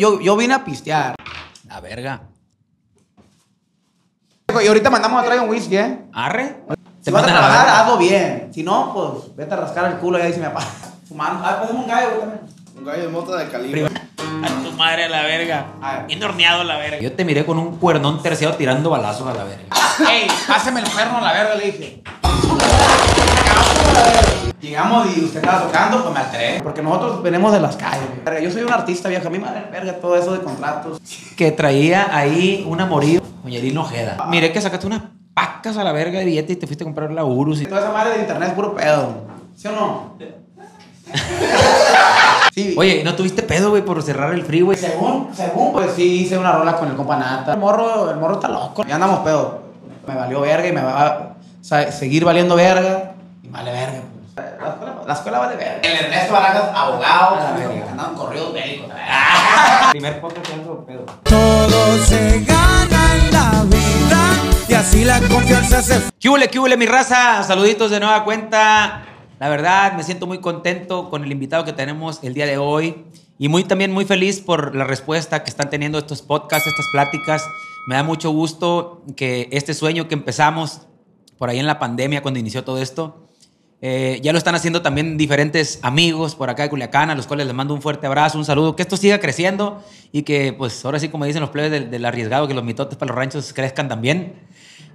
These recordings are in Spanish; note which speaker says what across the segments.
Speaker 1: Yo, yo vine a pistear. La verga.
Speaker 2: Y ahorita mandamos a traer un whisky, ¿eh?
Speaker 1: Arre.
Speaker 2: Si vas a trabajar, hazlo bien. Si no, pues vete a rascar el culo y ahí se me apaga. Fumando. Ah, pues un gallo güey, también.
Speaker 3: Un gallo de mota de calibre.
Speaker 4: A tu madre a la verga.
Speaker 2: A ver.
Speaker 4: Bien horneado a la
Speaker 2: ah.
Speaker 4: verga.
Speaker 1: Yo te miré con un cuernón terciado tirando balazos a la verga.
Speaker 2: Ey, pásame el perno a la verga, le dije. Llegamos y usted estaba tocando, pues me alteré. Porque nosotros venimos de las calles. güey. Verga, Yo soy un artista viejo, a mí me vale verga todo eso de contratos.
Speaker 1: Que traía ahí una morida. Doña no Ojeda. Miré que sacaste unas pacas a la verga de billete y te fuiste a comprar la Urus.
Speaker 2: Y
Speaker 1: y-
Speaker 2: toda esa madre de internet es puro pedo. güey. ¿Sí o no? Sí.
Speaker 1: Oye, ¿y ¿no tuviste pedo, güey, por cerrar el free, güey?
Speaker 2: Según, según, pues sí hice una rola con el compa Nata. El morro, el morro está loco. Ya andamos pedo. Me valió verga y me va a sa- seguir valiendo verga. Y vale verga, pues. La escuela, la escuela vale verga. El Ernesto Barajas, abogado,
Speaker 1: A la
Speaker 2: amigo,
Speaker 1: verga.
Speaker 2: andaban corridos bélicos. la verga.
Speaker 1: Primer podcast que hago pedo.
Speaker 5: Todo se gana en la vida y así la confianza se
Speaker 1: ¿Qué hule, qué hule, mi raza? Saluditos de nueva cuenta. La verdad, me siento muy contento con el invitado que tenemos el día de hoy y muy también muy feliz por la respuesta que están teniendo estos podcasts, estas pláticas. Me da mucho gusto que este sueño que empezamos por ahí en la pandemia cuando inició todo esto, eh, ya lo están haciendo también diferentes amigos por acá de Culiacán, a los cuales les mando un fuerte abrazo, un saludo, que esto siga creciendo y que pues ahora sí, como dicen los plebes del, del arriesgado, que los mitotes para los ranchos crezcan también.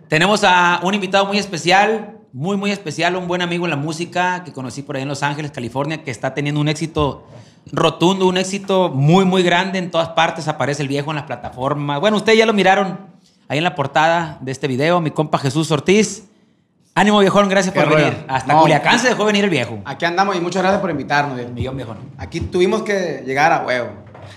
Speaker 1: Tenemos a un invitado muy especial, muy, muy especial, un buen amigo en la música que conocí por ahí en Los Ángeles, California, que está teniendo un éxito rotundo, un éxito muy, muy grande en todas partes. Aparece el viejo en las plataformas. Bueno, ustedes ya lo miraron ahí en la portada de este video, mi compa Jesús Ortiz. Ánimo, viejón, gracias
Speaker 2: Qué
Speaker 1: por
Speaker 2: rollo.
Speaker 1: venir. Hasta
Speaker 2: No.
Speaker 1: Culiacán se dejó venir el viejo.
Speaker 2: Aquí andamos y muchas gracias por invitarnos. viejo.
Speaker 1: Millón, viejón.
Speaker 2: Aquí tuvimos que llegar a huevo.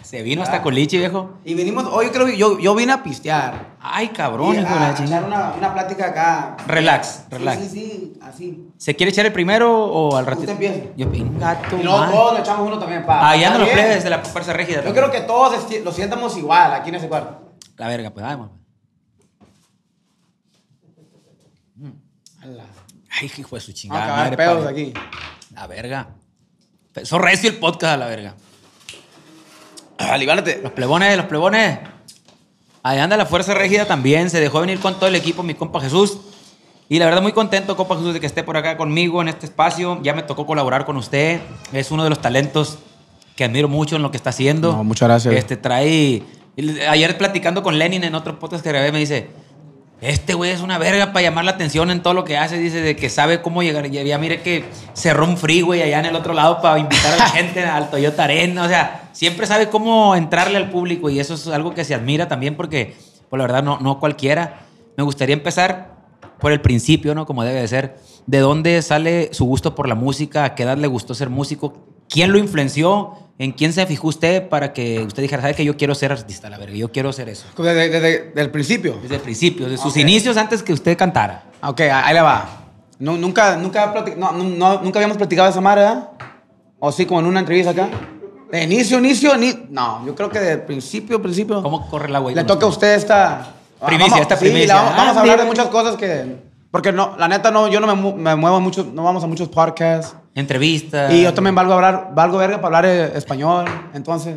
Speaker 1: Se vino
Speaker 2: Ah.
Speaker 1: hasta Colichi, viejo.
Speaker 2: Y vinimos, hoy yo creo que yo, yo vine a pistear.
Speaker 1: Ay, cabrón,
Speaker 2: Y
Speaker 1: hijo de
Speaker 2: a,
Speaker 1: la
Speaker 2: a echar
Speaker 1: chingada.
Speaker 2: una, ah, una plática acá.
Speaker 1: Relax,
Speaker 2: Sí,
Speaker 1: relax.
Speaker 2: Sí, sí, así.
Speaker 1: ¿Se quiere echar el primero o al ratito?
Speaker 2: Usted empieza.
Speaker 1: Yo, venga, tu
Speaker 2: Y luego
Speaker 1: madre.
Speaker 2: todos nos echamos uno también, pa.
Speaker 1: Ahí andan los
Speaker 2: Está bien.
Speaker 1: plebes de la fuerza rígida.
Speaker 2: Yo
Speaker 1: también.
Speaker 2: creo que todos esti- lo sientamos igual aquí en ese cuarto.
Speaker 1: La verga, pues vamos.
Speaker 2: Mm, Ala.
Speaker 1: Ay, hijo de su
Speaker 2: Vamos
Speaker 1: chingada.
Speaker 2: a acabar
Speaker 1: madre,
Speaker 2: pedos
Speaker 1: padre.
Speaker 2: aquí.
Speaker 1: La verga. Eso recio el podcast a la verga. Los plebones, los plebones. Ahí anda la fuerza rígida también. Se dejó venir con todo el equipo, mi compa Jesús. Y la verdad, muy contento, compa Jesús, de que esté por acá conmigo en este espacio. Ya me tocó colaborar con usted. Es uno de los talentos que admiro mucho en lo que está haciendo.
Speaker 2: No, muchas gracias.
Speaker 1: Este trae. el- Ayer platicando con Lenin en otro podcast que grabé, me dice: Este güey es una verga para llamar la atención en todo lo que hace. Dice de que sabe cómo llegar. Ya, ya mire que cerró un freeway allá en el otro lado para invitar a la gente al Toyota Arena. O sea, siempre sabe cómo entrarle al público y eso es algo que se admira también porque, pues la verdad, no, no cualquiera. Me gustaría empezar por el principio, ¿no? Como debe de ser. ¿De dónde sale su gusto por la música? ¿A qué edad le gustó ser músico? ¿Quién lo influenció? ¿En quién se fijó usted para que usted dijera, sabe que yo quiero ser artista, la verga, yo quiero ser eso?
Speaker 2: Desde, desde, el principio.
Speaker 1: Desde el principio, desde sus
Speaker 2: Ok.
Speaker 1: inicios antes que usted cantara.
Speaker 2: Ok, ahí le va. Nu- nunca, nunca, platic- no, nu- no, nunca habíamos platicado de esa madre, ¿verdad? O sí, como en una entrevista acá. De inicio, inicio, ni- no, yo creo que de principio, principio.
Speaker 1: ¿Cómo corre la güey?
Speaker 2: Le toca a usted esta ah,
Speaker 1: Primicia,
Speaker 2: Vamos-
Speaker 1: esta
Speaker 2: sí, la
Speaker 1: primicia.
Speaker 2: vamos, vamos a
Speaker 1: Ah,
Speaker 2: hablar de
Speaker 1: sí.
Speaker 2: muchas cosas que. Porque no, la neta, no, yo no me, mu- me muevo mucho, no vamos a muchos podcasts.
Speaker 1: Entrevistas.
Speaker 2: Y yo también valgo, hablar, valgo verga para hablar eh, español. Entonces,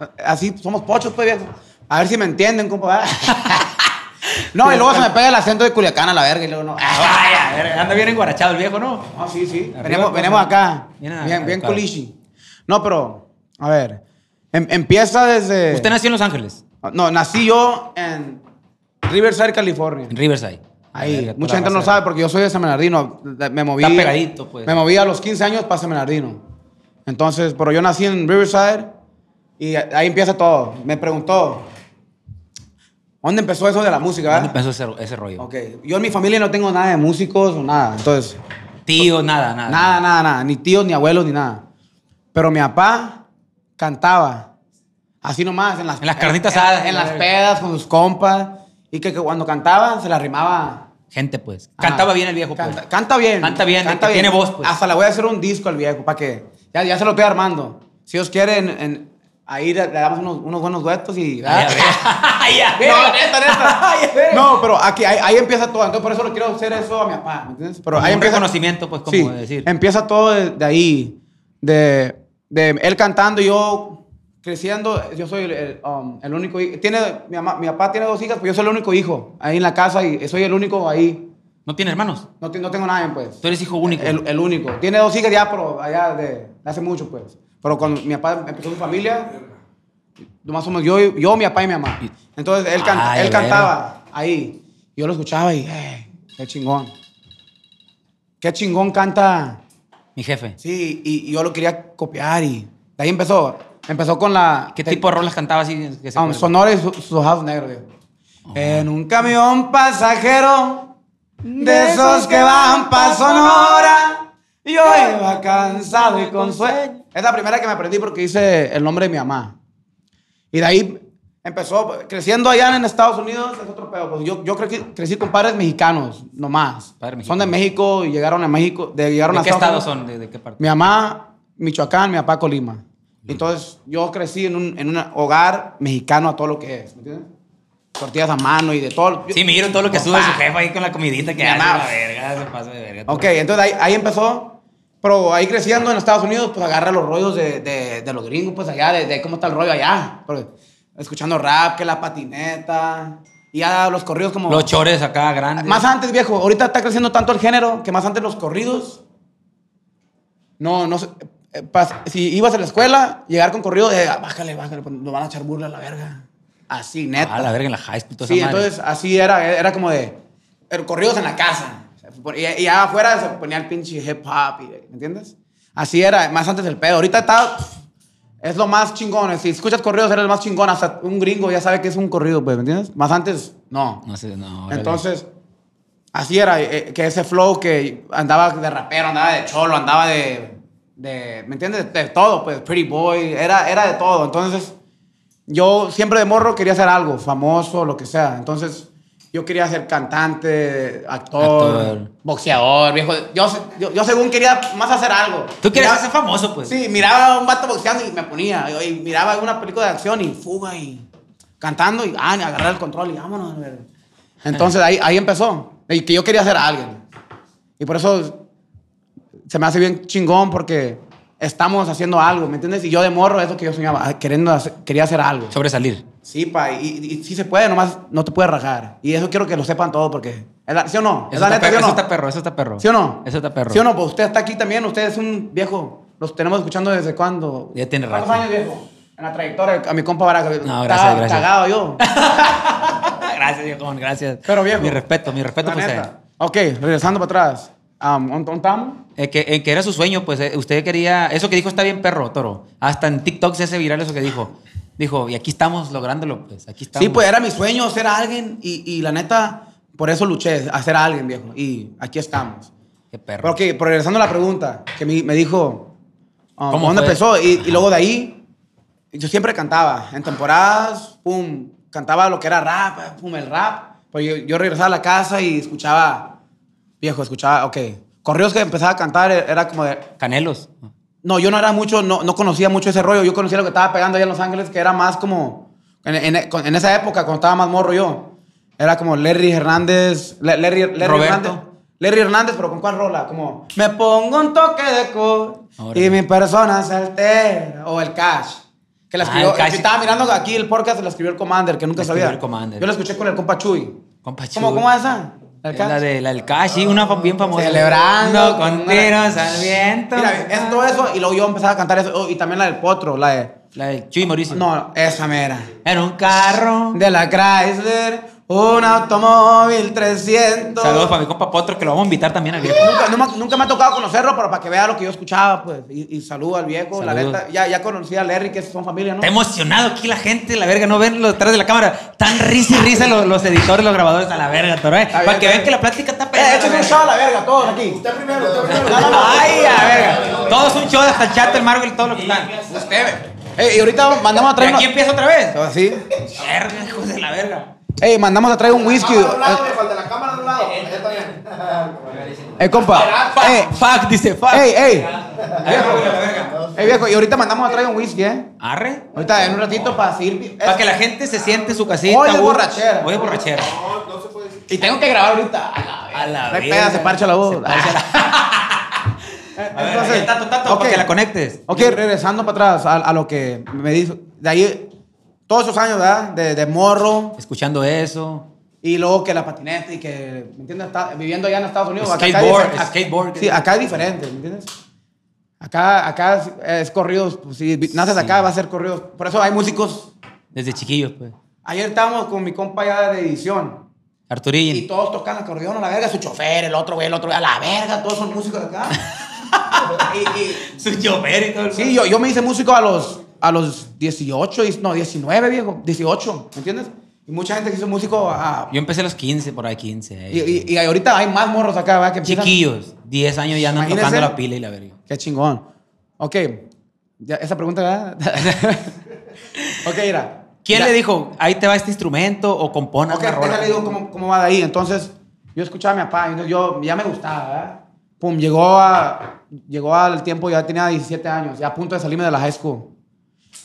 Speaker 2: eh, así somos pochos, pues viejo. A ver si me entienden, compa. ¿verdad? no, y luego se me pega el acento de Culiacán a la verga. Y luego no. Ah,
Speaker 1: Ay, a ver, anda bien enguarachado el viejo, ¿no?
Speaker 2: no, sí, sí.
Speaker 1: Arriba,
Speaker 2: Venimos,
Speaker 1: pues, eh,
Speaker 2: venimos acá.
Speaker 1: Bien,
Speaker 2: Bien, bien
Speaker 1: acá.
Speaker 2: culichi. No, pero, a ver. em- empieza desde.
Speaker 1: Usted nació en Los Ángeles,
Speaker 2: No, nací yo en Riverside, California.
Speaker 1: en Riverside.
Speaker 2: Ahí,
Speaker 1: La verga,
Speaker 2: mucha
Speaker 1: toda la
Speaker 2: gente no
Speaker 1: raza.
Speaker 2: sabe porque yo soy de San Bernardino. De- Me moví.
Speaker 1: Está pegadito, pues.
Speaker 2: Me moví a los 15 años para San Bernardino. Entonces, pero yo nací en Riverside y a- ahí empieza todo. Me preguntó, ¿dónde empezó eso de la música?
Speaker 1: ¿Dónde
Speaker 2: verdad?
Speaker 1: empezó ese, ese rollo?
Speaker 2: Ok, yo en mi familia no tengo nada de músicos o nada. Entonces,
Speaker 1: Tío, nada, nada.
Speaker 2: nada, nada, nada. Ni tíos, ni abuelos, ni nada. Pero mi papá cantaba. Así nomás, en las,
Speaker 1: En las carnitas
Speaker 2: en- en-
Speaker 1: asadas.
Speaker 2: En las pedas, con sus compas. Y que, que cuando cantaba, se la rimaba
Speaker 1: Gente, pues.
Speaker 2: Ajá.
Speaker 1: Cantaba bien el viejo,
Speaker 2: Ah. Canta,
Speaker 1: pues.
Speaker 2: canta bien.
Speaker 1: Canta bien, de que tiene voz, pues.
Speaker 2: Hasta le voy a hacer un disco al viejo para que. Ya, ya se lo estoy armando. Si Dios quiere, en- en- ahí le, le damos unos, unos buenos duetos y.
Speaker 1: Ay, a ver. Ay, a ver.
Speaker 2: No, neta, neta. no, pero aquí, ahí, ahí empieza todo. Entonces, por eso lo quiero hacer eso a mi papá. ¿me entiendes? Pero
Speaker 1: Como
Speaker 2: ahí
Speaker 1: un
Speaker 2: empieza.
Speaker 1: reconocimiento, pues, como
Speaker 2: sí,
Speaker 1: decir.
Speaker 2: Empieza todo de, de ahí. De, de él cantando y yo creciendo, yo soy el, el, um, el único hijo. Tiene, mi, mamá- mi papá tiene dos hijas, pues yo soy el único hijo ahí en la casa y soy el único ahí.
Speaker 1: ¿No tiene hermanos?
Speaker 2: No, te- no tengo nadie, pues.
Speaker 1: Tú eres hijo único.
Speaker 2: El, el único. Tiene dos hijas ya, pero allá de, de hace mucho, pues. Pero cuando mi papá empezó su familia, nomás somos yo, y- yo mi papá y mi mamá. Entonces él, canta-
Speaker 1: Ay,
Speaker 2: él
Speaker 1: verga.
Speaker 2: cantaba ahí. Yo lo escuchaba y, eh, qué chingón. Qué chingón canta.
Speaker 1: Mi jefe.
Speaker 2: Sí, y, y yo lo quería copiar y de ahí empezó. Empezó con la...
Speaker 1: ¿Qué
Speaker 2: te-
Speaker 1: tipo de rolas cantaba así? que se
Speaker 2: Ah,
Speaker 1: acuerda?
Speaker 2: sonora y su, sojado negro, viejo. En un camión pasajero de esos que van pa' Sonora, yo iba cansado y con sueño. Es la primera que me aprendí porque hice el nombre de mi mamá. Y de ahí empezó pues, creciendo allá en Estados Unidos, es otro pedo. Pues yo yo crecí, crecí con padres mexicanos, nomás.
Speaker 1: Padre
Speaker 2: Son de México y llegaron a México, de, llegaron
Speaker 1: ¿De
Speaker 2: a
Speaker 1: qué
Speaker 2: Estados
Speaker 1: estado
Speaker 2: Unidos.
Speaker 1: son? ¿De, de qué parte?
Speaker 2: Mi mamá, Michoacán, mi papá, Colima. Entonces, yo crecí en un, en un hogar mexicano a todo lo que es, ¿me entiendes? Tortillas a mano y de todo.
Speaker 1: Sí, miro todo lo que sube
Speaker 2: Papá.
Speaker 1: su jefa ahí con la comidita que
Speaker 2: Mi
Speaker 1: hace.
Speaker 2: mamá.
Speaker 1: La verga, se pasa de verga.
Speaker 2: Ok, entonces ahí, ahí empezó. Pero ahí creciendo en Estados Unidos, pues agarra los rollos de, de- de los gringos, pues allá, de, de cómo está el rollo allá. Porque escuchando rap, que la patineta, y ya los corridos como...
Speaker 1: Los chores acá grandes.
Speaker 2: Más antes, viejo. Ahorita está creciendo tanto el género que más antes los corridos. No, no sé. eh, pas- Si ibas a la escuela, llegar con corrido, eh, ah, bájale, bájale, pues, nos van a echar burla a la verga. Así, neta.
Speaker 1: Ah, la verga en la high school. toda
Speaker 2: sí,
Speaker 1: esa madre.
Speaker 2: entonces así era, era como de pero corridos en la casa. Y, y afuera se ponía el pinche hip hop, y- ¿me entiendes? Así era, más antes del pedo. Ahorita está, es lo más chingón. Si escuchas corridos, eres el más chingón. Hasta un gringo ya sabe que es un corrido, pues, ¿me entiendes? Más antes, no.
Speaker 1: No sé, no. órale.
Speaker 2: Entonces, así era, eh, que ese flow que andaba de rapero, andaba de cholo, andaba de, de ¿me entiendes? De todo, pues, pretty boy, era, era de todo. Entonces, yo siempre de morro quería ser algo, famoso, lo que sea. Entonces, yo quería ser cantante, actor,
Speaker 1: Actor.
Speaker 2: boxeador, viejo. Yo, se- yo, yo según quería más hacer algo.
Speaker 1: Tú quieres
Speaker 2: Miraba-
Speaker 1: ser famoso, pues.
Speaker 2: Sí, miraba a un vato boxeando y me ponía. Y, y miraba una película de acción y fuga y cantando y ah, agarrar el control y vámonos. a la verga. Entonces ahí, ahí empezó. Y que yo quería ser alguien. Y por eso se me hace bien chingón porque estamos haciendo algo, ¿me entiendes? Y yo de morro es lo que yo soñaba, ah, queriendo hacer- quería hacer algo.
Speaker 1: Sobresalir.
Speaker 2: Sí, pa, y, y- y sí se puede, nomás no te puedes rajar. Y eso quiero que lo sepan todos porque... es la- ¿Sí o no? Es
Speaker 1: Eso
Speaker 2: la neta,
Speaker 1: está,
Speaker 2: ¿sí
Speaker 1: perro,
Speaker 2: o
Speaker 1: eso
Speaker 2: no?
Speaker 1: está perro, eso está perro.
Speaker 2: ¿Sí o no?
Speaker 1: Eso está perro.
Speaker 2: ¿Sí o no? Pues usted está aquí también, usted es un viejo. Los tenemos escuchando desde cuándo.
Speaker 1: Ya tiene
Speaker 2: ¿Cuántos
Speaker 1: rato.
Speaker 2: años viejo? En la trayectoria, a mi compa Barack.
Speaker 1: No, gracias,
Speaker 2: Estaba
Speaker 1: gracias.
Speaker 2: cagado yo.
Speaker 1: Gracias, viejón, gracias.
Speaker 2: Pero viejo.
Speaker 1: Mi respeto, mi respeto
Speaker 2: La
Speaker 1: para usted.
Speaker 2: neta. Ok, regresando para atrás. Um, ¿on- on estamos?
Speaker 1: Eh, que, en que era su sueño, pues eh, usted quería. Eso que dijo está bien perro, toro. Hasta en TikTok se hace viral eso que dijo. Dijo, y aquí estamos lográndolo, pues. Aquí estamos.
Speaker 2: Sí, pues era mi sueño ser alguien y, y la neta, por eso luché, a ser alguien viejo. Y aquí estamos.
Speaker 1: Qué perro.
Speaker 2: Pero ok, pero regresando a la pregunta que me, me dijo, um,
Speaker 1: ¿Cómo
Speaker 2: ¿dónde
Speaker 1: fue?
Speaker 2: empezó? Y, y luego de ahí, yo siempre cantaba. En temporadas, pum, cantaba lo que era rap, pum, el rap. Pues yo, yo regresaba a la casa y escuchaba, viejo, escuchaba, ok. Correos que empezaba a cantar e- era como de...
Speaker 1: Canelos.
Speaker 2: No, yo no era mucho, no, no conocía mucho ese rollo. Yo conocía lo que estaba pegando allá en Los Ángeles, que era más como... En, en- con- en esa época, cuando estaba más morro yo, era como Larry Hernández... Le- Larry, Larry
Speaker 1: Roberto.
Speaker 2: Hernández. Larry Hernández, pero ¿con cuál rola? Como, me pongo un toque de co
Speaker 1: Órale.
Speaker 2: y mi persona se altera. O el Cash. Que la
Speaker 1: Ah,
Speaker 2: escribió...
Speaker 1: el Cash.
Speaker 2: yo estaba mirando aquí el podcast, la escribió el Commander, que nunca
Speaker 1: La escribió
Speaker 2: sabía.
Speaker 1: el Commander.
Speaker 2: Yo lo escuché con el compa Chuy.
Speaker 1: Compa Chuy.
Speaker 2: ¿Cómo, cómo es esa? El
Speaker 1: Es
Speaker 2: Cash.
Speaker 1: Eh, La de la del Cash, sí, una fa- bien famosa.
Speaker 2: Celebrando
Speaker 1: con
Speaker 2: con-
Speaker 1: tiros al viento.
Speaker 2: Mira, es todo eso y luego yo empezaba a cantar eso. Oh, y también la del Potro, la de...
Speaker 1: La de Chuy Mauricio.
Speaker 2: No, esa mera.
Speaker 1: En un carro.
Speaker 2: De la Chrysler, un automóvil 300.
Speaker 1: Saludos para mi compa Potro, que lo vamos a invitar también al viejo.
Speaker 2: Nunca, no me- nunca me ha tocado conocerlo, pero para que vea lo que yo escuchaba, pues. Y, y saludo al viejo, la
Speaker 1: Saludos.
Speaker 2: neta. Ya, ya conocí a Larry, que son familia, ¿no?
Speaker 1: Está emocionado aquí la gente, la verga, no ven lo detrás de la cámara. Tan risa y risa los, los editores, los grabadores a la verga, toro, eh.
Speaker 2: bien,
Speaker 1: Para que
Speaker 2: está
Speaker 1: vean
Speaker 2: bien.
Speaker 1: que la plática está
Speaker 2: Eh,
Speaker 1: pegada.
Speaker 2: échate un
Speaker 1: verga.
Speaker 2: shot a la verga, todos aquí. Usted primero, usted primero. No, no, no. Ay, la verga.
Speaker 1: Todo es un show, hasta el chat, el Marvel, todo lo que están.
Speaker 2: Ey, y ahorita mandamos a
Speaker 1: ¿Y
Speaker 2: traer
Speaker 1: aquí empieza otra vez?
Speaker 2: una- Así.
Speaker 1: Verga, hijos de la verga.
Speaker 2: Ey, mandamos a traer un whisky. Eh,
Speaker 3: el de la cámara de un lado. Ahí está bien.
Speaker 2: eh, compa.
Speaker 1: Fuck,
Speaker 2: Eh,
Speaker 1: fuck, dice fuck.
Speaker 2: ey, ey.
Speaker 1: Verga, la verga.
Speaker 2: Ey, viejo, y ahorita mandamos a traer un whisky, ¿eh?
Speaker 1: Arre.
Speaker 2: Ahorita, en un ratito, para seguir...
Speaker 1: Para que la gente se siente en su casita.
Speaker 2: Hoy es
Speaker 1: uh,
Speaker 2: borrachera.
Speaker 1: Hoy es borrachera.
Speaker 2: Y tengo que grabar ahorita. A la
Speaker 1: A la
Speaker 2: Trae peda, se parcha la voz. Ah,
Speaker 1: Entonces, tato, tato,
Speaker 2: ok.
Speaker 1: eh, para que la conectes.
Speaker 2: Ok, regresando para atrás a, a lo que me dijo, de ahí, todos esos años, ¿verdad? De, de morro.
Speaker 1: Escuchando eso.
Speaker 2: Y luego que la patineta y que, ¿me entiendes? Está- viviendo allá en Estados Unidos. acá-
Speaker 1: Skateboard,
Speaker 2: acá, es diferente.
Speaker 1: skateboard.
Speaker 2: Sí, acá es diferente, ¿me entiendes? Acá, acá es, es corridos. pues, si vi- naces
Speaker 1: Sí.
Speaker 2: acá, va a ser corridos. Por eso hay músicos.
Speaker 1: Desde chiquillos, pues.
Speaker 2: Ayer estábamos con mi compa ya de edición. Y
Speaker 1: Arturillín.
Speaker 2: todos tocan acordeón a la verga, su chofer, el otro güey, el otro güey, a la verga, todos son músicos de acá. y, y-
Speaker 1: Su llover y todo el
Speaker 2: Sí, yo, yo me hice músico a los, a los 18, y- no, 19, viejo, 18, ¿me entiendes? Y mucha gente que hizo músico a...
Speaker 1: Yo empecé a los 15, por ahí 15. ahí.
Speaker 2: Y, y- y ahorita hay más morros acá, ¿verdad? Que empiezan-
Speaker 1: Chiquillos, 10 años ya andan
Speaker 2: Imagínense.
Speaker 1: tocando la pila y la verga.
Speaker 2: Qué chingón. Ok, ya, esa pregunta, ¿verdad? ok, mira.
Speaker 1: ¿Quién
Speaker 2: Ya.
Speaker 1: le dijo, ahí te va este instrumento o compone
Speaker 2: Ok,
Speaker 1: una rola?
Speaker 2: déjale, digo cómo, cómo va de ahí. Entonces, yo escuchaba a mi papá, y no- yo, ya me gustaba, ¿verdad? Pum, llegó, a, llegó al tiempo, ya tenía 17 años, ya a punto de salirme de la high school.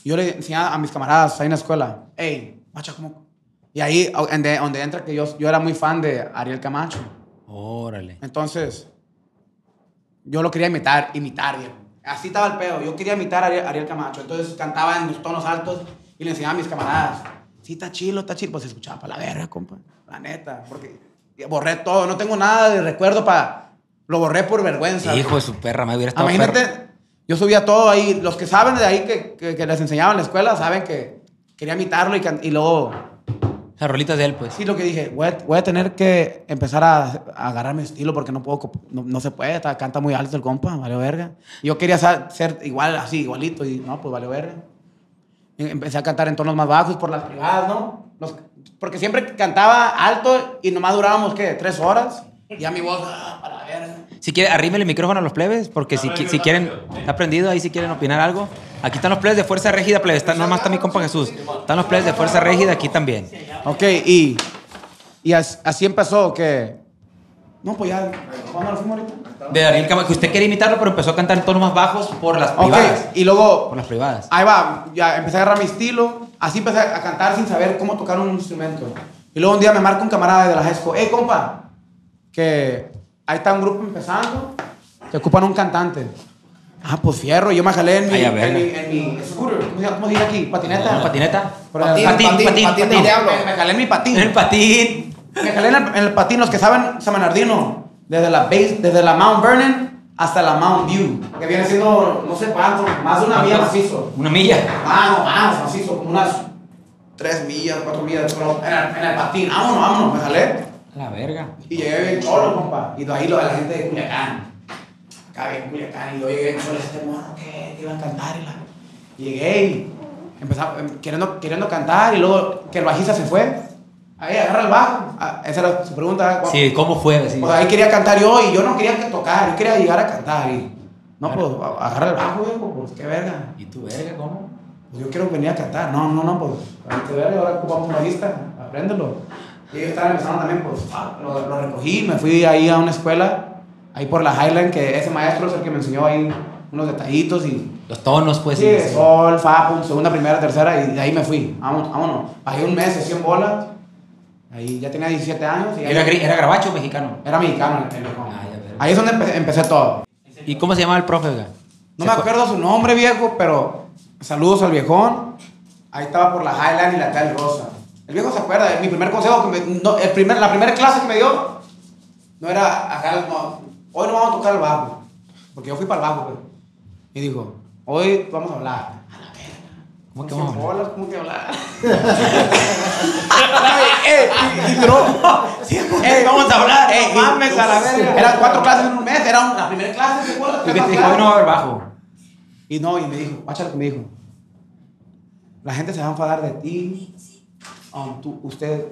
Speaker 2: Y yo le enseñaba a mis camaradas ahí en la escuela, hey, macha, ¿cómo? Y ahí, au- en de- donde entra que yo, yo era muy fan de Ariel Camacho.
Speaker 1: Órale.
Speaker 2: Entonces, yo lo quería imitar, imitar, viejo. Así estaba el pedo. Yo quería imitar a Ariel, Ariel Camacho. Entonces cantaba en los tonos altos y le enseñaba a mis camaradas. Sí, está chilo, está chilo. Pues se escuchaba para la verga, compa. La neta. Porque borré todo. No tengo nada de recuerdo para. Lo borré por vergüenza.
Speaker 1: Hijo de su perra, me hubiera estado
Speaker 2: Imagínate,
Speaker 1: perro.
Speaker 2: yo subía todo ahí. Los que saben de ahí que, que- que les enseñaba en la escuela saben que quería imitarlo y, can- y luego.
Speaker 1: Las rolitas de él, pues.
Speaker 2: Sí, lo que dije, voy a, voy a tener que empezar a, a agarrar mi estilo porque no puedo, cop- no, no se puede, está- canta muy alto el compa, vale verga. Y Yo quería sa- ser igual, así, igualito, y no, pues vale verga. Y Empecé a cantar en tonos más bajos por las privadas, ¿no? Los- porque siempre cantaba alto y nomás durábamos, ¿qué? Tres horas. Y ya mi voz, ah, para la verga.
Speaker 1: Si quieren, arrímele el micrófono a los plebes, porque si, qui- si quieren, está prendido ahí si quieren opinar algo. Aquí están los plebes de Fuerza Régida, plebes. Está, nomás está mi compa Jesús. Están los plebes de Fuerza Régida aquí también.
Speaker 2: Ok, y, y as- así empezó que... No, pues ya, ¿cuándo nos fuimos ahorita?
Speaker 1: De Ariel Camacho, que usted quería imitarlo, pero empezó a cantar en tonos más bajos por las
Speaker 2: Ok,
Speaker 1: privadas.
Speaker 2: y luego
Speaker 1: Por las privadas.
Speaker 2: Ahí va, ya empecé a agarrar mi estilo. Así empecé a cantar sin saber cómo tocar un instrumento. Y luego un día me marca un camarada de la Jesco. Hey, compa, que ahí está un grupo empezando, que ocupan un cantante. Ah, pues fierro, yo me jalé en mi,
Speaker 1: Ay, a ver.
Speaker 2: en mi, en mi scooter. ¿Cómo se llama- cómo se dice aquí? ¿Patineta?
Speaker 1: ¿Una patineta?
Speaker 2: Por el-
Speaker 1: Patín, patín, patín.
Speaker 3: patín del diablo.
Speaker 2: Me, me jalé en mi patín.
Speaker 1: El patín.
Speaker 2: Me jalé en el, en el patín, los que saben San Bernardino, desde la, base, desde la Mount Vernon hasta la Mount View, que viene siendo, no sé cuánto, más de una milla macizo.
Speaker 1: Una milla.
Speaker 2: Vamos, vamos, así son como unas 3 millas, 4 millas, pero en el, en el patín, vámonos, vámonos, me jalé.
Speaker 1: A la verga.
Speaker 2: Y llegué bien cholo, compa. Y de ahí lo de la gente de Culiacán. Acá bien Culiacán. Y yo llegué bien cholo, este mono que te iba a cantar. Y, la... y llegué y empezaba em, queriendo, queriendo cantar. Y luego que el bajista se fue. Ahí agarra el bajo. Ah, esa era su pregunta. ¿eh?
Speaker 1: Sí, ¿cómo fue? Sí.
Speaker 2: Pues ahí quería cantar yo y yo no quería que tocar, yo quería llegar a cantar. Y no, pues a- agarra el bajo, viejo, pues qué verga.
Speaker 1: ¿Y tu verga cómo?
Speaker 2: Pues yo quiero venir a cantar. No, no, no, pues. Ahorita verga, ahora ocupamos una lista. Apréndelo. Y ellos estaban empezando también, pues. ah, Lo, lo recogí, me fui ahí a una escuela, ahí por la Highland, que ese maestro es el que me enseñó ahí unos detallitos y.
Speaker 1: Los tonos, pues.
Speaker 2: Sí,
Speaker 1: y eso.
Speaker 2: sol, fa, pum, segunda, primera, tercera, y de ahí me fui. Vámonos, vámonos. Bajé un mes, 100 bolas. Ahí ya tenía 17 años. Y ahí-
Speaker 1: ¿Era, gri- ¿Era gabacho o mexicano?
Speaker 2: Era mexicano el- el viejón.
Speaker 1: Ah, ya, verga.
Speaker 2: Ahí es donde empe- empecé todo.
Speaker 1: ¿Y cómo se llamaba el profe? güey?
Speaker 2: No
Speaker 1: ¿Se
Speaker 2: me
Speaker 1: acu-
Speaker 2: acuerdo su nombre, viejo, pero saludos al viejón. Ahí estaba por la Highland y la Cal Rosa. El viejo se acuerda, de mi primer consejo, que me- no, el primer, la primera clase que me dio, no era acá, no, hoy no vamos a tocar el bajo, porque yo fui para el bajo, pues. Y dijo, hoy vamos a hablar.
Speaker 1: ¿Cómo que
Speaker 2: Son
Speaker 1: vamos? a hablar?
Speaker 2: bolas, ¿Cómo que hablar? Ay, eh, y, y duró. Eh,
Speaker 1: vamos a hablar,
Speaker 2: eh,
Speaker 1: no
Speaker 2: y-
Speaker 1: mames, a la verga.
Speaker 2: Eran cuatro clases en un mes, era una- la primera clase, ¿te acuerdas?
Speaker 1: ¿Y que te dijo, hoy no va a haber bajo.
Speaker 2: Y no, y me dijo, guacha lo que me dijo. La gente se va a enfadar de ti. um, tú- usted,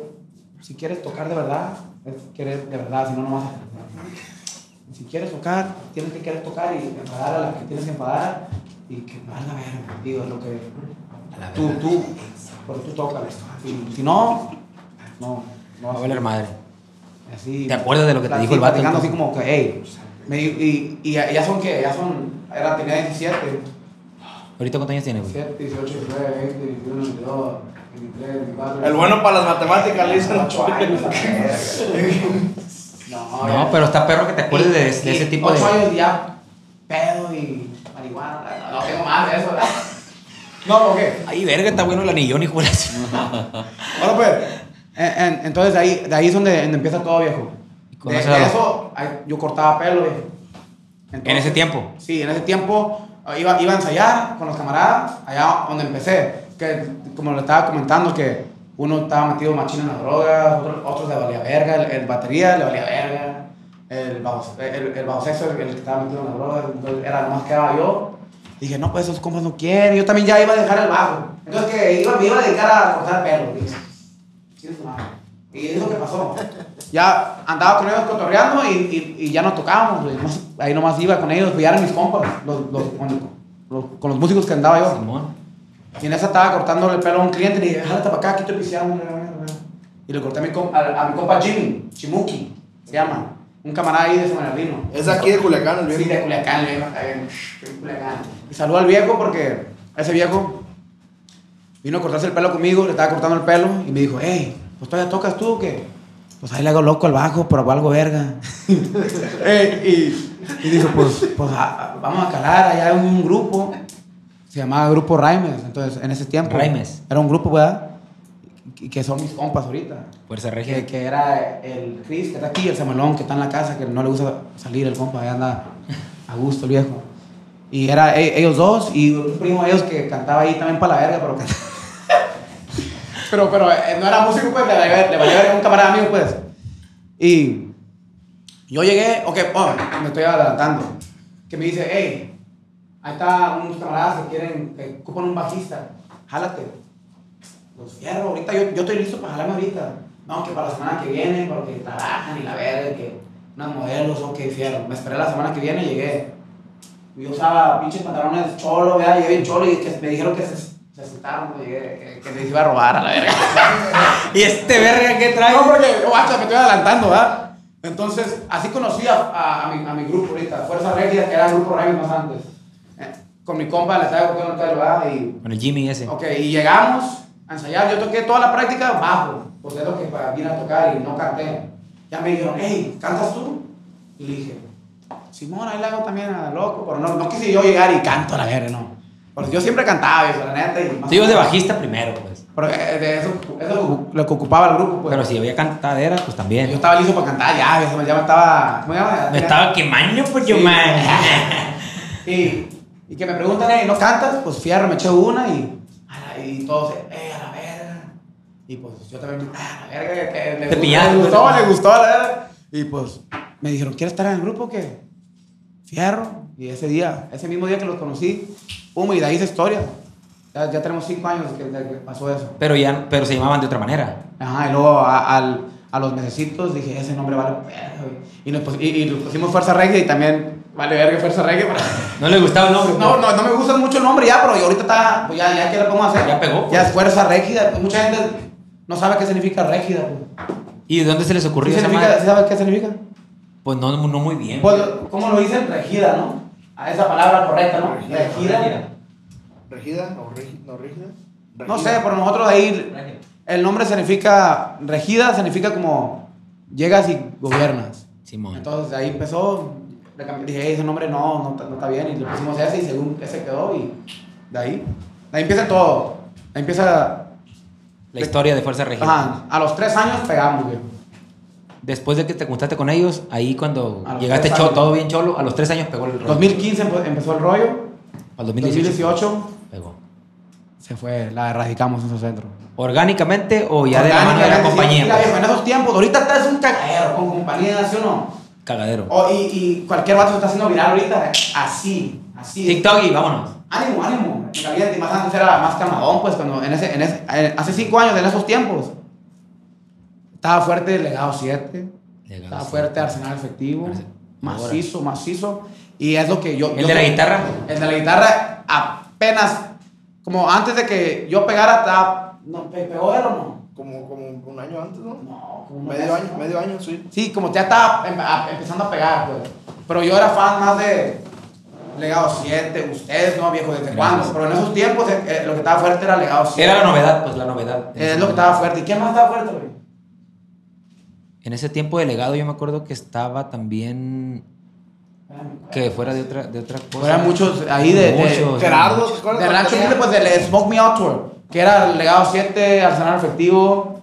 Speaker 2: si quieres tocar de verdad, es querer de verdad, si no, no vas a Si quieres tocar, tienes que querer tocar y enfadar a la que tienes que enfadar y que valga verga, digo, es lo que. Tú, tú, pero tú tocas Y si no, no, no
Speaker 1: Va a
Speaker 2: vas a
Speaker 1: valer madre.
Speaker 2: Así,
Speaker 1: ¿Te acuerdas de lo que te
Speaker 2: así,
Speaker 1: dijo el vato,
Speaker 2: platicando
Speaker 1: entonces?
Speaker 2: así como que, hey. Me, di- y, y, ya son que, ya son, era, tenía 17.
Speaker 1: ¿Ahorita cuántos años tiene, güey?
Speaker 2: 7, 18, 19, 20, 21, 22, 23, 24.
Speaker 3: El bueno para las matemáticas, le dicen
Speaker 2: Ocho años, la
Speaker 3: los
Speaker 2: verga. No,
Speaker 1: No,
Speaker 2: ya.
Speaker 1: pero está perro que te acuerdes de,
Speaker 2: Y-
Speaker 1: de ese
Speaker 2: y
Speaker 1: tipo de...
Speaker 2: ocho años ya, pedo y marihuana. No, no tengo más de eso, ¿verdad? No, ¿por qué?
Speaker 1: Ay, verga, está bueno el anillón, hijo de la-
Speaker 2: Bueno, pues. en- en- entonces, de ahí, de ahí es donde, donde empieza todo, viejo. De,
Speaker 1: conoces
Speaker 2: de
Speaker 1: a la-
Speaker 2: eso, ahí yo cortaba pelo, viejo. Entonces-
Speaker 1: ¿En ese tiempo?
Speaker 2: Sí, en ese tiempo eh, iba, iba a ensayar con los camaradas, allá donde empecé. Que, como le estaba comentando, que uno estaba metido machino en las drogas, otro, otros le valía verga, el, el batería le valía verga, el bajo, el, el bajo sexo, el, el que estaba metido en las drogas, entonces era nomás quedaba yo. Dije, no, pues esos compas no quieren. Yo también ya iba a dejar el bajo. Entonces, que iba, me iba a dedicar a cortar pelo. Dije, "Chinga su madre". Y es lo que pasó. Ya andaba con ellos cotorreando y, y- y ya no tocábamos. güey. Nomás- ahí nomás iba con ellos, pues ya eran mis compas, los, los- con, los, con los músicos que andaba yo.
Speaker 1: Simón.
Speaker 2: Y en esa estaba cortándole el pelo a un cliente y le dije, jálate para acá, aquí te piseamos. mira, mira, mira". Y le corté a mi, com- a, a mi compa Jimmy, Chimuki, se llama. Un camarada ahí de San Bernardino.
Speaker 3: Es aquí de Culiacán, el
Speaker 2: Sí,
Speaker 3: viejo.
Speaker 2: de Culiacán, le iba a caer. de Culiacán. Y saludo al viejo porque ese viejo vino a cortarse el pelo conmigo, le estaba cortando el pelo y me dijo, hey, pues todavía tocas tú o qué? Pues ahí le hago loco al bajo, pero algo verga. Eh, y, y dijo, pues, pues a- a- vamos a calar, allá hay un grupo, se llamaba Grupo Raimes, entonces en ese tiempo.
Speaker 1: Raimes.
Speaker 2: Era un grupo, ¿verdad? Y que son mis compas ahorita.
Speaker 1: Fuerza
Speaker 2: Que,
Speaker 1: regia.
Speaker 2: que era el Chris, que está aquí, el Samalón, que está en la casa, que no le gusta salir, el compa, ahí anda a gusto el viejo. Y era e- ellos dos y un primo de ellos que cantaba ahí también para la verga, pero cantaba. pero, pero eh, no era músico, pues, le valía le valía verga a un camarada mío, pues. Y yo llegué, ok, oh, me estoy adelantando, que me dice, hey, ahí está unos camaradas que quieren, que ocupan un bajista, jálate. Los fierro, ahorita yo, yo estoy listo para jalarme ahorita. No, que para la semana que viene, porque trabajan y la verga, que unas modelos, o que fierro. Me esperé la semana que viene y llegué. Yo usaba pinches pantalones cholo, ¿verdad? Llegué en cholo y que me dijeron que se, se sentaron cuando llegué, que, que les iba a robar a la verga.
Speaker 1: ¿Y este verga qué trae?
Speaker 2: No, porque yo hasta me estoy adelantando, ¿verdad? Entonces, así conocí a, a- a mi, a mi grupo ahorita, Fuerza Regia, que era el grupo Regia más antes. Eh, Con mi compa le estaba cogiendo el pelo, ¿verdad? Y
Speaker 1: Con el Jimmy ese.
Speaker 2: Ok, y llegamos a ensayar. Yo toqué toda la práctica bajo, porque es lo que para- vine a tocar y no canté. Ya me dijeron, hey, ¿cantas tú? Y le dije, Simón, ahí la hago también a loco, pero no, no quise yo llegar y canto a la verga, no. Porque yo siempre cantaba, viejo, la neta. Y
Speaker 1: Tú ibas de bajista primero, pues.
Speaker 2: Pero eh, de eso, eso es lo que- lo que ocupaba el grupo, pues.
Speaker 1: Pero si había cantadera, pues
Speaker 2: yo
Speaker 1: también.
Speaker 2: estaba listo para cantar, ya, viejo, ya me estaba. ¿Cómo se llama?
Speaker 1: Me estaba quemando, pues yo
Speaker 2: Sí.
Speaker 1: man.
Speaker 2: Y, y que me preguntan, "Ey, ¿no cantas? Pues fierro, me eché una y, a la- y todos, eh, a la verga. Y pues yo también, "Ah, a la verga, que le
Speaker 1: Te
Speaker 2: gustó,
Speaker 1: pillaste,
Speaker 2: le gustó,
Speaker 1: ¿no?
Speaker 2: le gustó, a la verga. Y pues me dijeron, ¿quieres estar en el grupo? que Fierro. Y ese día, ese mismo día que los conocí, pum, y de ahí esa historia. Ya, ya tenemos cinco años que, de que pasó eso.
Speaker 1: Pero ya, pero se llamaban de otra manera.
Speaker 2: Ajá, y luego a, al- a los mesecitos dije, ese nombre vale verga, güey". Y, nos pus- y, y nos pusimos Fuerza Reggae y también vale verga Fuerza Reggae. pero-
Speaker 1: No le gustaba el nombre.
Speaker 2: no,
Speaker 1: pues.
Speaker 2: no, no me gusta mucho el nombre ya, pero ahorita está, pues ya, ya que lo podemos hacer.
Speaker 1: Ya pegó, pues.
Speaker 2: Ya es fuerza régida. pues, Mucha gente no sabe qué significa régida. Pues.
Speaker 1: ¿Y de dónde se les
Speaker 2: ¿Sí
Speaker 1: ocurrió esa
Speaker 2: significa-
Speaker 1: madre?
Speaker 2: sí sabes qué significa?
Speaker 1: Pues no, no muy bien.
Speaker 2: Pues, ¿cómo lo dicen? Regida, ¿no? A esa palabra correcta, ¿no?
Speaker 3: Regida,
Speaker 2: Regida.
Speaker 1: regida.
Speaker 3: ¿Regida? ¿No rígida? ¿No rígida?
Speaker 2: No sé, por nosotros ahí el nombre significa, regida significa como llegas y gobiernas.
Speaker 1: Simón.
Speaker 2: Entonces ahí empezó, le cambié- dije, "Ey, ese nombre no, no, está- no está bien, y le pusimos ese y según ese quedó y de ahí, de ahí empieza todo, ahí empieza
Speaker 1: La historia de Fuerza Regida.
Speaker 2: Ajá, a los tres años pegamos, güey.
Speaker 1: Después de que te juntaste con ellos, ahí cuando
Speaker 2: A los
Speaker 1: llegaste
Speaker 2: tres
Speaker 1: cho-
Speaker 2: años.
Speaker 1: todo bien cholo, a los tres años pegó el rollo.
Speaker 2: 2015 empe- empezó el rollo.
Speaker 1: Al 2018.
Speaker 2: 2018
Speaker 1: Pegó.
Speaker 2: se fue, la erradicamos en su centro.
Speaker 1: ¿Orgánicamente o Pues ya de la mano de la
Speaker 2: Orgánicamente, sí,
Speaker 1: compañía?
Speaker 2: mira,
Speaker 1: pues?
Speaker 2: viejo, en esos tiempos, ahorita estás un cagadero con compañía, ¿sí o no?
Speaker 1: Cagadero.
Speaker 2: O- y, y cualquier vato se está haciendo viral ahorita, así, así.
Speaker 1: TikTok y vámonos.
Speaker 2: Ánimo, ánimo. En realidad, y más antes era más calmadón, pues, cuando en ese, en ese- en- hace cinco años, en esos tiempos, estaba fuerte el legado 7.
Speaker 1: Legado
Speaker 2: Estaba
Speaker 1: siete.
Speaker 2: fuerte Arsenal efectivo.
Speaker 1: Arsenal.
Speaker 2: Macizo, macizo. Y es lo que yo.
Speaker 1: ¿El
Speaker 2: yo
Speaker 1: de la
Speaker 2: sé-
Speaker 1: guitarra?
Speaker 2: El de la guitarra apenas. Como antes de que yo pegara, estaba. No, ¿pe- ¿Pegó él o no?
Speaker 3: Como, como un año antes, ¿no?
Speaker 2: No, como unos
Speaker 3: Medio
Speaker 2: meses,
Speaker 3: año,
Speaker 2: ¿no?
Speaker 3: medio año, sí.
Speaker 2: Sí, como ya estaba em- a- empezando a pegar, pues. Pero yo era fan más de Legado 7, ustedes, ¿no, viejo? ¿Desde
Speaker 1: Gracias.
Speaker 2: cuándo? Pero en esos tiempos eh, eh, lo que estaba fuerte era Legado 7.
Speaker 1: Era la novedad, pues la novedad.
Speaker 2: Eh, Es lo que estaba fuerte. ¿Y quién más estaba fuerte, güey?
Speaker 1: En ese tiempo de legado yo me acuerdo que estaba también que fuera de otra, de otra cosa.
Speaker 2: Eran muchos ahí de.
Speaker 1: Muchos.
Speaker 2: de
Speaker 3: Gerardo, ¿te acuerdas?
Speaker 2: de Rancho Humilde, pues del Smoke Me Out Tour, que era el legado 7, Arsenal Efectivo,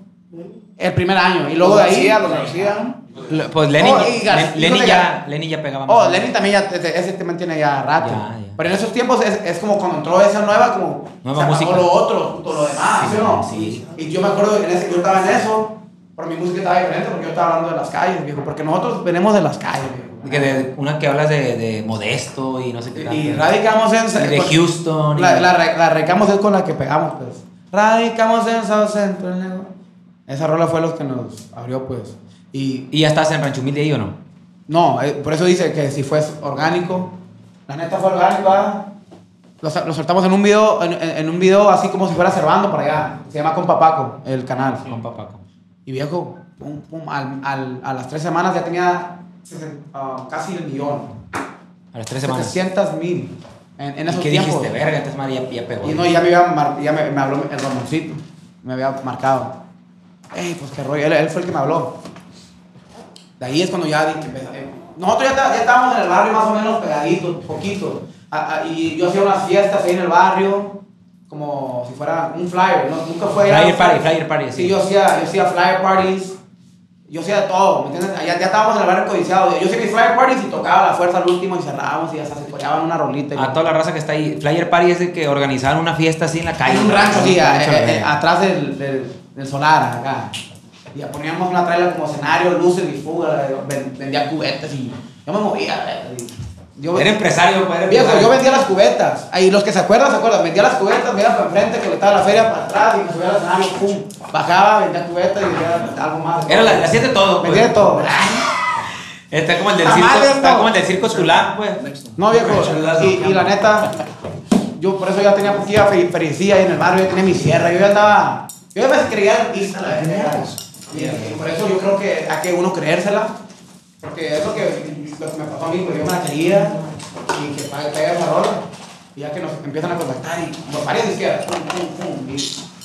Speaker 2: el primer año. Y luego de ahí.
Speaker 3: García, los García.
Speaker 1: Le- Pues Lenny,
Speaker 2: Oh, y Gar-
Speaker 1: Len- Lenny
Speaker 2: híjole,
Speaker 1: ya,
Speaker 2: Gar-
Speaker 1: Lenny ya pegaba más.
Speaker 2: Oh, Lenin también ya, ese ese te mantiene ya rato.
Speaker 1: Ya, ya.
Speaker 2: Pero en esos tiempos es, es como cuando entró esa nueva, como
Speaker 1: Nueva
Speaker 2: se
Speaker 1: música.
Speaker 2: acabó lo otro, todo lo demás,
Speaker 1: Sí,
Speaker 2: ¿sí o no?
Speaker 1: sí.
Speaker 2: Y yo me acuerdo que en ese, yo estaba en eso, pero mi música estaba diferente porque yo estaba hablando de las calles, viejo, porque nosotros venimos de las calles, viejo.
Speaker 1: Que de- una que hablas de, de Modesto y no sé qué.
Speaker 2: Y-
Speaker 1: tal.
Speaker 2: Y radicamos en...
Speaker 1: Y de
Speaker 2: con-
Speaker 1: Houston. y-
Speaker 2: La, la, re- la radicamos es con la que pegamos, pues. Radicamos en South Central. ¿no? Esa rola fue los que nos abrió, pues. Y
Speaker 1: ¿Y ya estás en Rancho Humilde ahí o no?
Speaker 2: No, eh, por eso dice que si fue orgánico. La neta fue orgánico, ¿ah? Lo, sa- lo soltamos en un video, en, en- en un video así como si fuera Cervando para allá. Se llama Con Papaco, el canal.
Speaker 1: Con Papaco.
Speaker 2: Y viejo, pum, pum, al- al- a las tres semanas ya tenía sesen- ah, casi el millón.
Speaker 1: A las tres semanas.
Speaker 2: 700 mil en, en
Speaker 1: ¿Y
Speaker 2: esos
Speaker 1: ¿Qué
Speaker 2: tiempos.
Speaker 1: dijiste? Verga, entonces María ya pegó.
Speaker 2: Y no, ya me, había mar- ya me, me habló el Ramoncito. Me había marcado. Ey, pues qué rollo. Él, él fue el que me habló. De ahí es cuando ya di- que empecé. Nosotros ya, está- ya estábamos en el barrio más o menos pegaditos, poquito. A- a- y yo hacía unas fiestas ahí en el barrio, como si fuera un flyer. No, nunca fue.
Speaker 1: Flyer party, flyer party, sí.
Speaker 2: Sí, yo hacía, yo hacía flyer parties. Yo hacía de todo, ¿me entiendes? Ya, ya estábamos en el barrio codiciado. Yo hacía mis flyer parties y tocaba la fuerza al último y cerrábamos y hasta se coreaban una rolita. y-
Speaker 1: A toda la raza que está ahí. Flyer Party es de que organizaban una fiesta así en la calle.
Speaker 2: hay un rancho, sí, a-
Speaker 1: Rancho,
Speaker 2: eh,
Speaker 1: la
Speaker 2: eh,
Speaker 1: verga.
Speaker 2: atrás del, del, del solar, acá. Y ya poníamos una trailer como escenario, luces y fuga, eh, ven- vendía cubetas y yo me movía. eh, y Yo,
Speaker 1: Era empresario, pues, era
Speaker 2: Viejo,
Speaker 1: empresario.
Speaker 2: yo vendía las cubetas. Ahí los que se acuerdan, se acuerdan. Vendía las cubetas, me iba para enfrente, colectaba la feria para atrás y me subía al escenario, pum. Bajaba, vendía cubetas y vendía algo más.
Speaker 1: Era la, la hacía de todo. pues.
Speaker 2: Vendía de todo.
Speaker 1: Está como el del
Speaker 2: Tamales,
Speaker 1: circo. Está
Speaker 2: no.
Speaker 1: como el del circo Chulán, pues.
Speaker 2: No, viejo, y, y la neta, yo por eso ya tenía poquilla fe- felicidad ahí en el barrio, yo tenía mi sierra, yo ya andaba, yo ya me creía artista, la verdad. Y, y por eso yo creo que hay que uno creérsela, porque es lo que, lo que me pasó a mí, pues yo me la creía, y que pague pegue esa rola, y ya que nos empiezan a contactar, y los varios de izquierda, pum, pum, pum, y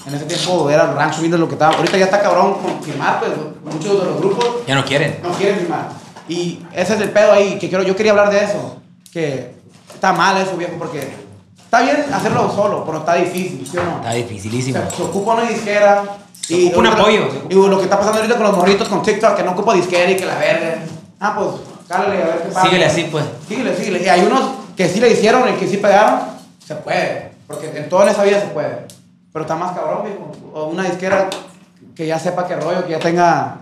Speaker 2: en ese tiempo era el rancho viendo lo que estaba, ahorita ya está cabrón con firmar, pues muchos de los grupos
Speaker 1: Ya no quieren.
Speaker 2: no quieren firmar. Y ese es el pedo ahí, que quiero, yo quería hablar de eso. Que está mal eso, viejo, porque está bien hacerlo solo, pero está difícil, ¿sí o no?
Speaker 1: Está dificilísimo.
Speaker 2: Se, se ocupa una disquera.
Speaker 1: Se ocupa un
Speaker 2: lo que-
Speaker 1: apoyo, se ocupa-
Speaker 2: Y lo que está pasando ahorita con los morritos con TikTok, que no ocupa disquera y que la verga. Ah, pues, cálale, a ver qué pasa.
Speaker 1: Síguele así, pues.
Speaker 2: Síguele, síguele. Y hay unos que sí le hicieron y que sí pegaron. Se puede. Porque en toda esa vida se puede. Pero está más cabrón, viejo. O una disquera que ya sepa qué rollo, que ya tenga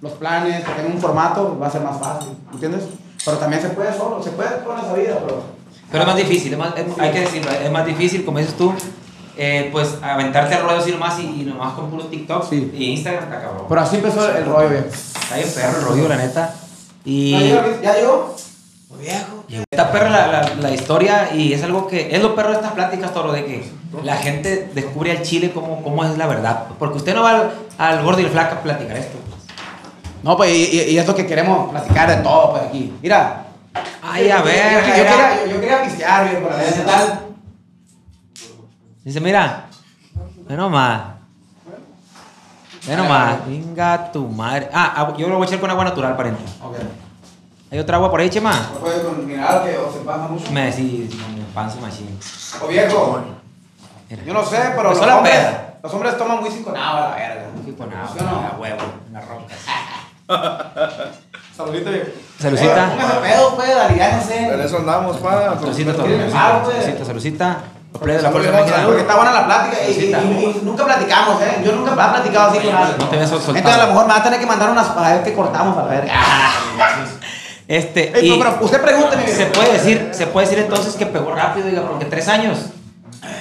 Speaker 2: los planes, que tenga un formato, va a ser más fácil. ¿Entiendes? Pero también se puede solo, se puede toda esa vida, pero...
Speaker 1: Pero es más difícil, es más- es- hay que decirlo, es más difícil, como dices tú, eh, pues aventarte al rollo así nomás y, y nomás con puros TikTok
Speaker 2: Sí.
Speaker 1: y Instagram está cabrón.
Speaker 2: Pero así empezó el, el rollo, viejo.
Speaker 1: Está bien perro el rollo, la neta.
Speaker 2: ¿Ya
Speaker 1: Y
Speaker 2: llegó? ¿Ya llegó? Pues viejo.
Speaker 1: está perra la, la- la historia y es algo que es lo perro de estas pláticas, Toro, de que la gente descubre al chile cómo, cómo es la verdad. Porque usted no va al, al gordo y el flaca a platicar esto.
Speaker 2: No, pues, y, y, y es lo que queremos platicar de todo, pues, aquí. Mira.
Speaker 1: Ay, a
Speaker 2: Yo-
Speaker 1: ver,
Speaker 2: Yo, yo, quería, yo, yo quería pistear, viejo, para ver qué tal.
Speaker 1: Dice, mira, ve nomás. Ve nomás, venga tu madre. Ah, agua- yo lo voy a echar con agua natural, pariente.
Speaker 2: Ok.
Speaker 1: ¿Hay otra agua por ahí, Chema?
Speaker 2: No puedes con mineral que o se pasa mucho.
Speaker 1: Me decís, me panzo machín.
Speaker 2: O viejo.
Speaker 1: Mira.
Speaker 2: Yo no sé, pero
Speaker 1: Empezó
Speaker 2: los
Speaker 1: la
Speaker 2: hombres,
Speaker 1: peda.
Speaker 2: los hombres toman whisky con agua, la verga.
Speaker 1: Aquí con
Speaker 2: ¿Sí o no?
Speaker 1: agua, a huevo, en la roca.
Speaker 2: Saludita, viejo.
Speaker 1: Salucita.
Speaker 2: Eh, póngase pedo, pues, dale, ya no
Speaker 3: En
Speaker 2: sé.
Speaker 3: eso andamos, pa.
Speaker 1: Salucita, todo.
Speaker 2: quieren empezar,
Speaker 1: Salucita,
Speaker 2: pues.
Speaker 1: salucita, salucita. Los play de la fuerza
Speaker 2: Porque- Porque
Speaker 1: México.
Speaker 2: está buena la plática y, y- y- y nunca platicamos, ¿eh? Yo nunca he platicado así con alguien.
Speaker 1: No te habías soltado.
Speaker 2: Entonces a lo mejor me va a tener que mandar unas para ver qué cortamos a la verga.
Speaker 1: Este,
Speaker 2: Ey,
Speaker 1: y
Speaker 2: no, pero usted pregúnteme. viejo.
Speaker 1: se puede decir, se puede decir entonces que pegó rápido, diga, porque tres años.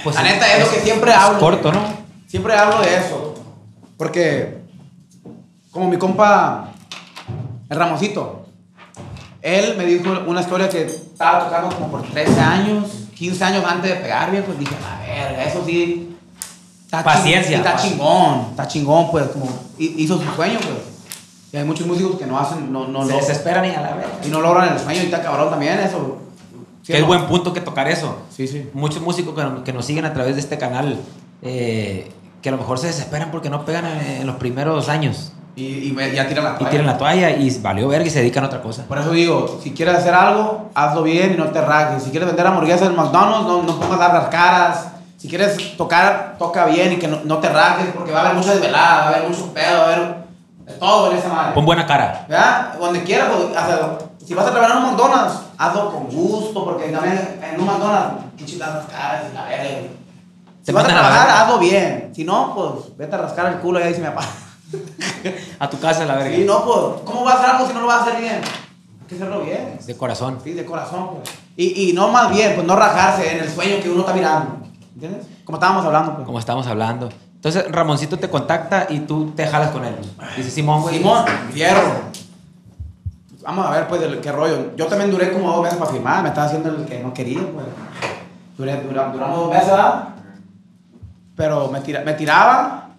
Speaker 1: Pues
Speaker 2: La neta, es lo que siempre hablo.
Speaker 1: Es corto, ¿no?
Speaker 2: Siempre hablo de eso. Porque, como mi compa, el Ramosito, él me dijo una historia que estaba tocando como por 13 años, 15 años antes de pegar, viejo. y Dije, la verga, eso sí. está ching-
Speaker 1: Paciencia,
Speaker 2: Está
Speaker 1: paciencia.
Speaker 2: chingón, está chingón, pues, como hi- hizo su sueño, pues. Y hay muchos músicos que no hacen, no, no,
Speaker 1: Se
Speaker 2: lo-
Speaker 1: desesperan y a la verga.
Speaker 2: y no logran el sueño, y está cabrón también eso. ¿Sí
Speaker 1: Que
Speaker 2: o
Speaker 1: es
Speaker 2: no?
Speaker 1: buen punto que tocar eso.
Speaker 2: Sí, sí.
Speaker 1: muchos músicos que, nos- que nos siguen a través de este canal eh, que a lo mejor se desesperan porque no pegan en, en los primeros años.
Speaker 2: Y, y ve- ya tiran la
Speaker 1: Y
Speaker 2: toalla.
Speaker 1: tiran la toalla y valió verga y se dedican a otra cosa.
Speaker 2: Por eso digo, si quieres hacer algo, hazlo bien y no te rajes. Si quieres vender hamburguesas en McDonald's, no, no pongas largas caras. Si quieres tocar, toca bien y que no, no te rajes, porque va a haber mucha desvelada, va a haber mucho pedo, va a haber de todo en esa madre.
Speaker 1: Pon buena cara.
Speaker 2: ¿Verdad? Donde quieras, pues, hasta- si vas a trabajar en un McDonald's, hazlo con gusto, porque también en un McDonald's, pinches las caras y la verga. güey. Si
Speaker 1: Te
Speaker 2: vas a
Speaker 1: mandan a la
Speaker 2: trabajar,
Speaker 1: verga.
Speaker 2: hazlo bien. Si no, pues vete a rascar el culo y ahí se me apaga.
Speaker 1: A tu casa, la verga.
Speaker 2: Y no, pues, ¿cómo vas a hacer algo si no lo vas a hacer bien? Hay que hacerlo bien.
Speaker 1: De corazón.
Speaker 2: Sí, de corazón, pues. Y, y no más bien, pues no rajarse en el sueño que uno está mirando. ¿Entiendes? Como estábamos hablando, pues.
Speaker 1: Como estábamos hablando. Entonces, Ramoncito te contacta y tú te jalas con él. Dice Simón, güey.
Speaker 2: Simón, fierro. Vamos a ver, pues, de lo- qué rollo. Yo también duré como dos meses para firmar. Me estaba haciendo el que no quería, pues. Duré, dura- duramos dos meses, ¿verdad? Pero me, tira, me tiraban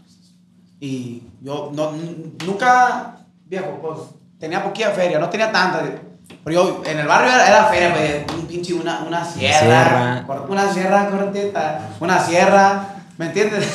Speaker 2: y yo no, n- nunca, viejo, pues, tenía poquilla feria. No tenía tanta. Pero yo, en el barrio era, era feria, pues, un pinche, una, una sierra.
Speaker 1: sierra.
Speaker 2: cor- Una sierra cortita. Una sierra. ¿Me entiendes?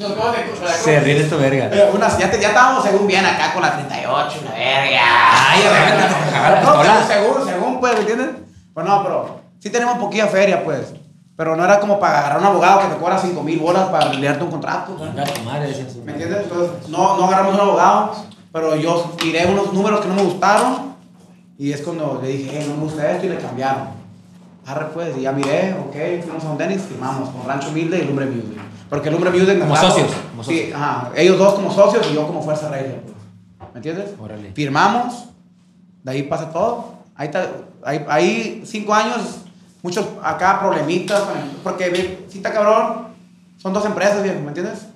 Speaker 2: Nos vemos de- con la-
Speaker 1: Se ríe de tu verga.
Speaker 2: pero unas- ya, te- ya estábamos según bien acá con la 38, la verga.
Speaker 1: Ay, arranca, te cagaba la
Speaker 2: No,
Speaker 1: pistola.
Speaker 2: según, según, según, pues, ¿me entiendes? Pues no, pero sí tenemos poquilla feria, pues. Pero no era como para agarrar a un abogado que te cobra 5 mil bolas para leerte un contrato. ¿no?
Speaker 1: Venga, tu madre, decía su-
Speaker 2: ¿Me entiendes? Entonces, no, no agarramos un abogado, pero yo tiré unos números que no me gustaron. Y es cuando le dije, hey, no me gusta esto, y le cambiaron. Arre, pues, y ya miré, ok, fuimos a un Dennis, firmamos con Rancho Humilde y Lumbre Music. Porque Lumbre Music...
Speaker 1: Como
Speaker 2: nosotros-
Speaker 1: socios, como
Speaker 2: Sí, ajá, ellos dos como socios y yo como Fuerza Rey. ¿Me entiendes?
Speaker 1: Órale.
Speaker 2: Firmamos, de ahí pasa todo. Ahí, está- ahí, ahí cinco años, muchos acá problemitas, porque ve, si está cabrón, son dos empresas, viejo, ¿me entiendes?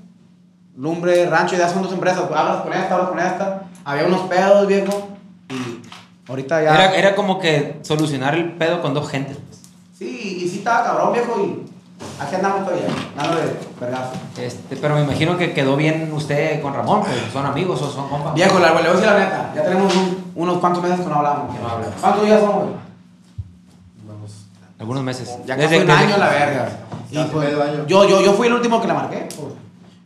Speaker 2: Lumbre, Rancho, ya son dos empresas, hablas con esta, hablas con esta. Había unos pedos, viejo, y ahorita ya...
Speaker 1: Era, era como que solucionar el pedo con dos gentes.
Speaker 2: Sí, y sí estaba cabrón, viejo, y aquí andamos todavía, dándole vergazo.
Speaker 1: Este, pero me imagino que quedó bien usted con Ramón, pues son amigos o son compas.
Speaker 2: Viejo, la, le voy a decir la neta, ya tenemos un- unos cuantos meses que no hablamos.
Speaker 1: Que no hablamos.
Speaker 2: ¿Cuántos días son, güey?
Speaker 1: Algunos meses.
Speaker 2: Ya casi un año la verga. Y
Speaker 3: Ya hace
Speaker 2: pues,
Speaker 3: medio año.
Speaker 2: yo, yo, yo fui el último que le marqué. pues.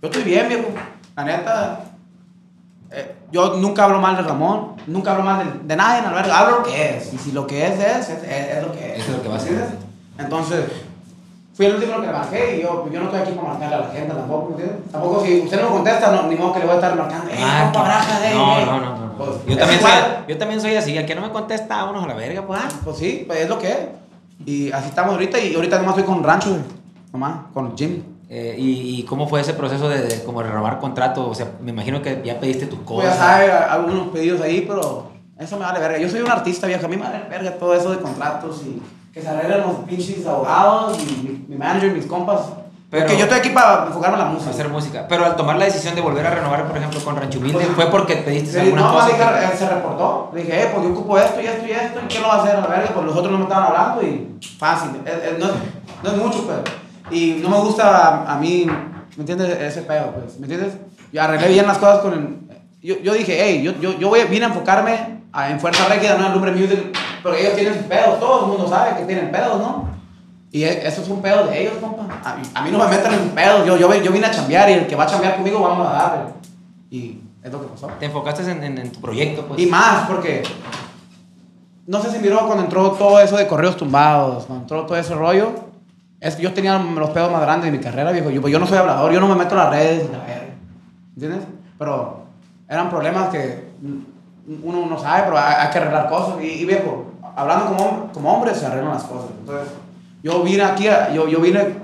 Speaker 2: Yo estoy bien, viejo. La neta, eh, yo nunca hablo mal de Ramón, nunca hablo mal de, de nadie, la verga. Hablo lo que es. Y si lo que es es, es, es- es lo que es.
Speaker 1: Es lo que va a ser.
Speaker 2: ¿Entiendes? Entonces, fui el último que le marqué y yo, yo no estoy aquí para marcarle a la gente tampoco, ¿me entiendes? Tampoco si usted no me contesta, no, ni modo que le voy a estar marcando. "Eh,
Speaker 1: Ah,
Speaker 2: compa, gracias, eh,
Speaker 1: no,
Speaker 2: eh".
Speaker 1: no, no, no.
Speaker 2: Pues,
Speaker 1: yo,
Speaker 2: es
Speaker 1: también soy,
Speaker 2: igual.
Speaker 1: yo también soy así. Al que no me contesta, vámonos a la verga, pues. ah.
Speaker 2: Pues sí, pues es lo que es. Y así estamos ahorita y ahorita nomás estoy con Rancho, güey. Nomás, con Jimmy.
Speaker 1: Eh, y, y cómo fue ese proceso de, de como renovar contrato? O sea, me imagino que ya pediste tus
Speaker 2: Pues ya
Speaker 1: cosas.
Speaker 2: sabes, algunos pedidos ahí, pero eso me vale verga. Yo soy un artista viejo, a mí me vale verga todo eso de contratos y que se arreglen los pinches abogados y mi, mi manager y mis compas.
Speaker 1: Pero-
Speaker 2: Porque yo estoy aquí para enfocarme en la música.
Speaker 1: hacer música. Pero al tomar la decisión de volver a renovar, por ejemplo, con Rancho Humilde,
Speaker 2: Pues,
Speaker 1: ¿fue porque pediste
Speaker 2: Sí,
Speaker 1: alguna
Speaker 2: no,
Speaker 1: cosa?
Speaker 2: más dije,
Speaker 1: que-
Speaker 2: eh, se reportó. Le dije, eh, pues yo ocupo esto y esto y esto. ¿Y qué lo va a hacer a la verga? Pues los otros no me estaban hablando y fácil. Eh, eh, no, es, no es mucho, pues. Y no me gusta a, a mí, ¿me entiendes? Ese pedo, pues. ¿Me entiendes? Yo arreglé bien las cosas con el- Yo, yo dije, hey, yo, yo, yo voy, vine a enfocarme a- en Fuerza Régida, no en Lumbre Music, porque ellos tienen sus pedos, todo el mundo sabe que tienen pedos, ¿no? Y e- eso es un pedo de ellos, compa. A, mí- a mí no me meten en pedos, yo, yo, ve- yo vine a chambear y el que va a chambear conmigo vamos a darle. Y es lo que pasó.
Speaker 1: Te enfocaste en, en- en tu proyecto, pues.
Speaker 2: Y más, porque no sé si miró cuando entró todo eso de correos tumbados, cuando entró todo ese rollo. Es que yo tenía los pedos más grandes de mi carrera, viejo. Yo, yo no soy hablador, yo no me meto en las redes, la verga. ¿entiendes? Pero eran problemas que uno no sabe, pero hay, hay que arreglar cosas. Y, y, viejo, hablando como, hom- como hombre se arreglan las cosas. Entonces, yo vine aquí, a- yo, yo vine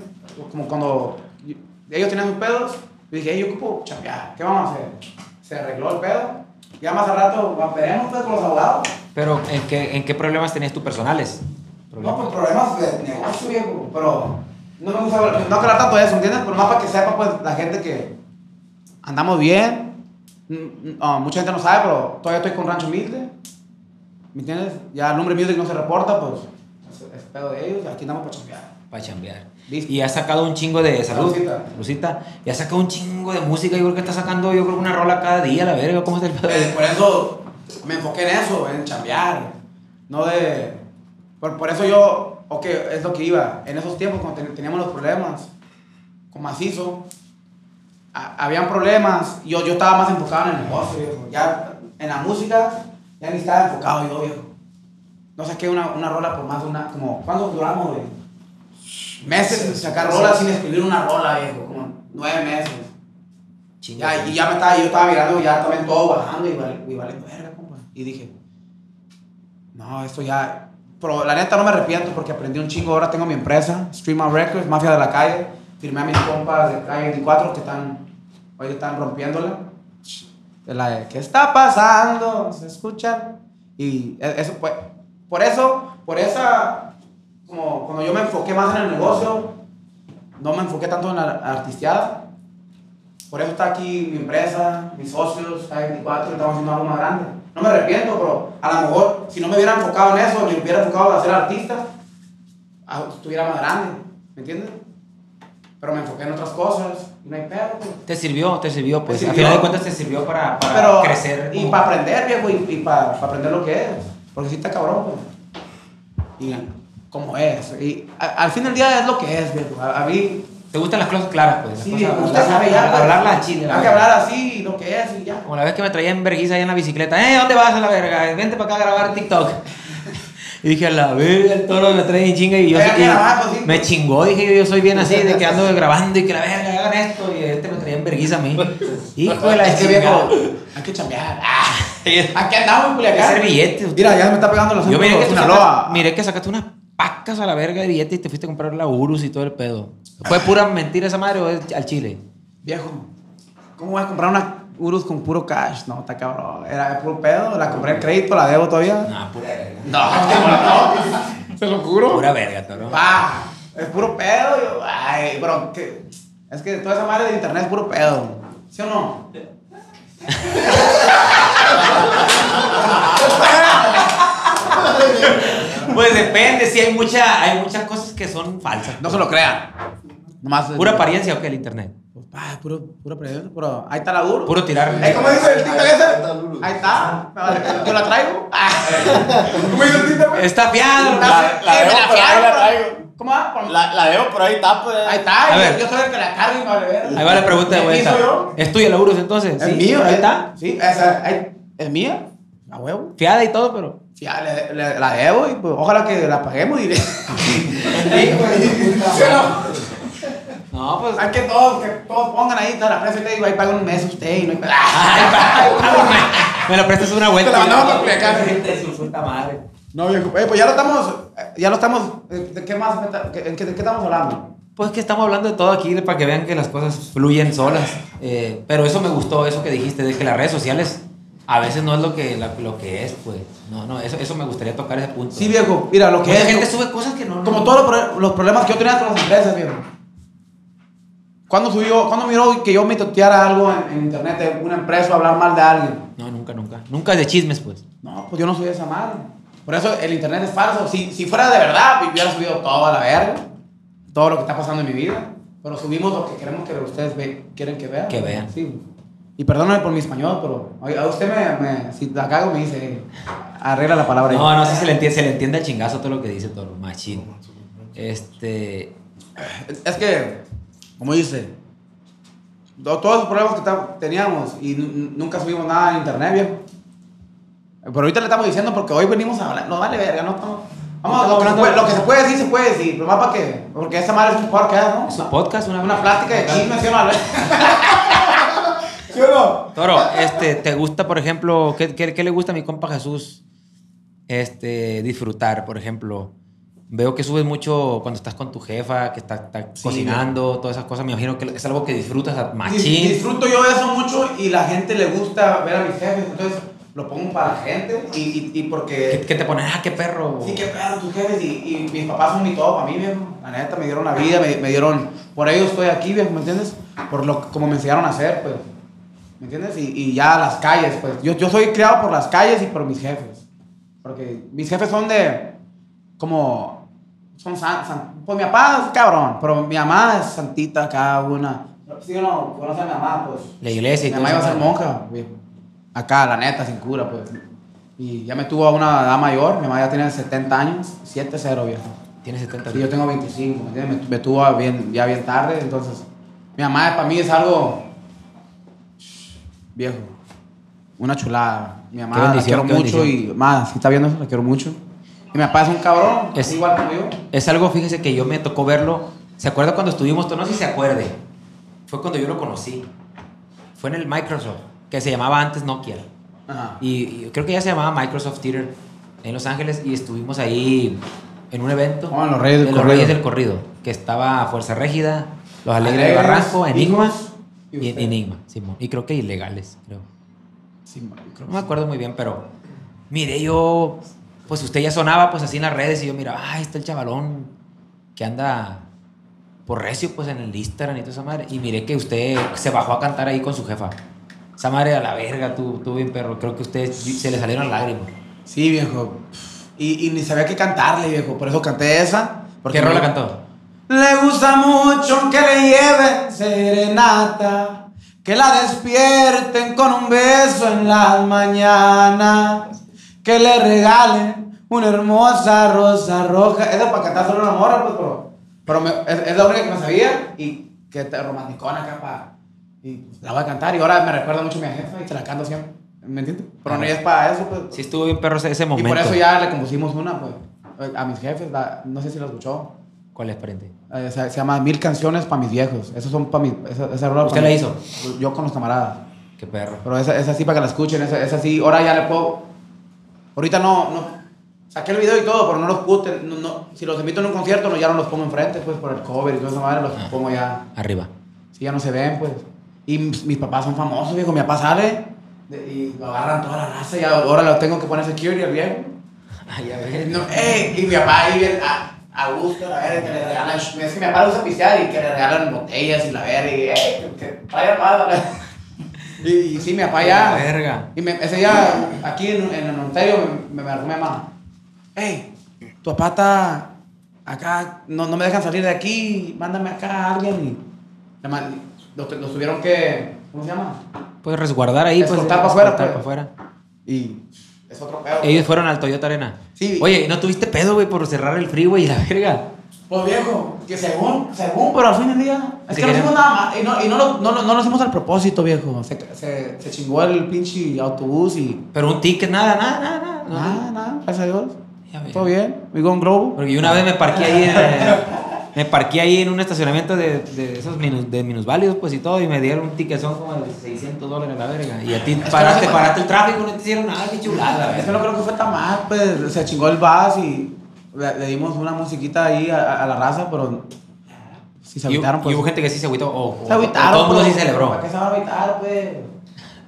Speaker 2: como cuando yo- ellos tenían sus pedos, yo dije, "Ey, yo ocupo chambear, ¿qué vamos a hacer? Se arregló el pedo, ya más al rato nos veremos pues, con los abogados.
Speaker 1: Pero, ¿en qué, ¿en qué problemas tenías tú personales?
Speaker 2: No,
Speaker 1: Problemas.
Speaker 2: pues problemas de negocio, viejo, pero no me gusta hablar, no hablar tanto de eso, ¿entiendes? Pero más para que sepa, pues, la gente que andamos bien. Mm, mm, ah, mucha gente no sabe, pero todavía estoy con Rancho Humilde, ¿me entiendes? Ya Lumbre Music no se reporta, pues, es, es pedo de ellos, y aquí andamos para chambear.
Speaker 1: Para chambear.
Speaker 2: Listo.
Speaker 1: Y has sacado un chingo de salud.
Speaker 2: Lucita.
Speaker 1: Lucita. Y has sacado un chingo de música. Yo creo que estás sacando, yo creo, una rola cada día, la verga. ¿Cómo está el pedo?
Speaker 2: Eh, por eso me enfoqué en eso, en chambear. No de. Por, por eso yo, ok, es lo que iba. En esos tiempos, cuando ten- teníamos los problemas con Macizo, ha- habían problemas. Yo, yo estaba más enfocado en el negocio, viejo. Ya en la música, ya ni estaba enfocado yo, viejo. No saqué una, una rola por más de una. Como, ¿Cuánto duramos, güey? Meses sin sacar rolas sin escribir una rola, viejo. Como nueve meses. Ya, y ya me estaba, yo estaba mirando, ya también todo bajando y, vale- y valiendo verga, compa. Y dije, no, esto ya. Pero la neta no me arrepiento porque aprendí un chingo. Ahora tengo mi empresa, Stream Out Records, Mafia de la Calle. Firmé a mis compas de Calle 24 que están. Hoy están rompiéndola. De la de, ¿qué está pasando? ¿Se escuchan? Y e- eso fue. Por eso, por esa. Como cuando yo me enfoqué más en el negocio, no me enfoqué tanto en la artisteada. Por eso está aquí mi empresa, mis socios, Calle 24, que estamos haciendo algo más grande. No me arrepiento, pero a lo mejor si no me hubiera enfocado en eso, me hubiera enfocado a ser artista, a- estuviera más grande, ¿me entiendes? Pero me enfoqué en otras cosas y no hay pedo. pues.
Speaker 1: Te sirvió, te sirvió, pues.
Speaker 2: Te
Speaker 1: Al
Speaker 2: sirvió.
Speaker 1: final de cuentas te sirvió para, para
Speaker 2: Pero,
Speaker 1: crecer.
Speaker 2: Y
Speaker 1: como-
Speaker 2: para aprender, viejo, y, y para aprender lo que es. Porque si está cabrón, pues. Y como es. Y a- al fin del día es lo que es, viejo. A, a mí.
Speaker 1: Te gustan las cosas claras, pues. las
Speaker 2: Sí,
Speaker 1: cosas-
Speaker 2: usted
Speaker 1: hablar-
Speaker 2: sabe ya. pues,
Speaker 1: Hablarla al chile. la
Speaker 2: Hay que
Speaker 1: verdad.
Speaker 2: hablar así, lo que es y ya.
Speaker 1: Como la vez que me traía en vergüenza ahí en la bicicleta. ¡Eh, dónde vas a la verga! Vente para acá a grabar TikTok. Y dije, a la verga, el toro me trae en chinga y yo
Speaker 2: Pero
Speaker 1: sé
Speaker 2: que
Speaker 1: que-
Speaker 2: grabar, pues, sí.
Speaker 1: me chingó, dije yo, yo soy bien así, de que ando grabando y que la verga, hagan esto, y este me traía en vergüenza a mí. Hijo de la
Speaker 2: es que
Speaker 1: chingada.
Speaker 2: viejo, hay que chambear. Ah, aquí andamos en
Speaker 1: Hay que
Speaker 2: Culiacán.
Speaker 1: hacer billetes.
Speaker 2: Mira, ya me está pegando los
Speaker 1: Yo miré que, tú
Speaker 2: Sinaloa.
Speaker 1: sacaste, miré que sacaste unas pacas a la verga de billetes y te fuiste a comprar la Urus y todo el pedo. ¿Fue pura mentira esa madre o es al chile?
Speaker 2: Viejo, ¿cómo voy a comprar una Urus con puro cash? No, está cabrón. Era puro pedo, la compré en crédito, la debo todavía.
Speaker 1: No, pura verga.
Speaker 2: No, no. Se lo juro.
Speaker 1: Pura verga, toro.
Speaker 2: Pa, es puro pedo. Yo, ay, bro, que, es que toda esa madre de internet es puro pedo. ¿Sí o no?
Speaker 1: Pues depende, sí hay mucha, hay muchas cosas que son falsas.
Speaker 2: No se lo crean. Nomás.
Speaker 1: Pura apariencia o qué el internet.
Speaker 2: Pues, Pa, puro, puro pedo, pero ahí está la Urus.
Speaker 1: Puro tirarle.
Speaker 2: Es como dice el TikTok ese. Ahí
Speaker 3: Ahí
Speaker 2: está. me vale, Yo la traigo. Ah. ¿Cómo dice el TikTok?
Speaker 1: Está fiado.
Speaker 2: La,
Speaker 6: la veo, pero ahí la traigo.
Speaker 2: ¿Cómo va? Pon-
Speaker 6: La, la veo, pero ahí está, pues.
Speaker 2: Ahí está,
Speaker 1: A
Speaker 2: yo-
Speaker 1: ver.
Speaker 2: yo soy el que la cargo y me vale verga.
Speaker 1: Ahí va la pregunta de
Speaker 2: ¿Qué
Speaker 1: vuelta.
Speaker 2: hizo yo?
Speaker 1: ¿Es tuya la Urus entonces?
Speaker 2: Es
Speaker 1: Sí,
Speaker 2: mío, eh.
Speaker 1: ahí está.
Speaker 2: Sí, esa, ahí- es mía. A huevo.
Speaker 1: Fiada y todo, pero.
Speaker 2: Sí, ya, le- le- la debo y pues ojalá que la paguemos y le- pues, ¿Sí o no?
Speaker 1: No, pues.
Speaker 2: Hay que todos, que todos pongan ahí toda la prensa y te digo, ahí paga un mes usted y no hay
Speaker 1: Me lo prestas una vuelta.
Speaker 2: Te la mandamos a Culiacán.
Speaker 1: Gente, su puta madre.
Speaker 2: No, viejo, eh, pues ya lo estamos, eh, ya lo estamos, eh, ¿de qué más, me está- qué- en qué- de qué estamos hablando?
Speaker 1: Pues que estamos hablando de todo aquí para que vean que las cosas fluyen solas. Eh, pero eso me gustó, eso que dijiste, de que las redes sociales a veces no es lo que, la- lo que es, pues. No, no, eso, eso me gustaría tocar ese punto.
Speaker 2: Sí, viejo, mira, lo que
Speaker 1: Mucha
Speaker 2: es,
Speaker 1: gente
Speaker 2: co-
Speaker 1: sube cosas que no.
Speaker 2: como todos los pro- los problemas que yo tenía con las empresas, viejo. ¿Cuándo subió, cuándo miró que yo me toteara algo en, en internet de una empresa o hablar mal de alguien?
Speaker 1: No, nunca, nunca. Nunca es de chismes, pues.
Speaker 2: No, pues yo no soy esa madre. Por eso el internet es falso. Si, si fuera de verdad, pues, hubiera subido todo a la verga. Todo lo que está pasando en mi vida. Pero subimos lo que queremos que ustedes ve- quieren que vean.
Speaker 1: Que vean.
Speaker 2: Sí. Y perdóname por mi español, pero oye, a usted me, me- si la cago me dice, "Ey, arregla la palabra. ahí".
Speaker 1: No, no, sí se le entiende, se le entiende al chingazo todo lo que dice Toro, machín. Este,
Speaker 2: Es que, como dice, to- todos los problemas que ta- teníamos y nu- nunca subimos nada en internet, viejo. Pero ahorita le estamos diciendo porque hoy venimos a hablar. No vale verga, no estamos. Vamos, lo, que
Speaker 1: Estamos
Speaker 2: se
Speaker 1: hablando
Speaker 2: puede,
Speaker 1: de-
Speaker 2: lo que se puede decir, se puede decir. Nomás para que. Porque esa madre es un podcast, ¿no?
Speaker 1: es un podcast, una,
Speaker 2: Una plática de chisme, ¿sí o no? ¿Sí o no?
Speaker 1: Toro, este, ¿te gusta, por ejemplo, qué, qué- qué le gusta a mi compa Jesús este, disfrutar, por ejemplo? Veo que subes mucho cuando estás con tu jefa, que está, está
Speaker 2: Sí,
Speaker 1: cocinando, todas esas cosas. Me imagino que es algo que disfrutas a
Speaker 2: Dis-
Speaker 1: machín.
Speaker 2: Disfruto yo de eso mucho y la gente le gusta ver a mis jefes, entonces lo pongo para la gente y, y, y porque.
Speaker 1: que, que te pones, ah, qué perro.
Speaker 2: Sí, qué pedo, tus jefes y, y mis papás son mi todo para mí, viejo. La neta, me dieron la vida, me, me dieron. Por ellos estoy aquí, viejo, ¿me entiendes? Por lo como me enseñaron a hacer, pues. ¿Me entiendes? Y, y ya las calles, pues. Yo, yo soy criado por las calles y por mis jefes. Porque mis jefes son de. Como. Son san, san- Pues mi papá es cabrón, pero mi mamá es santita acá, una. Si yo no conoce a mi mamá, pues.
Speaker 1: La iglesia y
Speaker 2: Mi
Speaker 1: todo
Speaker 2: mamá iba a
Speaker 1: eso,
Speaker 2: ser
Speaker 1: madre.
Speaker 2: monja, viejo. Acá, la neta, sin cura, pues. Y ya me tuvo a una edad mayor, mi mamá ya tiene 70 años, 7-0, viejo.
Speaker 1: Tienes 70
Speaker 2: Y yo tengo 25, ¿me entiendes? Me, me tuvo a bien, ya bien tarde, entonces. Mi mamá para mí es algo viejo. Una chulada. Mi mamá
Speaker 1: Qué
Speaker 2: la
Speaker 1: bendición,
Speaker 2: quiero
Speaker 1: qué
Speaker 2: mucho y más, si está viendo eso, la quiero mucho. Y mi papá es un cabrón,
Speaker 1: Es-
Speaker 2: igual como yo.
Speaker 1: Es algo, fíjese que yo me tocó verlo. ¿Se acuerda cuando estuvimos? No sé si se acuerde. Fue cuando yo lo conocí. Fue en el Microsoft, que se llamaba antes Nokia.
Speaker 2: Ajá.
Speaker 1: Y, y creo que ya se llamaba Microsoft Theater en Los Ángeles. Y estuvimos ahí en un evento.
Speaker 2: Oh, en los Reyes del
Speaker 1: de los
Speaker 2: Corrido.
Speaker 1: Reyes del Corrido. Que estaba Fuerza Régida, Los Alegres de
Speaker 2: Alegres,
Speaker 1: Barranco, Enigma.
Speaker 2: Hijos y
Speaker 1: Y
Speaker 2: usted.
Speaker 1: Enigma, Simón. Y creo que ilegales, creo.
Speaker 2: Sí, ma- creo
Speaker 1: No
Speaker 2: que
Speaker 1: me acuerdo muy bien, pero mire, yo, pues usted ya sonaba pues así en las redes y yo mira, ah, ahí está el chavalón que anda por recio pues en el Instagram y toda esa madre. Y miré que usted se bajó a cantar ahí con su jefa. Esa madre a la verga, tú, tú bien perro. Creo que a usted se le salieron lágrimas.
Speaker 2: Sí, viejo. Y, y ni sabía qué cantarle, viejo. Por eso canté esa. Porque
Speaker 1: ¿Qué rola
Speaker 2: me-
Speaker 1: cantó?
Speaker 2: Le gusta mucho que le lleven serenata. Que la despierten con un beso en las mañanas. Que le regalen una hermosa rosa roja. Esa para cantar solo una morra, pues, pero. Pero me- es, es la única que me sabía y que te romanticona acá pa- Y pues, la voy a cantar y ahora me recuerda mucho a mi jefa y te la canto siempre. ¿Me entiendes? Pero no es para eso, pues.
Speaker 1: Sí estuvo bien perro ese, ese
Speaker 2: Y
Speaker 1: momento.
Speaker 2: por eso ya le compusimos una, pues, a mis jefes, la- no sé si la escuchó.
Speaker 1: ¿Cuál es, pariente?
Speaker 2: Eh, se, se llama Mil canciones para mis viejos. Esos son para mis. Esa, esa rola pa'
Speaker 1: ¿Usted la
Speaker 2: mis-
Speaker 1: hizo?
Speaker 2: Yo con los camaradas.
Speaker 1: Qué perro.
Speaker 2: Pero esa, esa sí para que la escuchen, esa, esa sí. Ahora ya le puedo. Ahorita no, no. Saqué el video y todo, pero no los puse. no- no- si los invito en un concierto, no, ya no los pongo enfrente, pues por el cover y toda esa madre, los
Speaker 1: Ah.
Speaker 2: pongo ya.
Speaker 1: Arriba.
Speaker 2: Si ya no se ven, pues. Y mis, mis papás son famosos, viejo. Mi papá sale ¿eh? de- y lo agarran toda la raza y ahora lo tengo que poner security al viejo.
Speaker 1: Ay, a
Speaker 2: Eh,
Speaker 1: ver.
Speaker 2: no, eh, y mi papá ahí bien a, a gusto, la verga, que le regalan. Es que mi papá le gusta pistear y que le regalan botellas y la verga. Y, eh, que, que traigan más, la verga. Y, y sí, mi papá ya.
Speaker 1: La verga.
Speaker 2: Y me, ese día, aquí en, en Ontario, me, me marcó mi mamá. Ey, tu papá está acá, no, no me dejan salir de aquí, mándame acá a alguien. Y, la ma- los, los tuvieron que. ¿Cómo se llama?
Speaker 1: Puedes resguardar ahí. pues,
Speaker 2: Escoltar pa' afuera,
Speaker 1: escoltar
Speaker 2: pues.
Speaker 1: pa' afuera.
Speaker 2: Y es otro pedo.
Speaker 1: Ellos fueron al Toyota Arena.
Speaker 2: Sí.
Speaker 1: Oye, ¿y ¿no tuviste pedo, güey, por cerrar el freeway y la verga?
Speaker 2: Pues viejo, que según, según, pero al fin del día. Es
Speaker 1: Sí,
Speaker 2: que no
Speaker 1: que
Speaker 2: hicimos
Speaker 1: no.
Speaker 2: nada más. Y no, y no, lo, no, lo- no lo hicimos al propósito, viejo. Se, se, se chingó el pinche autobús y.
Speaker 1: Pero un ticket, nada, nada, nada, nada. no.
Speaker 2: Nada, nada, gracias a Dios.
Speaker 1: Ya ves.
Speaker 2: Ah, Todo bien. Vivo en Globo.
Speaker 1: Porque yo una vez me parqué ahí en, me parqué ahí en un estacionamiento de, de esos minus, de minusválidos, pues y todo, y me dieron un ticketón como de 600 dólares la verga. Y a ti
Speaker 2: que
Speaker 1: paraste,
Speaker 2: no se-
Speaker 1: paraste el tráfico, no te hicieron nada, qué chulada,
Speaker 2: Es que
Speaker 1: verga.
Speaker 2: no creo que fue tan mal, pues se chingó el bus y le, le dimos una musiquita ahí a, a- a la raza, pero. Si se
Speaker 1: Y,
Speaker 2: habitaron,
Speaker 1: y
Speaker 2: pues.
Speaker 1: hubo gente que sí se agüitó. o- o-
Speaker 2: se agüitaron.
Speaker 1: o Todo el mundo sí
Speaker 2: pues,
Speaker 1: celebró.
Speaker 2: ¿Para qué se van a agüitar, pues?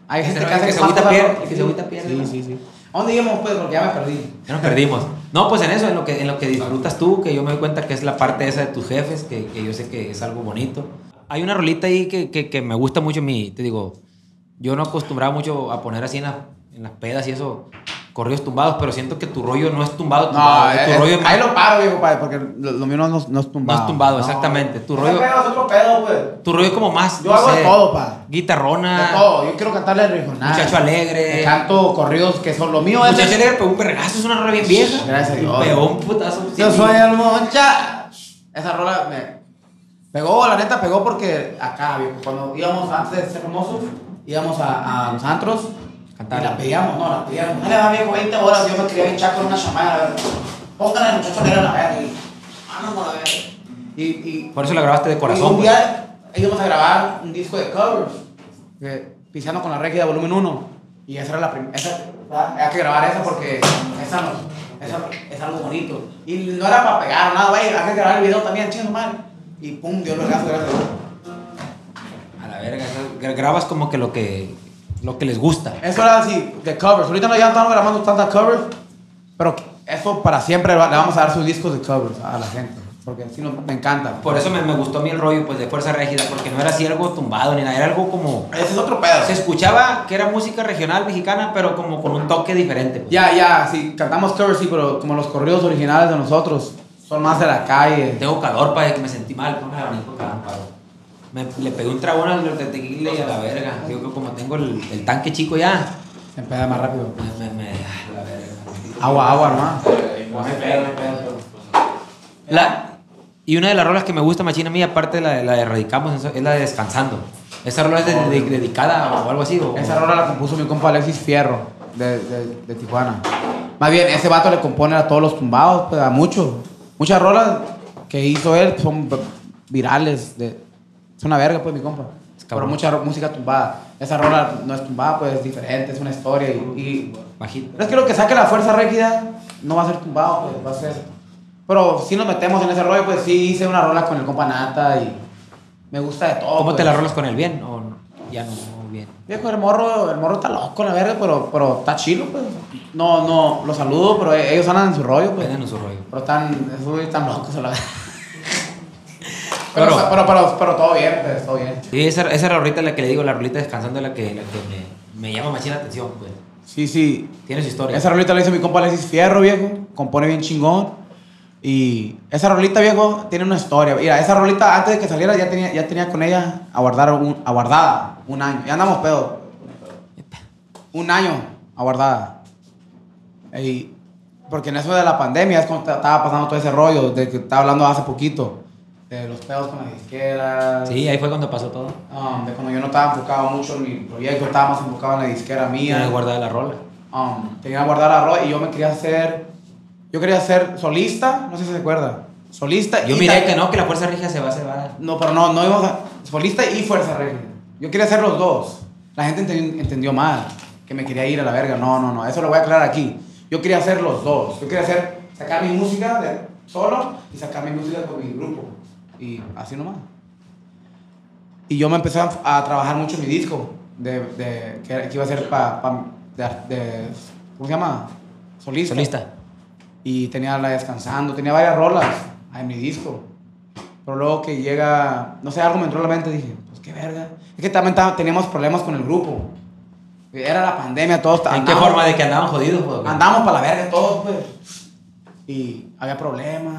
Speaker 2: Hay
Speaker 1: Que
Speaker 2: gente
Speaker 1: se-
Speaker 2: que hace
Speaker 1: que se
Speaker 2: más
Speaker 1: agüita
Speaker 2: cosas,
Speaker 1: pierde,
Speaker 2: ¿no?
Speaker 1: que se agüita pierde,
Speaker 2: Sí,
Speaker 1: ¿no?
Speaker 2: sí, sí. ¿A dónde íbamos, pues? Porque ya me perdí.
Speaker 1: Ya nos perdimos. No, pues en eso, en lo, que, en lo que disfrutas tú, que yo me doy cuenta que es la parte esa de tus jefes, que, que yo sé que es algo bonito. Hay una rolita ahí que, que, que me gusta mucho, mi, te digo, yo no acostumbraba mucho a poner así en, las- en las pedas y eso, corridos tumbados, pero siento que tu rollo no es tumbado, tumbado,
Speaker 2: No, eh,
Speaker 1: tu
Speaker 2: es-
Speaker 1: rollo es
Speaker 2: ahí
Speaker 1: más,
Speaker 2: lo paro, viejo, padre, porque lo, lo mío no, no- no es tumbado.
Speaker 1: más tumbado, exactamente. Tu rollo,
Speaker 2: es otro pedo, pues.
Speaker 1: tu rollo es como más,
Speaker 2: Yo
Speaker 1: no
Speaker 2: hago
Speaker 1: sé,
Speaker 2: de todo, pa.
Speaker 1: guitarrona,
Speaker 2: De todo. Yo quiero cantarle regional.
Speaker 1: muchacho alegre.
Speaker 2: Le canto corridos que son lo mío. es-
Speaker 1: Muchacho alegre, pero un vergazo, es una rola bien vieja.
Speaker 2: Gracias a
Speaker 1: Y
Speaker 2: Dios.
Speaker 1: pegó un putazo.
Speaker 2: Yo
Speaker 1: sí,
Speaker 2: soy el moncha. Esa rola me pegó, la neta pegó porque acá, viejo, cuando íbamos antes de ser famosos, íbamos a, a los antros
Speaker 1: Cantar.
Speaker 2: y la pedíamos, no, la pedíamos. No le va viejo 20 horas, yo me quería hinchar con una chamada, a ver, pónganle al muchacho negro a la verga y vámonos a la verga. Y, y,
Speaker 1: Por eso la grabaste de
Speaker 2: y
Speaker 1: corazón.
Speaker 2: un
Speaker 1: pues.
Speaker 2: día íbamos a grabar un disco de covers, que, pisando con la régida volumen 1. Y esa era la primera. Hay que grabar esa porque esa, no, esa es algo bonito. Y no era para pegar o nada, güey. Hay que grabar el video también, chino, mal. Y pum, Dios lo gracias, gracias.
Speaker 1: A la verga, esas- gra- grabas como que lo que lo que les gusta.
Speaker 2: Eso era así, de covers. Ahorita no, ya no estamos grabando tantas covers. Pero eso para siempre va- le vamos a dar sus discos de covers a la gente. Porque si nos me encanta.
Speaker 1: Por eso me, me gustó a mí el rollo pues de fuerza régida, porque no era así algo tumbado ni nada, era algo como
Speaker 2: Ese es otro pedo.
Speaker 1: se escuchaba que era música regional mexicana, pero como con un toque diferente. pues.
Speaker 2: Ya, ya, sí, cantamos covers, sí, pero como los corridos originales de nosotros son más de la calle.
Speaker 1: Tengo calor para que me sentí mal, ponme el abanico, cabrón, paro. Me, le pegué un trabón al de tequila y a la verga. Digo que como tengo el, el tanque chico ya,
Speaker 2: Se empeda más rápido.
Speaker 1: me, me, me- a la verga.
Speaker 2: Agua, agua, hermano.
Speaker 1: No hay pedo, no hay pedo. La- y una de las rolas que me gusta machina a mí, aparte de la de la de Radicamos, es la de Descansando. Esa rola es de- de- dedicada o algo así. o-
Speaker 2: Oh, Esa rola la compuso mi compa Alexis Fierro, de, de- de Tijuana. Más bien, ese vato le compone a todos los tumbados, pues, a muchos. Muchas rolas que hizo él son v- virales. de- es una verga, pues, mi compa. Pero
Speaker 1: cabrón.
Speaker 2: mucha ro- música tumbada. Esa rola no es tumbada, pues, es diferente, es una historia. Y, y-
Speaker 1: Bajito.
Speaker 2: pero es que lo que saque la fuerza rígida no va a ser tumbado, pues, va a ser... Pero si nos metemos en ese rollo, pues, sí hice una rola con el compa Nata y me gusta de todo.
Speaker 1: ¿Cómo te
Speaker 2: pues.
Speaker 1: la rolas con el bien? ¿O no? ya no bien?
Speaker 2: Viejo, el morro, el morro está loco, la verga, pero, pero está chilo, pues. No, no, los saludo, pero e- ellos andan en su rollo, pues.
Speaker 1: Andan en su rollo.
Speaker 2: Pero están, esos güeyes están locos, a la verga. Pero,
Speaker 1: Claro.
Speaker 2: pero, pero, pero todo bien, pues, todo bien.
Speaker 1: Sí, esa, esa rolita es la que le digo, la rolita descansando es la que, la que me, me llama más la atención, pues.
Speaker 2: Sí, sí.
Speaker 1: Tiene su historia.
Speaker 2: Esa rolita la hizo mi compa Alexis Fierro, viejo. Compone bien chingón. Y esa rolita, viejo, tiene una historia. Mira, esa rolita, antes de que saliera, ya tenía, ya tenía con ella aguardar un, aguardada un año. Ya andamos pedo. Un año aguardada. Y porque en eso de la pandemia es cuando te- estaba pasando todo ese rollo de que estaba hablando hace poquito. De los pedos con la disquera.
Speaker 1: Sí, ahí fue cuando pasó todo.
Speaker 2: um, de cuando yo no estaba enfocado mucho en mi proyecto, estaba más enfocado en la disquera
Speaker 1: Y
Speaker 2: mía.
Speaker 1: no guardada la rola.
Speaker 2: Um, tenía que guardar arroz y yo me quería hacer. Yo quería ser solista, no sé si se acuerda. Solista
Speaker 1: Yo
Speaker 2: y
Speaker 1: miré
Speaker 2: ta-
Speaker 1: que no, que la fuerza rígida se va, se va.
Speaker 2: No, pero no, no íbamos a. Solista y fuerza regla. Yo quería hacer los dos. La gente enten- entendió mal que me quería ir a la verga. No, no, no, eso lo voy a aclarar aquí. Yo quería hacer los dos. Yo quería hacer. Sacar mi música de solo y sacar mi música con mi grupo. Y así nomás. Y yo me empecé a, a trabajar mucho mi disco, de, de- que, que iba a ser pa, pa- de, ar- de- ¿Cómo se llama? Solista.
Speaker 1: Solista.
Speaker 2: Y tenía la descansando, tenía varias rolas en mi disco. Pero luego que llega, no sé, algo me entró a la mente, dije, pues qué verga. Es que también ta- teníamos problemas con el grupo. Era la pandemia, todos
Speaker 1: ¿En qué
Speaker 2: andábamos-
Speaker 1: forma de que andaban jodidos? pues, güey?
Speaker 2: Andamos para la verga todos, pues. Y había problemas.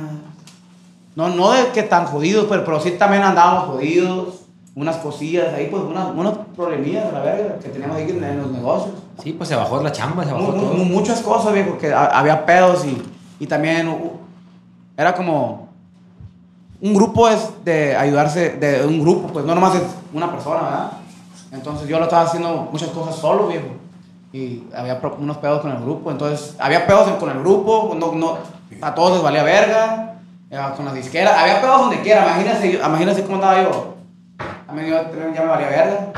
Speaker 2: No, no de que tan jodidos, pues, pero, pero sí también andábamos jodidos. Unas cosillas ahí, pues, unas, unas problemillas de la verga que teníamos ahí en, en los negocios.
Speaker 1: Sí, pues se bajó la chamba, se bajó
Speaker 2: Mu- mu-
Speaker 1: todo.
Speaker 2: mu- muchas cosas, viejo, que ha- había pedos y, y también uh, era como un grupo es de ayudarse, de un grupo, pues no nomás es una persona, ¿verdad? Entonces yo lo estaba haciendo muchas cosas solo, viejo. Y había pro- unos pedos con el grupo, entonces había pedos en- con el grupo, no, no, a todos les valía verga, eh, con las disqueras, había pedos donde quiera, imagínense, imagínense cómo andaba yo. A mí yo también ya me valía verga.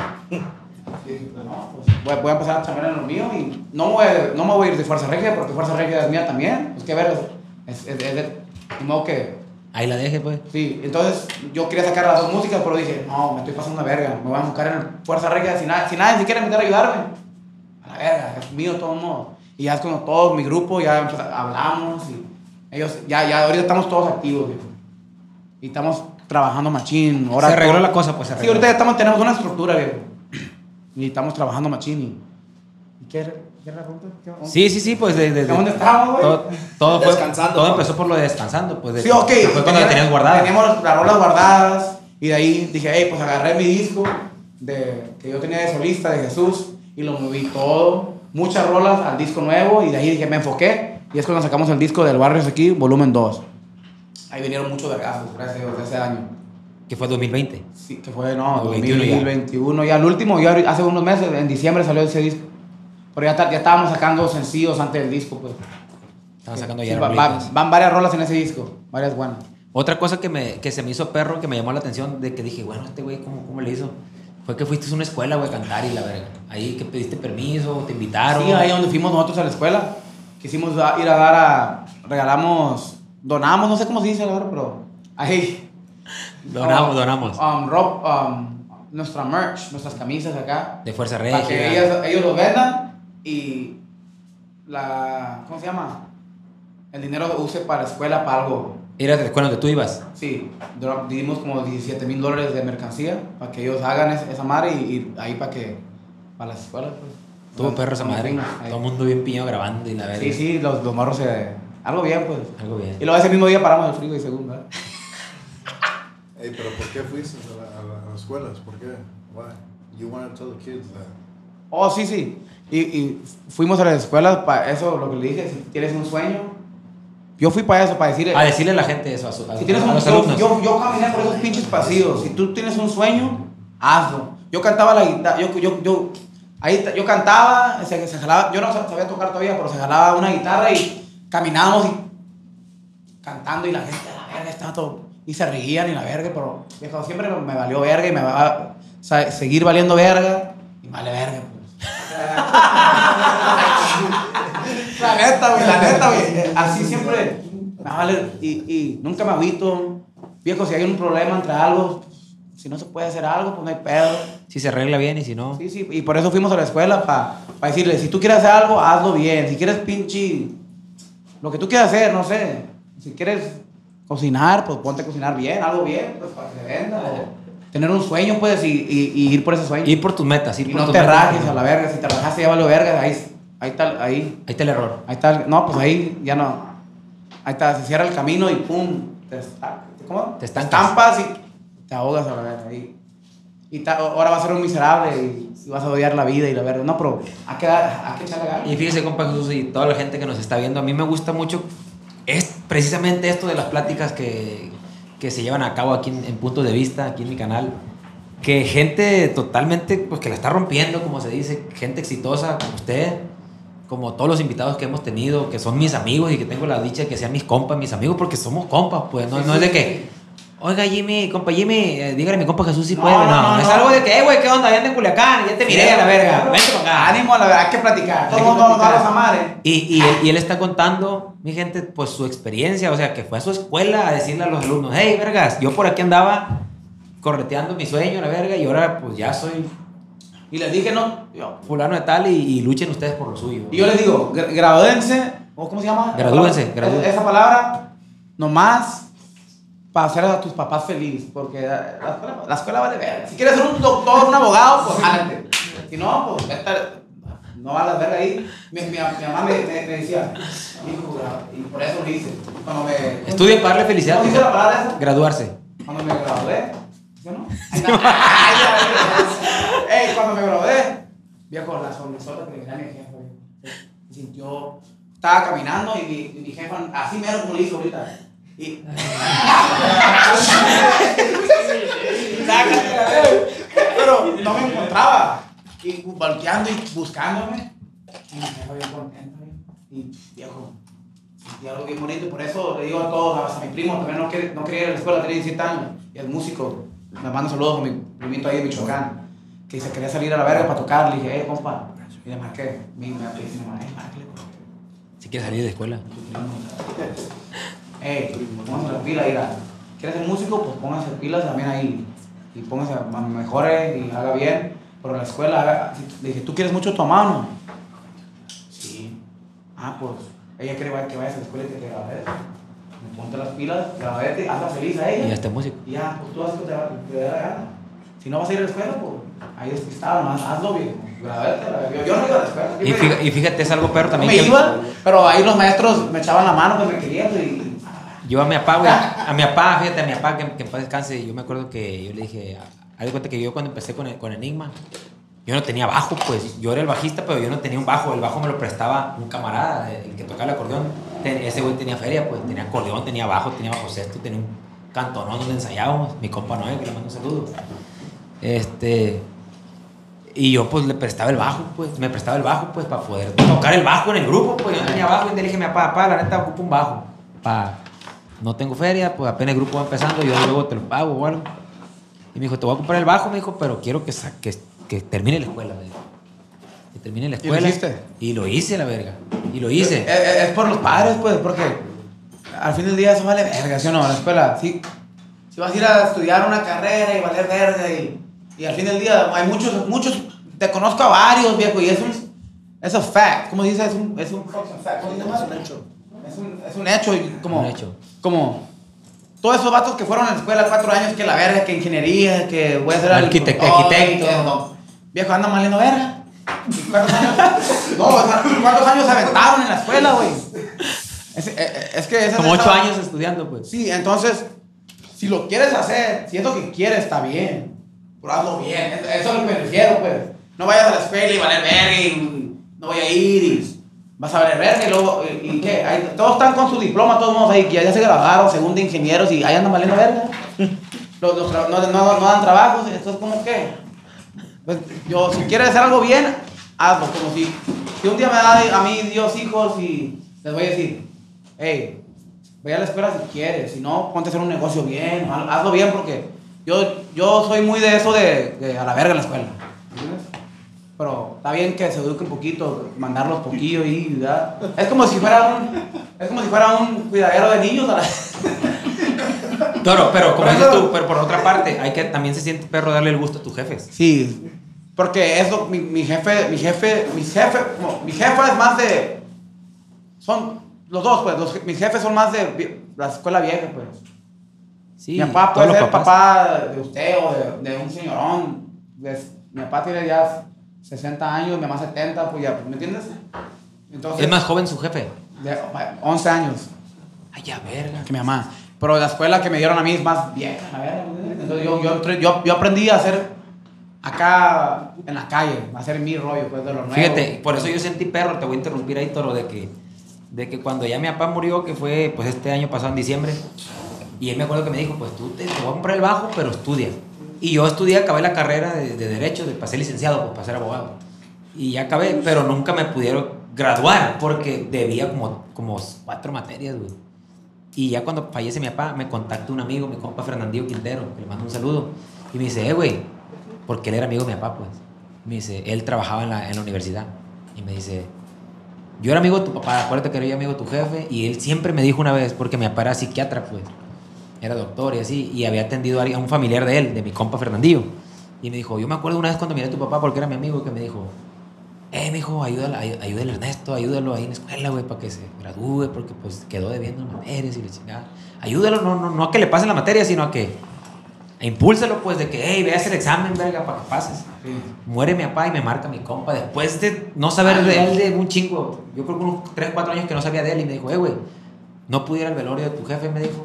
Speaker 2: Y dije, pues, no, pues, voy, voy a empezar a chambear en lo mío y no me, voy, a- no me voy a ir de Fuerza Regia porque Fuerza Regia es mía también. Pues qué vergas. Es, es, es de, de modo que.
Speaker 1: Ahí la dejé, pues.
Speaker 2: Sí, entonces yo quería sacar las dos músicas, pero dije, no, me estoy pasando una verga. Me voy a enfocar en Fuerza Regia si, nada, si nadie se quiere meter a ayudarme. A la verga, es mío de todos modos. Y ya es cuando todo mi grupo, ya empezamos- hablamos y ellos, ya, ya ahorita estamos todos activos, viejo. Y estamos trabajando machín. Ahora
Speaker 1: se arregló
Speaker 2: todo-
Speaker 1: la cosa, pues se
Speaker 2: Sí,
Speaker 1: arregló.
Speaker 2: ahorita ya estamos, tenemos una estructura, viejo. Y estamos trabajando machini. ¿Y qué era, qué era la pregunta? ¿Qué- dónde-
Speaker 1: Sí, sí, sí, pues desde.
Speaker 2: ¿Dónde estábamos, güey?
Speaker 1: Todo, todo fue-
Speaker 6: Descansando,
Speaker 1: Todo
Speaker 6: ¿no?
Speaker 1: empezó por lo de descansando, pues. de-
Speaker 2: Sí, ok.
Speaker 1: que Fue cuando la tenías guardada.
Speaker 2: Teníamos las rolas guardadas. Y de ahí dije, hey, pues agarré mi disco de, que yo tenía de solista, de Jesús, y lo moví todo. Muchas rolas al disco nuevo. Y de ahí dije, me enfoqué. Y es cuando sacamos el disco del Barrios aquí, volumen 2. Ahí vinieron muchos vergazos, gracias a Dios, de ese año.
Speaker 1: Que fue 2020.
Speaker 2: Sí, que fue, no,
Speaker 1: No, 21 ya.
Speaker 2: 2021 ya. el último, ya ahorita- hace unos meses, en diciembre salió ese disco. Pero ya, ta- ya estábamos sacando sencillos antes del disco, pues.
Speaker 1: Estaban sacando
Speaker 2: Sí,
Speaker 1: ya
Speaker 2: va- va-
Speaker 1: rolitas.
Speaker 2: van varias rolas en ese disco, varias buenas.
Speaker 1: Otra cosa que, me, que se me hizo perro, que me llamó la atención, de que dije, bueno, este güey, ¿cómo, ¿cómo le hizo? Fue que fuiste a una escuela, güey, a cantar y la verga. Ahí que pediste permiso, te invitaron.
Speaker 2: Sí, ahí donde fuimos nosotros a la escuela. Quisimos da- ir a dar a. Regalamos, donamos, no sé cómo se dice ahora, pero. Ahí.
Speaker 1: Donamos,
Speaker 2: Um,
Speaker 1: donamos.
Speaker 2: um, rob- um, nuestra merch, nuestras camisas acá.
Speaker 1: De Fuerza
Speaker 2: Para que
Speaker 1: Regia.
Speaker 2: ellas- ellos lo vendan y la. ¿Cómo se llama? El dinero lo use para la escuela, para algo.
Speaker 1: Era de la escuela donde tú ibas.
Speaker 2: Sí, dro- dimos como 17 mil dólares de mercancía para que ellos hagan es- esa madre y, y ahí para que. para las escuelas, pues.
Speaker 1: Tuvo perro esa
Speaker 2: Como
Speaker 1: madre.
Speaker 2: fuimos, ahí.
Speaker 1: Todo el mundo bien piñado grabando y la verga.
Speaker 2: Sí, sí, los, los morros se. algo bien, pues.
Speaker 1: Algo bien.
Speaker 2: Y luego ese mismo día paramos el frigo y segunda.
Speaker 3: Ey, pero ¿por qué fuiste a, la- a la- a las escuelas? ¿Por qué? Why? You want to tell the kids that.
Speaker 2: Oh, sí, sí. Y, y fuimos a las escuelas para eso, lo que le dije, si tienes un sueño. Yo fui para eso, para decir.
Speaker 1: A decirle a la gente eso, a, su- a-
Speaker 2: Si tienes
Speaker 1: a
Speaker 2: un
Speaker 1: los
Speaker 2: yo,
Speaker 1: alumnos.
Speaker 2: yo, yo caminé por esos pinches pasillos. Si tú tienes un sueño, hazlo. Yo cantaba la guitarra, yo, yo, yo, ahí, ta- yo cantaba, se, se jalaba, yo no sab- sabía tocar todavía, pero se jalaba una guitarra y caminábamos y cantando y la gente, la verga, estaba todo, y se reían y la verga, pero viejo, siempre me valió verga y me va a sa- seguir valiendo verga y vale verga, pues. la neta, güey, la neta, güey, así siempre me vale, y, y nunca me agüito, viejo, si hay un problema entre algo, si no se puede hacer algo, pues no hay pedo.
Speaker 1: Si se arregla bien y si no.
Speaker 2: Sí, sí, y por eso fuimos a la escuela para decirle, si tú quieres hacer algo, hazlo bien, si quieres pinche, lo que tú quieras hacer, no sé, si quieres cocinar, pues ponte a cocinar bien, algo bien, pues para que se venda, o tener un sueño, pues, y, y- y ir por ese sueño.
Speaker 1: Ir por tus metas, ir
Speaker 2: Y
Speaker 1: por
Speaker 2: no
Speaker 1: tus
Speaker 2: te
Speaker 1: metas.
Speaker 2: rajes a la verga, si te rajaste ya valió verga, ahí, ahí está, ahí,
Speaker 1: Ahí está el error.
Speaker 2: ahí está, no, pues ahí ya no, ahí está, se cierra el camino y pum, te, esta- ¿cómo?
Speaker 1: Te estancas.
Speaker 2: estampas y te ahogas a la verga ahí. Y ta- ahora vas a ser un miserable y, y vas a odiar la vida y la verga. No, pero hay que, dar- hay que echarle ganas.
Speaker 1: Y fíjese, compa Jesús, y toda la gente que nos está viendo, a mí me gusta mucho es precisamente esto de las pláticas que, que se llevan a cabo aquí en, en Puntos de Vista, aquí en mi canal. Que gente totalmente, pues que la está rompiendo, como se dice, gente exitosa como usted, como todos los invitados que hemos tenido, que son mis amigos y que tengo la dicha de que sean mis compas, mis amigos, porque somos compas, pues no,
Speaker 2: Sí,
Speaker 1: no
Speaker 2: sí,
Speaker 1: es de
Speaker 2: sí,
Speaker 1: que, oiga Jimmy, compa Jimmy, eh, dígale a mi compa Jesús si
Speaker 2: No,
Speaker 1: puede. No,
Speaker 2: no,
Speaker 1: es
Speaker 2: no.
Speaker 1: algo de que, "Eh, güey, ¿qué onda? Ya anda en Culiacán, ya te miré a la verga. Vente para acá.
Speaker 2: Ánimo a la verga, hay que platicar.
Speaker 1: Hay
Speaker 2: Todos
Speaker 1: que
Speaker 2: no vamos a
Speaker 1: platicar.
Speaker 2: los amares.
Speaker 1: Y, y, él, y él está contando, mi gente, pues su experiencia, o sea, que fue a su escuela a decirle a los alumnos, hey, vergas, yo por aquí andaba correteando mi sueño, la verga, y ahora pues ya soy
Speaker 2: Y les dije, no, yo.
Speaker 1: fulano de tal y, y luchen ustedes por lo suyo.
Speaker 2: Y yo les digo, gra- gradúense, ¿o ¿cómo se llama?
Speaker 1: Gradúense,
Speaker 2: Esa-
Speaker 1: gradúense.
Speaker 2: Esa palabra, nomás para hacer a tus papás feliz, porque la la escuela, la escuela vale ver. Si quieres ser un doctor, un abogado, pues adelante. Si no, pues esta- no vas a ver ahí. Mi, mi- mi mamá me, me- me decía, hijo, gra- y por eso lo hice. Cuando me.
Speaker 1: Estudien para darle felicidad.
Speaker 2: ¿Cómo dice la palabra esa?
Speaker 1: Graduarse.
Speaker 2: Cuando me gradué, yo no. Ay, ay, ay. Ey, cuando me gradué, viejo, la sonrisota que me da mi jefe, güey. Sí, yo estaba caminando y mi, y mi jefa, así mero como le hizo ahorita. Y. Sácate la verga. Pero no me encontraba. Y volteando y buscándome. Y mi jefa bien contenta, güey. Y viejo, y algo bien bonito, y por eso le digo a todos, hasta a mi primo, también no, quiere- no quería ir a la escuela, tenía 17 años, y el músico, me mando saludos a mi primito ahí de Michoacán, que se quería salir a la verga para tocar, le dije, eh, compa, y le marqué, mi, me me dice, "Eh, márquele, compa".
Speaker 1: Si quieres salir de escuela.
Speaker 2: Ey, pónganse las pilas, mira. ¿Quieres ser músico? Pues pónganse pilas también ahí. Y pónganse, a- mejore y haga bien. Pero la escuela, haga- le dije, ¿tú quieres mucho a tu mamá o no? Sí. Ah, pues, ella quiere que vayas a la escuela y que te grabes. Ponte las pilas, grabete, hazla feliz a ella.
Speaker 1: Y ya está músico.
Speaker 2: Y ya, pues tú haces lo que te, va- te da la gana. Si no vas a ir a la escuela, pues, ahí despistado, nomás hazlo bien. Grabete, la verga. yo, yo no iba a la escuela. yo
Speaker 1: Y
Speaker 2: me-
Speaker 1: fíjate, y fíjate, es algo perro
Speaker 2: no
Speaker 1: también.
Speaker 2: me
Speaker 1: que-
Speaker 2: iba, pero ahí los maestros me echaban la mano, pues me querían y...
Speaker 1: Yo a mi papá, güey, a mi papá, fíjate, a mi papá, que, que en paz descanse, yo me acuerdo que yo le dije, haz de cuenta que yo cuando empecé con, con Enigma, yo no tenía bajo, pues, yo era el bajista, pero yo no tenía un bajo, el bajo me lo prestaba un camarada, el que tocaba el acordeón, Ten- ese güey tenía feria, pues, tenía acordeón, tenía bajo, tenía bajo sexto, tenía un cantonón donde ensayábamos, mi compa Noé, que le mando un saludo, este, y yo pues le prestaba el bajo, pues, me prestaba el bajo, pues, para poder tocar el bajo en el grupo, pues, yo no tenía bajo, y le dije a mi papá, papá, la neta, ocupo un bajo, pa no tengo feria, pues apenas el grupo va empezando, yo luego te lo pago o algo. Y me dijo, te voy a comprar el bajo, me dijo, pero quiero que, sa- que, que termine la escuela, me dijo. Que termine la
Speaker 2: ¿Y lo
Speaker 1: escuela.
Speaker 2: hiciste?
Speaker 1: Y lo hice, la verga. Y lo
Speaker 2: Eh,
Speaker 1: hice.
Speaker 2: eh, Es, por los padres, pues, porque al fin del día eso vale verga, ¿sí o no? La escuela, sí. Si vas a ir a estudiar una carrera y valer verga y, y al fin del día hay muchos, muchos, te conozco a varios, viejo, y es un, es a fact, ¿cómo se dice? Es un, es un, ¿cómo se llama? Es un hecho. Es un, hecho, y como,
Speaker 1: Un hecho.
Speaker 2: como, todos esos vatos que fueron a la escuela cuatro años, que la verga, que ingeniería, que voy a ser
Speaker 1: Arquitect-
Speaker 2: agricultor,
Speaker 1: arquitecto.
Speaker 2: que no. Viejo, anda maliendo verga. ¿Cuántos años? No, o sea, ¿cuántos años aventaron en la escuela, güey? Es, eh, eh, es que esa
Speaker 1: Como
Speaker 2: esa-
Speaker 1: ocho años estudiando, pues.
Speaker 2: Sí, entonces, si lo quieres hacer, si es lo que quieres, está bien. Pero hazlo bien, es- eso es lo que me refiero, pues. No vayas a la escuela y valer verga y no voy a ir y vas a valer verga y luego, ¿y, y qué? Ahí- todos están con su diploma, todos vamos ahí, que ya, ya se graduaron, según de ingenieros y ahí andan valiendo verga. Los- los tra- no, no- no dan trabajos, entonces, ¿cómo qué? Pues, yo, si quieres hacer algo bien, hazlo. Como si, si un día me da a mí Dios hijos y les voy a decir, hey, ve a la escuela si quieres, si no, ponte a hacer un negocio bien, haz- hazlo bien porque yo, yo soy muy de eso de, de a la verga en la escuela. ¿entiendes? Pero está bien que se eduque un poquito, mandarlos poquillo y ¿verdad? Es como si fuera un, es como si fuera un cuidadero de niños. a la-
Speaker 1: Claro, pero como dices tú, pero por otra parte, hay que también se siente perro darle el gusto a tus jefes.
Speaker 2: Sí, porque eso, mi, mi jefe, mi jefe, mi jefe, no, mi jefa es más de, son los dos, pues, los- mis jefes son más de vi- la escuela vieja, pues.
Speaker 1: Sí,
Speaker 2: mi papá puede
Speaker 1: todos los
Speaker 2: ser
Speaker 1: papás.
Speaker 2: papá de usted o de, de un señorón, de- mi papá tiene ya 60 años, mi mamá 70, pues ya, ¿me entiendes? Entonces,
Speaker 1: Es más joven su jefe.
Speaker 2: de 11 años.
Speaker 1: Ay, a verga.
Speaker 2: que mi mamá. Pero la escuela que me dieron a mí es más vieja, la verga, ¿me entiendes? Entonces yo, yo, entré- yo, yo aprendí a hacer acá en la calle, a hacer mi rollo, pues de lo nuevo.
Speaker 1: Fíjate, por eso yo sentí perro, te voy a interrumpir ahí, Toro, de que, de que cuando ya mi papá murió, que fue pues este año pasado en diciembre, y él me acuerdo que me dijo, pues tú te, te voy a comprar el bajo, pero estudia. Y yo estudié, acabé la carrera de, de Derecho, de, pasé licenciado, pues para ser abogado. Y ya acabé, pero nunca me pudieron graduar, porque debía como, como cuatro materias, güey. Y ya cuando fallece mi papá, me contacta un amigo, mi compa Fernandillo Quintero, que le mando un saludo. Y me dice, eh, güey, porque él era amigo de mi papá, pues. Me dice, él trabajaba en la, en la universidad. Y me dice, yo era amigo de tu papá, acuérdate que era yo amigo de tu jefe. Y él siempre me dijo una vez, porque mi papá era psiquiatra, pues. Era doctor y así. Y había atendido a alguien- a un familiar de él, de mi compa Fernandillo. Y me dijo, yo me acuerdo una vez cuando miré a tu papá, porque era mi amigo, que me dijo, eh, mijo, ayúdalo, ay- ayúdale a Ernesto, ayúdalo ahí en la escuela, güey, para que se gradúe, porque pues quedó debiendo en materias y la chingada. Ayúdalo, no, no, no a que le pasen la materia, sino a que e impúlsalo, pues, de que, hey, veas el examen, verga, para que pases. Muere mi papá y me marca mi compa. Después de no saber de él de un chingo, yo creo que unos 3, 4 años que no sabía de él, y me dijo, eh, güey, no pudiera el velorio de tu jefe, me dijo,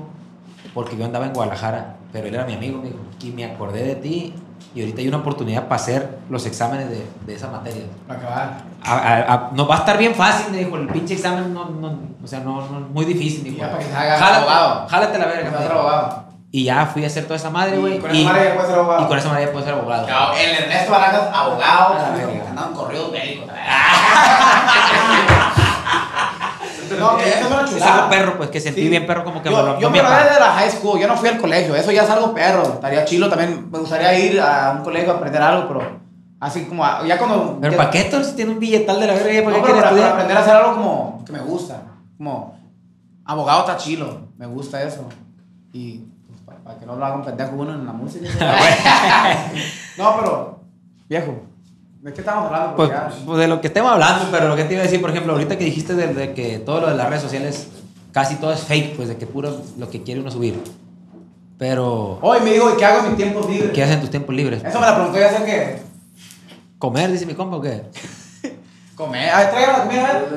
Speaker 1: porque yo andaba en Guadalajara, pero él era mi amigo, me dijo, y me acordé de ti, y ahorita hay una oportunidad para hacer los exámenes de, de esa materia.
Speaker 2: Acabar.
Speaker 1: A- a- a- no va a estar bien fácil, me dijo. El pinche examen no, no o sea, no, no, muy difícil, me dijo.
Speaker 2: Ya, para que se haga
Speaker 1: Jálate-
Speaker 2: abogado.
Speaker 1: Jálate la verga.
Speaker 2: Para
Speaker 1: me
Speaker 2: ser
Speaker 1: dijo.
Speaker 2: abogado.
Speaker 1: Y ya fui a hacer toda esa madre, güey.
Speaker 2: Y con esa madre ya puedes ser abogado.
Speaker 1: Y con esa madre ya puedes ser abogado.
Speaker 6: No, el Ernesto Barajas, abogado.
Speaker 1: A la verga.
Speaker 2: Andaban corridos bélicos.
Speaker 6: No, que eso
Speaker 2: es una
Speaker 1: Es
Speaker 2: chulada.
Speaker 1: algo perro, pues, que sentí
Speaker 2: Sí.
Speaker 1: bien perro como que me
Speaker 2: yo,
Speaker 1: lo-
Speaker 2: yo
Speaker 1: no
Speaker 2: me
Speaker 1: me
Speaker 2: gradué
Speaker 1: apaga.
Speaker 2: de la high school, yo no fui al colegio, eso ya es algo perro. Estaría chilo también, me gustaría ir a un colegio a aprender algo, pero así como a- ya cuando
Speaker 1: Pero
Speaker 2: ya-
Speaker 1: ¿para qué esto? Si tiene un billetal de la verga, ¿ya
Speaker 2: No,
Speaker 1: ¿para qué
Speaker 2: pero
Speaker 1: quiere
Speaker 2: para, para
Speaker 1: estudiar?
Speaker 2: aprender a hacer algo como que me gusta. Como abogado está chilo. Me gusta eso. Y pues, pa- para, que no lo haga un pendejo uno en la música. no, pero, viejo, ¿de qué estamos hablando?
Speaker 1: Pues,
Speaker 2: Porque ah, ya-
Speaker 1: pues, de lo que estemos hablando, pero lo que te iba a decir, por ejemplo, ahorita que dijiste de, de que todo lo de las redes sociales, casi todo es fake, pues, de que puro lo que quiere uno subir. Pero,
Speaker 2: Hoy me digo, ¿y qué hago en mis tiempos libres?
Speaker 1: ¿qué haces en tus tiempos libres?
Speaker 2: Eso me la preguntó ya sé que.
Speaker 1: ¿Comer, dice mi compa, o qué?
Speaker 2: Comer. A ver, traigan ah, la comida, a ver.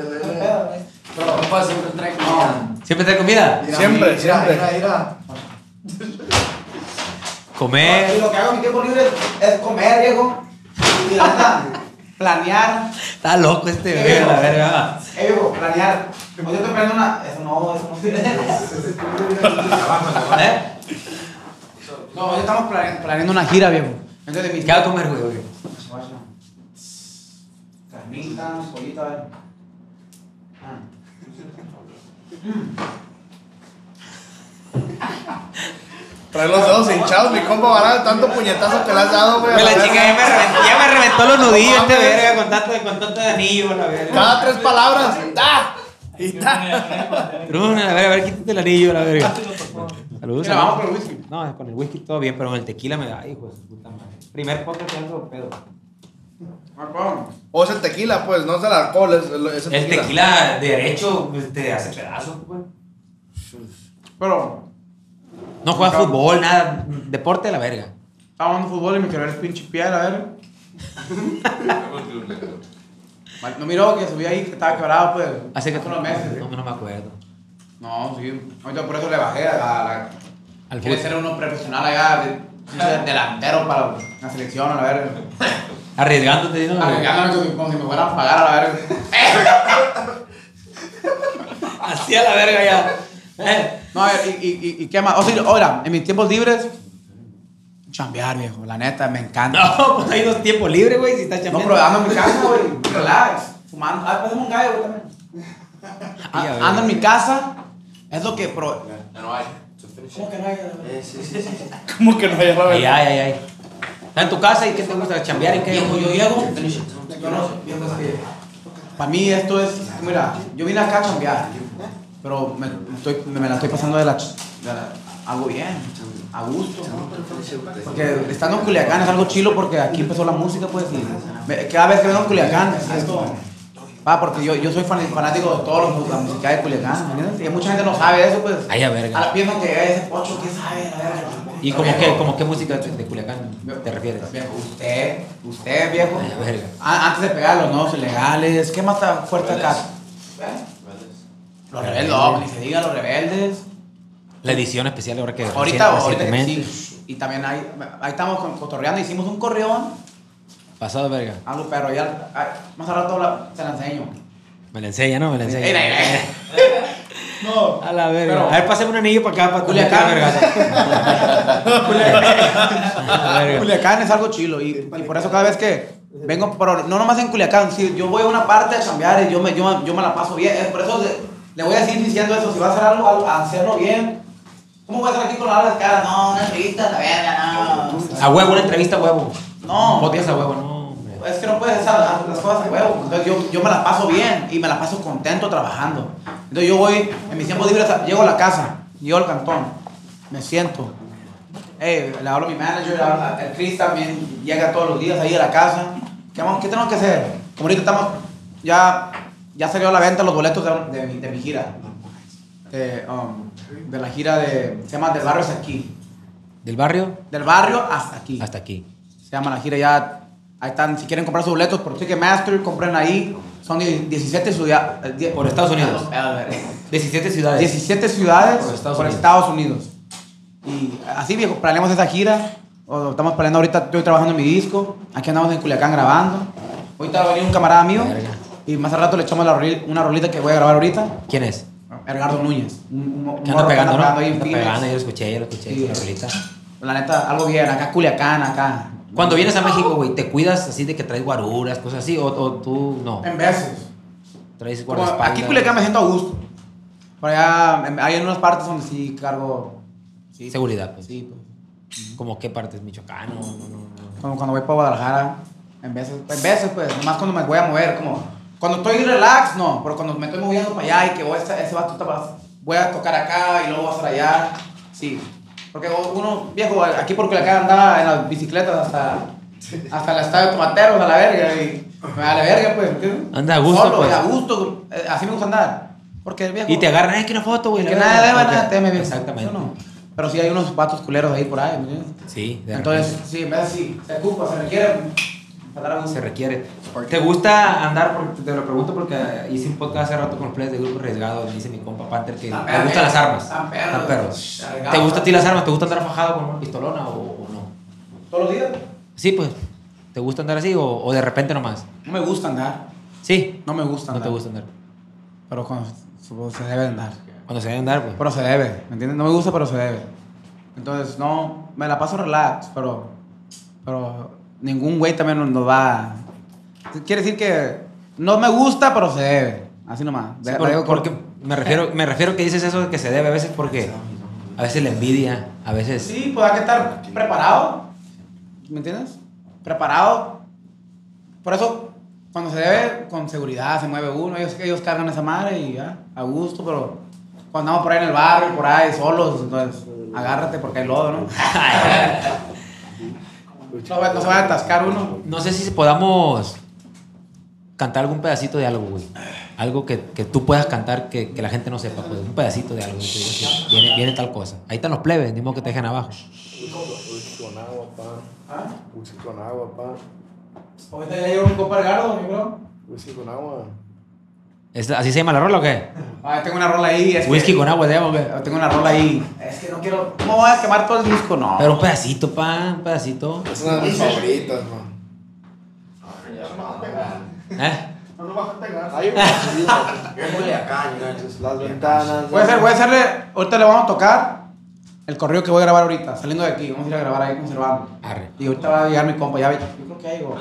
Speaker 2: Pero,
Speaker 6: siempre trae
Speaker 2: comida.
Speaker 1: ¿Siempre trae comida?
Speaker 3: Mira, Siempre,
Speaker 6: mira,
Speaker 3: siempre.
Speaker 6: Mira, mira.
Speaker 1: Comer.
Speaker 2: y lo que hago en mi tiempo libre es comer, viejo. Y la neta, planear.
Speaker 1: Está loco este
Speaker 2: Sí,
Speaker 1: bebé,
Speaker 2: no.
Speaker 1: la verga.
Speaker 2: Eh, viejo, planear. Pues yo estoy planeando una. Eso no, eso no.
Speaker 1: ¿Eh?
Speaker 2: No, yo estamos plane- planeando una gira, viejo. Entonces, mis
Speaker 1: ¿Qué va a comer, güey? güey?
Speaker 2: Carnitas, pollito, a ver. Ah.
Speaker 3: Trae los dedos hinchados, mi compa barato, tanto puñetazo que le has dado, güey. a
Speaker 1: Me la
Speaker 3: verga.
Speaker 1: chinga, ya me reventó, ya me reventó los nudillos
Speaker 3: No
Speaker 1: este
Speaker 3: mames.
Speaker 1: verga con tanto, con tanto de anillo, la verga.
Speaker 3: Cada tres palabras, ¡ta! Y ta.
Speaker 1: Truna, la verga, a ver, quítate el anillo, la verga. Saludos.
Speaker 2: Mira,
Speaker 1: saludos.
Speaker 2: vamos por el whisky.
Speaker 1: No, es con el whisky todo bien, pero con el tequila me da, hijo de su puta madre. Primer poco que algo pedo.
Speaker 3: O es el tequila, pues, no es el alcohol, es, es el,
Speaker 1: El tequila derecho pues, te hace pedazos, güey.
Speaker 2: Pero,
Speaker 1: No juegas fútbol, nada, deporte a la verga.
Speaker 2: estaba jugando fútbol y me quebré el pinche pie, a ver. Mal- No miró que subí ahí, que estaba quebrado, pues.
Speaker 1: Hace ¿eh? que
Speaker 2: unos meses.
Speaker 1: No, no me acuerdo.
Speaker 2: No, sí. Ahorita por eso le bajé a la. a la-
Speaker 1: Al
Speaker 2: Quiere
Speaker 1: fútbol.
Speaker 2: ser uno profesional allá, de- de- delantero para la selección, a la verga.
Speaker 1: Arriesgándote, ¿no?
Speaker 2: Arriesgándome como si- como si me fueran a pagar, a la verga.
Speaker 1: Así a la verga ya. Eh.
Speaker 2: Oh, No, a ver, y, y, y- y qué más. O sea, ahora, en mis tiempos libres, chambear, viejo. La neta, me encanta.
Speaker 1: No, pues hay dos tiempos libres, güey, si estás
Speaker 2: No,
Speaker 1: chambeando.
Speaker 2: pero ando en mi casa, güey. Relax. Fumando. Ah, pásame un gallo, güey, también.
Speaker 1: Ay, a ver.
Speaker 2: A- Ando en mi casa. Es lo que, pro...
Speaker 6: No, no hay. To finish it.
Speaker 2: ¿Cómo que no hay, güey?
Speaker 6: Eh, sí, sí, sí. sí.
Speaker 4: Como que no haya la
Speaker 1: Ay, ay, ay, ay. ¿Estás en tu casa y qué te gusta chambear y qué?
Speaker 2: Viejo, yo llego.
Speaker 6: Finish it.
Speaker 2: Yo no sé, viejo, es que. Para mí esto es. Mira, yo vine acá a chambear. Pero me, estoy- me- me la estoy pasando de la, de la- Hago bien. A gusto. Porque estando en Culiacán es algo chilo porque aquí empezó la música, pues. Y me- cada vez que vengo a Culiacán, es esto. Va, porque yo, yo soy fan- fanático de todos los la música de Culiacán, ¿me entiendes? Y mucha gente no sabe eso, pues.
Speaker 1: Ay, a verga.
Speaker 2: Ah, Piensan que es pocho, ¿qué sabe? La verga.
Speaker 1: ¿Y como qué, como qué música de de Culiacán te refieres?
Speaker 2: Viejo, usted, usted, viejo.
Speaker 1: Ay, la verga.
Speaker 2: A- antes de pegar los nuevos ilegales, ¿qué más está fuerte acá? ¿Eh? Los rebeldes, no, ni se diga los rebeldes.
Speaker 1: La edición especial ahora que
Speaker 2: Ahorita,
Speaker 1: recién-
Speaker 2: ahorita que
Speaker 1: recientemente.
Speaker 2: sí. Y también ahí, ahí estamos con- cotorreando, hicimos un correón.
Speaker 1: Pasado, verga.
Speaker 2: Algo perro, ya. ay, más al rato la- se la enseño.
Speaker 1: Me la enseña, ¿no? Me la
Speaker 2: Ey,
Speaker 1: enseña.
Speaker 2: ey, ey. No.
Speaker 1: A la verga.
Speaker 2: Pero-
Speaker 1: a ver, pásame un anillo para acá, para
Speaker 2: Culiacán.
Speaker 1: A la verga.
Speaker 2: Culiacán es algo chilo y, y por eso cada vez que vengo, pero no nomás en Culiacán, si yo voy a una parte a cambiar y yo me, yo, me- yo me la paso bien, eh, por eso le, le voy a seguir diciendo eso, si vas a hacer algo, al- a hacerlo bien. ¿Cómo voy a estar aquí con las alas caras? No, una entrevista, la verga,
Speaker 1: A huevo, una entrevista a huevo.
Speaker 2: no. No,
Speaker 1: Podcast a huevo, no. hombre.
Speaker 2: es que no puedes hacer las, las cosas a huevo. Entonces yo, yo me las paso bien y me las paso contento trabajando. Entonces yo voy, en mis tiempos libres, llego a la casa, llego al cantón, me siento. Ey, le hablo a mi manager, le hablo a- el Chris también llega todos los días ahí a la casa. ¿Qué, vamos- qué tenemos que hacer? Como ahorita estamos, ya, ya salió a la venta los boletos de, de mi, de mi gira. De, um, de la gira de, se llama Del Barrio hasta aquí.
Speaker 1: Del barrio
Speaker 2: Del Barrio hasta aquí.
Speaker 1: hasta aquí.
Speaker 2: Se llama la gira ya. Ahí están, si quieren comprar sus boletos por Ticketmaster, compren ahí. Son 17 ciudades.
Speaker 1: Por Estados Unidos. 17 ciudades.
Speaker 2: 17 ciudades
Speaker 1: Ah, Por Estados
Speaker 2: por
Speaker 1: Unidos.
Speaker 2: Estados Unidos. Y así, viejo, planeamos esa gira. O estamos planeando ahorita, estoy trabajando en mi disco. Aquí andamos en Culiacán grabando. Ahorita va a venir un camarada mío.
Speaker 1: Verga.
Speaker 2: Y más al rato le echamos la roli- una rolita que voy a grabar ahorita.
Speaker 1: ¿Quién es?
Speaker 2: Edgardo Núñez. Un, un mo- un
Speaker 1: ¿Qué
Speaker 2: morro
Speaker 1: anda
Speaker 2: que
Speaker 1: pegando, no?
Speaker 2: pegando ahí en
Speaker 1: Anda
Speaker 2: Phoenix.
Speaker 1: pegando, yo lo escuché, yo lo escuché,
Speaker 2: Sí.
Speaker 1: la rolita.
Speaker 2: La neta, algo bien, acá Culiacán, acá.
Speaker 1: Cuando vienes a México, güey, ¿te cuidas así de que traes guaruras, cosas así? ¿O, o tú no?
Speaker 2: En veces.
Speaker 1: ¿Traes
Speaker 2: Como
Speaker 1: guardaespaldas?
Speaker 2: aquí en Culiacán me siento a gusto. Por allá em, hay en unas partes donde sí cargo. Sí,
Speaker 1: Seguridad, pues.
Speaker 2: Sí, pues.
Speaker 1: ¿Como qué partes? ¿Michoacán? No, no, no.
Speaker 2: Como cuando voy para Guadalajara, en veces, en veces, pues, nomás cuando me voy a mover, como. Cuando estoy relax, no, pero cuando me estoy moviendo para allá y que voy a, ese vato está pa- voy a tocar acá y luego voy a estar allá, sí. Porque uno, viejo, aquí por Culiacán andaba en las bicicletas hasta, hasta el estadio Tomateros a la verga y me da la verga, pues. ¿entiendes?
Speaker 1: Anda a gusto,
Speaker 2: Solo,
Speaker 1: pues.
Speaker 2: a gusto, eh, así me gusta andar. Porque el viejo.
Speaker 1: Y te agarran, es que una foto, güey. la
Speaker 2: Que
Speaker 1: verga,
Speaker 2: nada deba,
Speaker 1: porque-
Speaker 2: nada teme, viejo.
Speaker 1: Exactamente.
Speaker 2: Eso no. Pero sí hay unos patos culeros ahí por ahí, ¿me entiendes?
Speaker 1: Sí, de
Speaker 2: Entonces, sí, en vez de sí, se ocupa, se requiere. andar a
Speaker 1: repente
Speaker 2: gusto.
Speaker 1: se requiere. ¿Te gusta andar? Por, te lo pregunto porque ah, hice un podcast hace rato con los players de Grupo Arriesgado. Me dice mi compa Panther que
Speaker 2: Tan
Speaker 1: le
Speaker 2: perro,
Speaker 1: gustan las armas.
Speaker 2: tan perro.
Speaker 1: Tan perros.
Speaker 2: Arriesgado.
Speaker 1: ¿Te gusta a ti las armas? ¿Te gusta andar fajado con una pistolona o, o no?
Speaker 2: ¿Todos los días?
Speaker 1: Sí, pues. ¿Te gusta andar así o, o de repente nomás?
Speaker 2: No me gusta andar.
Speaker 1: Sí.
Speaker 2: No me gusta
Speaker 1: No
Speaker 2: andar.
Speaker 1: te gusta andar.
Speaker 2: Pero cuando, supongo, se debe andar.
Speaker 1: Cuando se debe andar, pues.
Speaker 2: Pero se debe, ¿me entiendes? No me gusta, pero se debe. Entonces, no, me la paso relax, pero. Pero ningún güey también nos va. Quiere decir que no me gusta, pero se debe. Así nomás.
Speaker 1: Sí,
Speaker 2: Le-
Speaker 1: por-
Speaker 2: le digo con-
Speaker 1: porque me
Speaker 2: Eh.
Speaker 1: refiero, me refiero que dices eso de que se debe a veces porque a veces la envidia, a veces
Speaker 2: Sí, pues hay que estar preparado. ¿Me entiendes? Preparado. Por eso, cuando se debe, con seguridad se mueve uno. Ellos, ellos cargan esa madre y ya, a gusto, pero cuando andamos por ahí en el barrio, por ahí solos, entonces agárrate porque hay lodo, ¿no? No, va- no se va a atascar uno.
Speaker 1: No sé si podamos cantar algún pedacito de algo, güey. Algo que, que tú puedas cantar que, que la gente no sepa, pues. Un pedacito de algo. que digas que viene, viene tal cosa. Ahí están los plebes, ni modo que te dejen abajo.
Speaker 3: Whisky con agua, pa. Whisky con agua, pa.
Speaker 2: Ah, Ahorita ya llegó un compa yo creo.
Speaker 3: Whisky con agua.
Speaker 1: ¿Es- ¿Así se llama la rola o qué?
Speaker 2: Ah, tengo una rola ahí. es que-
Speaker 1: Whisky con agua, se llama, güey.
Speaker 2: Tengo una rola ahí. Es que no quiero. ¿Cómo voy a quemar todo el disco? No.
Speaker 1: Pero un pedacito, pa, un pedacito.
Speaker 3: Es una de mis favoritas, man.
Speaker 1: ¿Eh?
Speaker 3: No lo vas a pegar. Hay una
Speaker 6: Yo en Culiacán, you know, just-
Speaker 3: Las ventanas.
Speaker 2: Voy a, hacer, voy a hacerle, ahorita le vamos a tocar el correo que voy a grabar ahorita, saliendo de aquí, vamos a ir a grabar ahí con Servando.
Speaker 1: Arre.
Speaker 2: Y ahorita va a llegar mi compa, ya ve- yo creo que ahí, güey.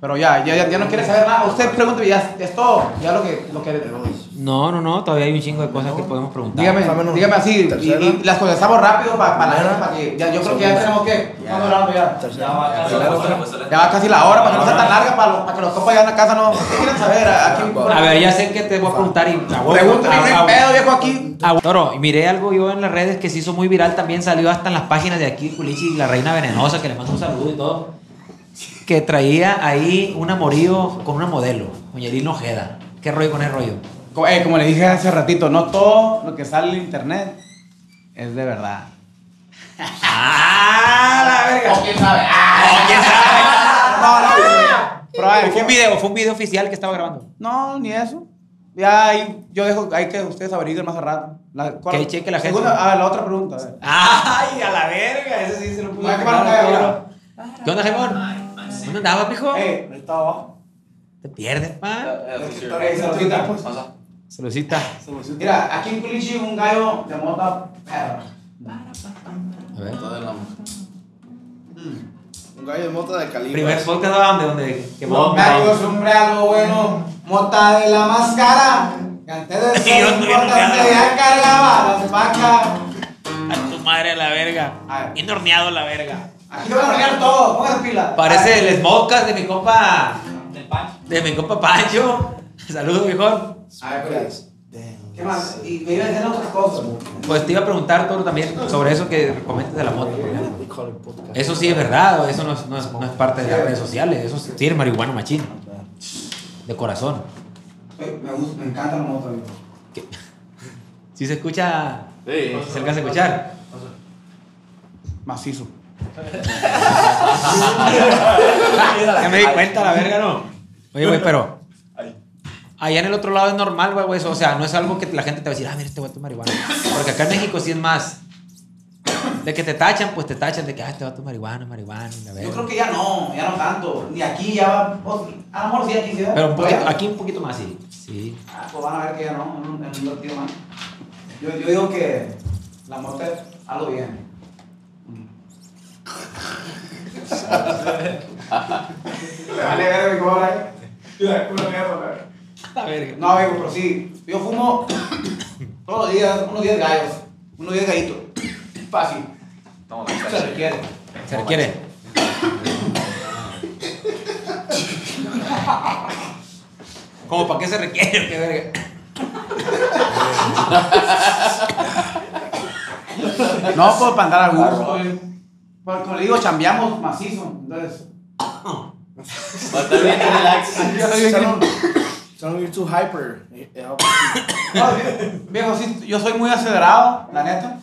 Speaker 2: Pero ya, ya, ya, ya no quiere saber nada. Usted pregúnteme, ya, ya es todo. Ya lo que, lo que
Speaker 1: No, no, no, todavía hay un chingo de cosas que podemos preguntar.
Speaker 2: Dígame,
Speaker 6: vámonos.
Speaker 2: dígame así, y,
Speaker 6: Tercera.
Speaker 2: y las contestamos rápido para la gente,
Speaker 6: Primera.
Speaker 2: para que ya, yo creo que ya tenemos que, estamos durando ya.
Speaker 6: Ya va casi la hora.
Speaker 2: Ya va casi la hora, para que no sea tan larga, para, los- para que los compas ya en la casa no ¿qué quieren saber. Aquí,
Speaker 1: A ver, Ah, ya sé que te voy a preguntar y la voy a-
Speaker 2: pregúntame,
Speaker 1: a-
Speaker 2: ¿qué
Speaker 1: a-
Speaker 2: pedo, viejo, aquí?
Speaker 1: Ah, Toro, y miré algo yo en las redes que se hizo muy viral también, salió hasta en las páginas de aquí, Culichi y la Reina Venenosa, que le mando un saludo y todo, que traía ahí un amorío con una modelo, Doña no Ojeda. ¿Qué rollo con ese rollo?
Speaker 2: Como, eh, como le dije hace ratito, no todo lo que sale en internet es de verdad.
Speaker 1: ¡Ah, la verga!
Speaker 2: quién sabe?
Speaker 1: ¿Quién sabe?
Speaker 2: Ah, No, no, pero a ver,
Speaker 1: Fue un video, fue un video oficial que estaba grabando.
Speaker 2: No, ni eso. Ya ahí, yo dejo, hay que ustedes averiguen más al rato. La,
Speaker 1: Que ahí cheque la gente.
Speaker 2: segunda- Ah, la otra pregunta. a ver.
Speaker 1: ¡Ay, a la verga! Ese sí se lo
Speaker 2: No hay que marcar, ahora.
Speaker 1: ¿Qué onda, Gemón? ¿Dónde andabas, mijo?
Speaker 2: Eh, ahí está abajo.
Speaker 1: Te pierdes, pa.
Speaker 2: Ahí se lo quita, pues.
Speaker 1: Saludcita.
Speaker 2: Mira, aquí en Culichi un gallo de mota perra.
Speaker 1: A ver.
Speaker 2: Mm.
Speaker 3: Un gallo de mota de calibre.
Speaker 1: Primer podcast donde, donde que vos-
Speaker 2: Gallo, hombre, algo bueno. Mota de la máscara. Que antes de
Speaker 4: Yo
Speaker 2: ser
Speaker 4: todavía no
Speaker 2: importante
Speaker 4: me
Speaker 2: ya cargaba las vacas.
Speaker 4: A tu madre la
Speaker 2: A
Speaker 4: verga.
Speaker 2: ver.
Speaker 4: Bien horneado la verga.
Speaker 2: Aquí lo van a arreglar todo, póngase pila.
Speaker 1: Parece el smokas de mi compa.
Speaker 6: Del pan.
Speaker 1: De mi compa Pancho. Saludos, viejo.
Speaker 2: A ver, pues. ¿Qué más? Y me iba a decir otras cosas.
Speaker 1: Pues te iba a preguntar, Toro, también sobre eso que comentas de la moto. por ejemplo. Eso sí es verdad, o eso no es, no es- no es parte de las redes sociales. Eso sí es marihuana machín. De corazón.
Speaker 2: Eh, Me gusta, me encanta la moto, amigo.
Speaker 1: Si se escucha,
Speaker 6: Sí.
Speaker 1: se alcanza a escuchar.
Speaker 2: Macizo.
Speaker 1: Ya me di cuenta, la verga, no. Oye, güey, pero. Allá en el otro lado es normal, güey, güey, eso. O sea, no es algo que la gente te va a decir, ah, mira, este vato es marihuana. Porque acá en México sí es más. De que te tachan, pues te tachan de que, ah, este vato es marihuana, marihuana, la
Speaker 2: Yo
Speaker 1: verga.
Speaker 2: creo que ya no, ya no tanto. Ni aquí ya va. o- A lo mejor sí aquí sí. ¿verdad?
Speaker 1: Pero un poquito-
Speaker 2: Todavía.
Speaker 1: aquí un poquito más, sí. Sí.
Speaker 2: Ah, pues van a ver que ya no, en un, en un partido más. Yo, yo digo que la muerte es algo bien. Me vale ver mi cobra, eh. Yo de culo mierda, la verga.
Speaker 1: La verga.
Speaker 2: No, amigo, pero sí. Yo fumo todos los días, unos 10 gallos, unos 10 gallitos. Fácil, se requiere.
Speaker 1: Se requiere. ¿Cómo para qué se requiere? Qué verga.
Speaker 2: No, pues para andar a gusto, eh. Pues, Como le digo, chambeamos macizo, entonces. Yo soy bien
Speaker 3: Salud.
Speaker 2: gringo.
Speaker 3: Salud, you're too hyper. Eh, It- it helps.
Speaker 2: No, vie- viejo, sí, yo soy muy acelerado, la neta.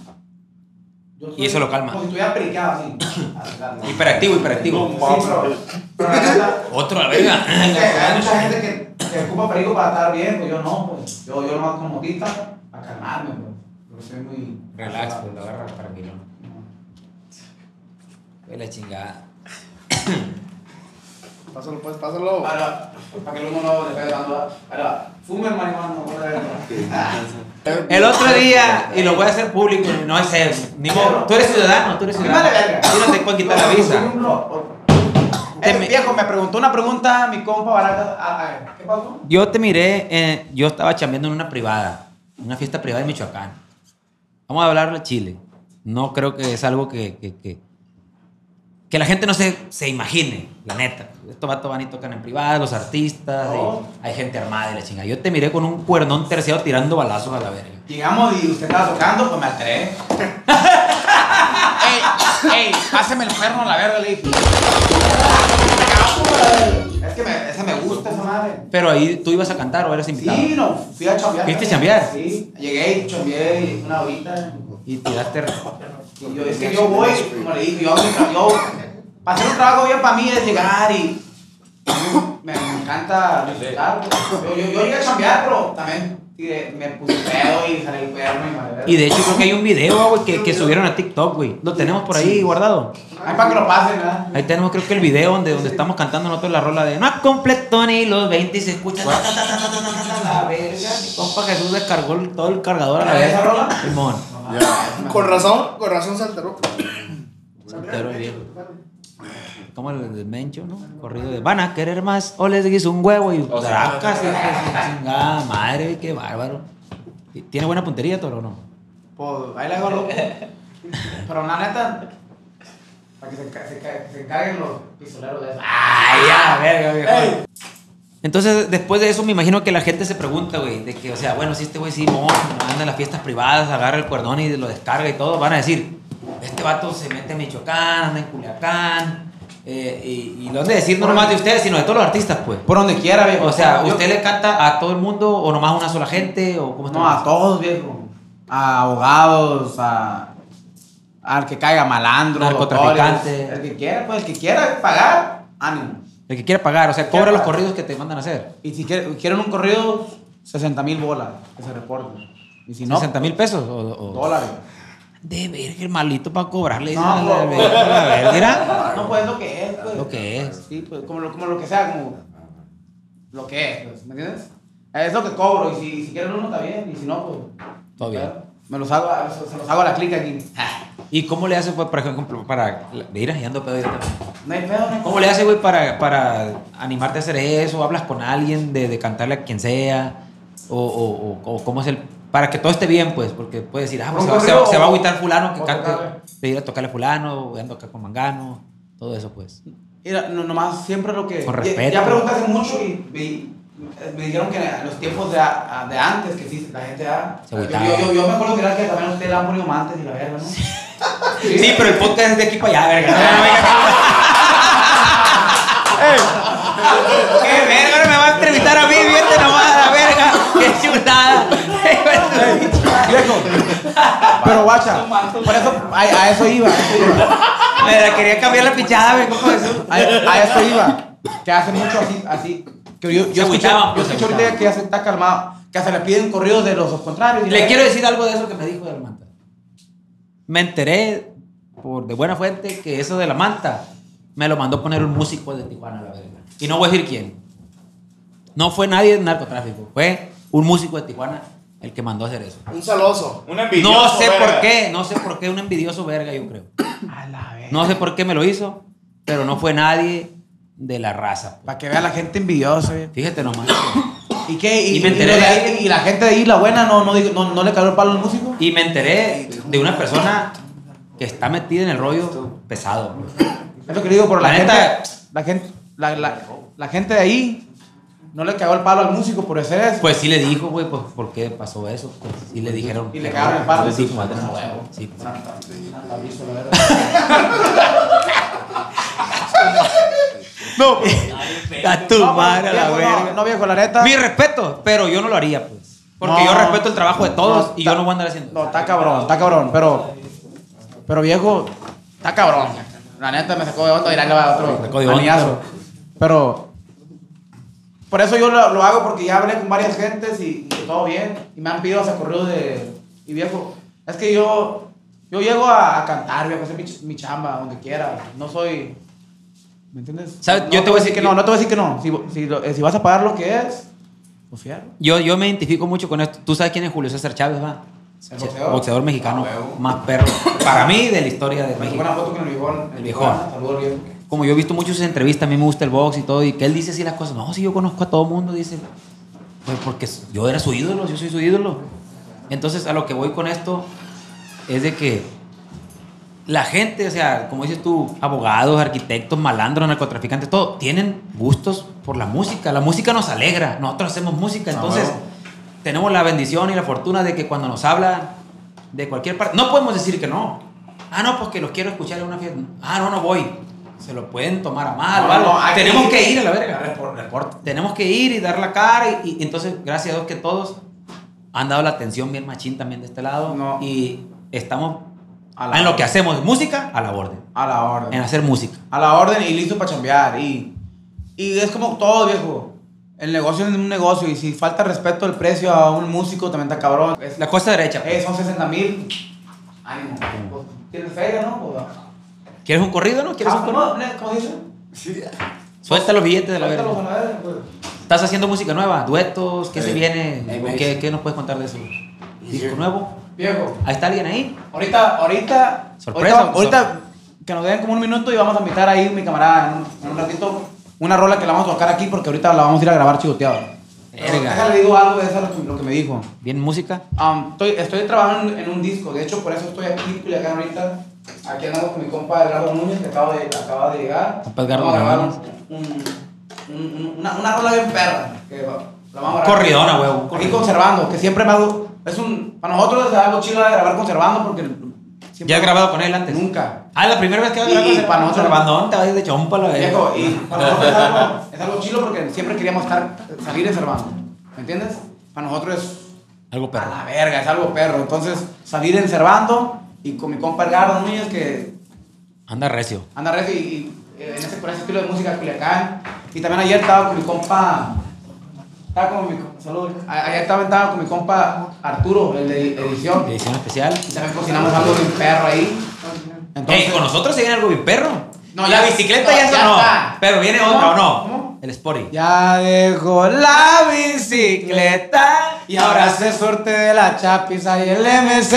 Speaker 2: Yo
Speaker 1: Y eso lo calma.
Speaker 2: Como si estuviera periqueado así. Adelante.
Speaker 1: Hiperactivo, hiperactivo.
Speaker 2: Sí, pero, pero la neta,
Speaker 1: Otro, la verga.
Speaker 2: hay hay mucha gente que, que ocupa perico para estar bien, pues yo no, pues. Yo, yo nomás con motita para calmarme, pues. Porque soy muy.
Speaker 1: Relax, pues la agarra tranquilo. Güey, la chingada.
Speaker 3: Pásalo, pues, pásalo.
Speaker 2: Para, para que el humo no le pegue tanto. ¿verdad? Ahora, fume marihuana, no voy a ver.
Speaker 1: El otro día, y lo voy a hacer público, no es eso, ni modo. Tú eres ciudadano, tú eres
Speaker 2: A mí me
Speaker 1: ciudadano.
Speaker 2: vale verga.
Speaker 1: Tú no te pueden quitar la
Speaker 2: Yo, por
Speaker 1: visa.
Speaker 2: ejemplo,
Speaker 1: Te
Speaker 2: el
Speaker 1: me-
Speaker 2: Eh, viejo me preguntó una pregunta, mi compa Barata. ah, ah, ¿Qué pasó?
Speaker 1: Yo te miré, eh, yo estaba chambeando en una privada, en una fiesta privada de Michoacán. Vamos a hablar de Chile. No creo que es algo que, que, que, que la gente no se, se imagine, la neta. Estos vatos van y tocan en privada, los artistas, y
Speaker 2: No.
Speaker 1: hay gente armada y la chingada. Yo te miré con un cuernón terciado tirando balazos a la verga.
Speaker 2: Llegamos y usted estaba tocando, pues me alteré. ey, ey, páseme el perro a la verga, le dije. Es que me, esa me gusta, esa madre.
Speaker 1: Pero ahí tú ibas a cantar o eras invitado.
Speaker 2: Sí, no, fui a chambear.
Speaker 1: ¿Fuiste a chambear?
Speaker 2: Sí, llegué y chambeé una horita.
Speaker 1: Y tiraste.
Speaker 2: Y yo, es que yo voy, como le dije, yo, yo, yo para hacer un trabajo bien para mí es llegar y me, me encanta disfrutar. pues. Yo, yo, yo llegué a chambear, pero también tiré- me puse pedo y salí el perro y madre.
Speaker 1: Y de hecho creo que hay un video, güey, que, que subieron a TikTok, güey. Lo tenemos por ahí guardado.
Speaker 2: Ay, para que lo pasen, ¿verdad?
Speaker 1: Ahí tenemos creo que el video donde, donde estamos cantando nosotros la rola de No completo ni los 20 y se escucha ta, ta, ta, ta, ta, ta, ta, ta, la verga. Mi compa Jesús descargó el- todo el cargador a la
Speaker 2: ¿Esa
Speaker 1: vez.
Speaker 2: rola?
Speaker 1: Simón.
Speaker 2: No
Speaker 3: Ya.
Speaker 7: Con razón, con razón se alteró.
Speaker 1: Pero bien. Como el de Mencho, ¿no? Corrido de van a querer más o les guiso un huevo y
Speaker 6: O sea,
Speaker 1: tracas. y- y- Chingada madre, qué bárbaro. ¿Tiene buena puntería, Toro, o no?
Speaker 2: Pues ahí le hago loco. Pero la neta, para que se, enca- se, enca- se encarguen los pistoleros de eso. ¡Ay, ya, verga, viejo!
Speaker 1: Entonces, después de eso, me imagino que la gente se pregunta, güey, de que, o sea, bueno, si este güey sí, no, anda a las fiestas privadas, agarra el cuerdón y lo descarga y todo, van a decir, este vato se mete en Michoacán, anda en Culiacán, eh, y, y no es de decir no nomás de ustedes, sino de todos los artistas, pues.
Speaker 2: Por donde quiera, viejo.
Speaker 1: O sea,
Speaker 2: Yo-
Speaker 1: ¿usted le canta a todo el mundo o nomás a una sola gente o cómo está?
Speaker 2: Pues No, a todos, viejo. A abogados, a. Al que caiga malandro,
Speaker 1: Narcotraficante.
Speaker 2: doctores, El que quiera, pues el que quiera pagar, ánimo.
Speaker 1: El que quiera pagar, o sea, cobra los corridos que te mandan a hacer.
Speaker 2: Y si quiere- quieren un corrido, 60 mil bolas que se reporten. Y si no,
Speaker 1: 60 mil pesos o, o-
Speaker 2: dólares.
Speaker 1: De verga, el malito para cobrarle.
Speaker 2: No,
Speaker 1: dicen a la
Speaker 2: no,
Speaker 1: verga, la verga, mira.
Speaker 2: No, pues es lo que es, pues.
Speaker 1: Lo que es.
Speaker 2: Sí, pues como lo, como lo que sea, como. Lo que es, pues, ¿me entiendes? Es lo que cobro. Y si, si quieren uno, está bien. Y si no, pues.
Speaker 1: Todo bien.
Speaker 2: Me los hago, a- se se los hago a la clica aquí.
Speaker 1: Ah, ¿Y cómo le hace, pues, por ejemplo, para... Mira, ya ando pedo yo también.
Speaker 2: No hay pedo, no hay
Speaker 1: ¿Cómo le hace, güey, para, para animarte a hacer eso? ¿Hablas con alguien de, de cantarle a quien sea? O, o, o- o cómo es el... Para que todo esté bien, pues, porque puedes decir, ah, pues,
Speaker 2: Un
Speaker 1: se, va, se,
Speaker 2: corrido
Speaker 1: va- se va a
Speaker 2: o-
Speaker 1: agüitar fulano que
Speaker 2: o
Speaker 1: cante,
Speaker 2: tocarle.
Speaker 1: de ir a tocarle a fulano, ando acá con mangano, todo eso, pues.
Speaker 2: Mira, no, nomás siempre lo que.
Speaker 1: Con
Speaker 2: ya-
Speaker 1: respeto.
Speaker 2: Ya, preguntaste mucho y, y me dijeron que en los tiempos de, a- de antes, que sí, la gente ya.
Speaker 1: Se
Speaker 2: Yo,
Speaker 1: agüitaba.
Speaker 2: yo, yo- yo me acuerdo que era que también ustedes la han morido más antes y la verga, ¿no?
Speaker 1: Sí, pero el podcast es de aquí para allá, verga. ¡Qué verga! Ahora me va a entrevistar a mí, vete nomás, la verga. ¡Qué chulada!
Speaker 2: Pero guacha, por eso, a, a eso iba, a eso iba.
Speaker 1: Me la quería cambiar la pichada, güey. ¿Cómo es eso?
Speaker 2: A, a eso iba. Que hace mucho así, así. Que yo,
Speaker 1: Se
Speaker 2: yo escuché,
Speaker 1: agüitaban,
Speaker 2: yo
Speaker 1: pues,
Speaker 2: escuché
Speaker 1: se
Speaker 2: ahorita
Speaker 1: agüitaban.
Speaker 2: que ya se está calmado, que se le piden corridos de los dos contrarios. y la
Speaker 1: Le
Speaker 2: verga.
Speaker 1: quiero decir algo de eso que me dijo de la manta. Me enteré por de buena fuente que eso de la manta me lo mandó poner un músico de Tijuana, la verga. Y no voy a decir quién. No fue nadie de narcotráfico, fue un músico de Tijuana el que mandó a hacer eso.
Speaker 7: Un celoso.
Speaker 6: Un envidioso.
Speaker 1: No sé
Speaker 6: verga.
Speaker 1: por qué, no sé por qué, un envidioso verga, yo creo.
Speaker 2: A la verga.
Speaker 1: No sé por qué me lo hizo, pero no fue nadie de la raza. pues.
Speaker 2: Para que vea la gente envidiosa, bien.
Speaker 1: Fíjate nomás.
Speaker 2: ¿Y qué? ¿Y,
Speaker 1: Y me
Speaker 2: y
Speaker 1: enteré
Speaker 2: lo de
Speaker 1: de-
Speaker 2: ahí- y la gente de ahí, la buena, no, no, digo- no, no le cayó el palo al músico?
Speaker 1: Y me enteré de una persona que está metida en el rollo pesado. pues.
Speaker 2: Es lo que digo, pero la,
Speaker 1: La
Speaker 2: gente,
Speaker 1: neta-
Speaker 2: la gente, la, la- la gente de ahí no le cagó el palo al músico por hacer eso.
Speaker 1: Pues sí le dijo, güey, pues por qué pasó eso. Pues sí le dijeron.
Speaker 2: Y le cagaron el palo.
Speaker 1: Sí, sí, madre, no, huevo. Sí, pues, sí.
Speaker 2: no,
Speaker 1: A tu madre, a la
Speaker 2: viejo,
Speaker 1: verga.
Speaker 2: No, no, viejo, la neta.
Speaker 1: Mi respeto, pero yo no lo haría, pues. Porque
Speaker 2: No.
Speaker 1: yo respeto el trabajo de todos
Speaker 2: No,
Speaker 1: y yo
Speaker 2: ta-
Speaker 1: no voy a andar haciendo
Speaker 2: No,
Speaker 1: eso.
Speaker 2: está cabrón, está cabrón, pero. Pero viejo, está cabrón. La neta me sacó de onda y la va a
Speaker 1: Me
Speaker 2: otro
Speaker 1: sacó de onda.
Speaker 2: anillazo. Pero. Por eso yo lo, lo hago porque ya hablé con varias gentes y, y todo bien. Y me han pedido hasta corridos de. Y viejo, es que yo. Yo llego a, a cantar, viejo, hacer mi, ch- mi chamba, donde quiera. No soy. ¿Me entiendes?
Speaker 1: ¿Sabes?
Speaker 2: No
Speaker 1: Yo te voy a decir-
Speaker 2: que no, no te voy a decir que no. Si, si, lo- eh, si vas a pagar lo que es, pues fierro.
Speaker 1: Yo, yo me identifico mucho con esto. Tú sabes quién es Julio César Chávez, va.
Speaker 2: El
Speaker 1: Che,
Speaker 2: boxeador.
Speaker 1: mexicano
Speaker 2: Ah, huevo.
Speaker 1: más perro para mí de la historia de
Speaker 2: Me
Speaker 1: México.
Speaker 2: sacó una foto con el viejón.
Speaker 1: El viejón.
Speaker 2: Saludos, viejo.
Speaker 1: Como yo he visto muchas entrevistas, a mí me gusta el box y todo, y que él dice así las cosas. No, si yo conozco a todo mundo, dice. Pues porque yo era su ídolo, yo soy su ídolo. Entonces, a lo que voy con esto es de que la gente, o sea, como dices tú, abogados, arquitectos, malandros, narcotraficantes, todo, tienen gustos por la música. La música nos alegra, nosotros hacemos
Speaker 2: Ah,
Speaker 1: música, entonces
Speaker 3: huevo.
Speaker 1: tenemos la bendición y la fortuna de que cuando nos hablan de cualquier parte, no podemos decir que no. Ah, no, pues que los quiero escuchar en una fiesta. Ah, no, no voy. Se lo pueden tomar a mal o
Speaker 2: No,
Speaker 1: algo.
Speaker 2: no, hay que
Speaker 1: Ah, Tenemos
Speaker 2: ir.
Speaker 1: que ir a la verga.
Speaker 2: Repor- reporte.
Speaker 1: Tenemos que ir y dar la cara. Y, y entonces, gracias a Dios que todos han dado la atención bien machín también de este lado.
Speaker 2: No.
Speaker 1: Y estamos
Speaker 2: A la
Speaker 1: en lo que
Speaker 2: orden.
Speaker 1: hacemos. Música a la orden.
Speaker 2: A la
Speaker 1: En
Speaker 2: orden.
Speaker 1: hacer música.
Speaker 2: A la orden y listo para chambear. Y, y es como todo, viejo. El negocio es un negocio y si falta respeto al precio a un músico también está cabrón. Es-
Speaker 1: La cosa derecha. pues.
Speaker 2: eh, son 60 mil. Ánimo. Pues, ¿Tienes feria, no? Pues, ah,
Speaker 1: ¿Quieres un corrido, Ah, no? ¿Quieres un
Speaker 2: ¿cómo,
Speaker 1: corrido?
Speaker 2: no? ¿Cómo dice?
Speaker 1: Suelta los billetes de la
Speaker 2: Suéltalos
Speaker 1: verga.
Speaker 2: a la verga, pues.
Speaker 1: ¿Estás haciendo música nueva? ¿Duetos? ¿Qué se
Speaker 3: Sí.
Speaker 1: viene?
Speaker 3: Ahí
Speaker 1: ¿O
Speaker 3: me
Speaker 1: ¿Qué,
Speaker 3: dice.
Speaker 1: ¿Qué nos puedes contar de eso? ¿Disco nuevo?
Speaker 2: Viejo.
Speaker 1: ¿Ahí está alguien ahí?
Speaker 2: Ahorita, ahorita.
Speaker 1: Sorpresa,
Speaker 2: Ahorita, ahorita que nos den como un minuto y vamos a invitar ahí mi camarada en un, en un ratito una rola que la vamos a tocar aquí porque ahorita la vamos a ir a grabar chigoteado. Pero
Speaker 1: Verga.
Speaker 2: Déjale digo algo de eso, lo que me dijo.
Speaker 1: ¿Bien música?
Speaker 2: Am, estoy, estoy trabajando en un disco, de hecho por eso estoy aquí y acá ahorita. Aquí andamos con mi compa Edgardo Núñez que acaba de, acaba de llegar.
Speaker 1: Compa Edgardo,
Speaker 2: vamos a grabar
Speaker 1: ¿no?
Speaker 2: un- un- un- una, una rola bien perra. Que va- la vamos a grabar.
Speaker 1: Corridona, huevo,
Speaker 2: Aquí
Speaker 1: corridona.
Speaker 2: conservando, que siempre me hago- es un Para nosotros es algo chido de grabar conservando porque. siempre-
Speaker 1: ¿Ya has grabado con él antes?
Speaker 2: Nunca.
Speaker 1: Ah, la primera vez que vas
Speaker 2: Y-
Speaker 1: a grabar
Speaker 2: y para nosotros-
Speaker 1: el bandón, te vas a ir de chompa, la verga.
Speaker 2: Viejo, y para nosotros es algo, es algo chido porque siempre queríamos estar, salir encervando. ¿Me entiendes? Para nosotros es
Speaker 1: Algo
Speaker 2: a
Speaker 1: perro.
Speaker 2: la verga, es algo perro. Entonces, salir encervando y con mi compa Edgardo Núñez que
Speaker 1: Anda recio.
Speaker 2: anda red y, y, eh, en ese, con ese estilo de música Culiacán. Y también ayer estaba con mi compa. Estaba con mi compa. Saludos. A- Ayer estaba, estaba con mi compa Arturo, el de edición.
Speaker 1: Edición especial.
Speaker 2: Y también cocinamos algo de un perro ahí. Entonces,
Speaker 1: Ey, con nosotros se viene algo bien perro.
Speaker 2: No,
Speaker 1: la
Speaker 2: ya-
Speaker 1: bicicleta
Speaker 2: no,
Speaker 1: ya, eso
Speaker 2: ya
Speaker 1: no.
Speaker 2: está.
Speaker 1: Pero viene
Speaker 2: ¿Cómo?
Speaker 1: otra, ¿o no?
Speaker 2: ¿Cómo?
Speaker 1: El Sporty.
Speaker 2: Ya dejó la bicicleta y ahora se sorte de la chapiza y el MZ.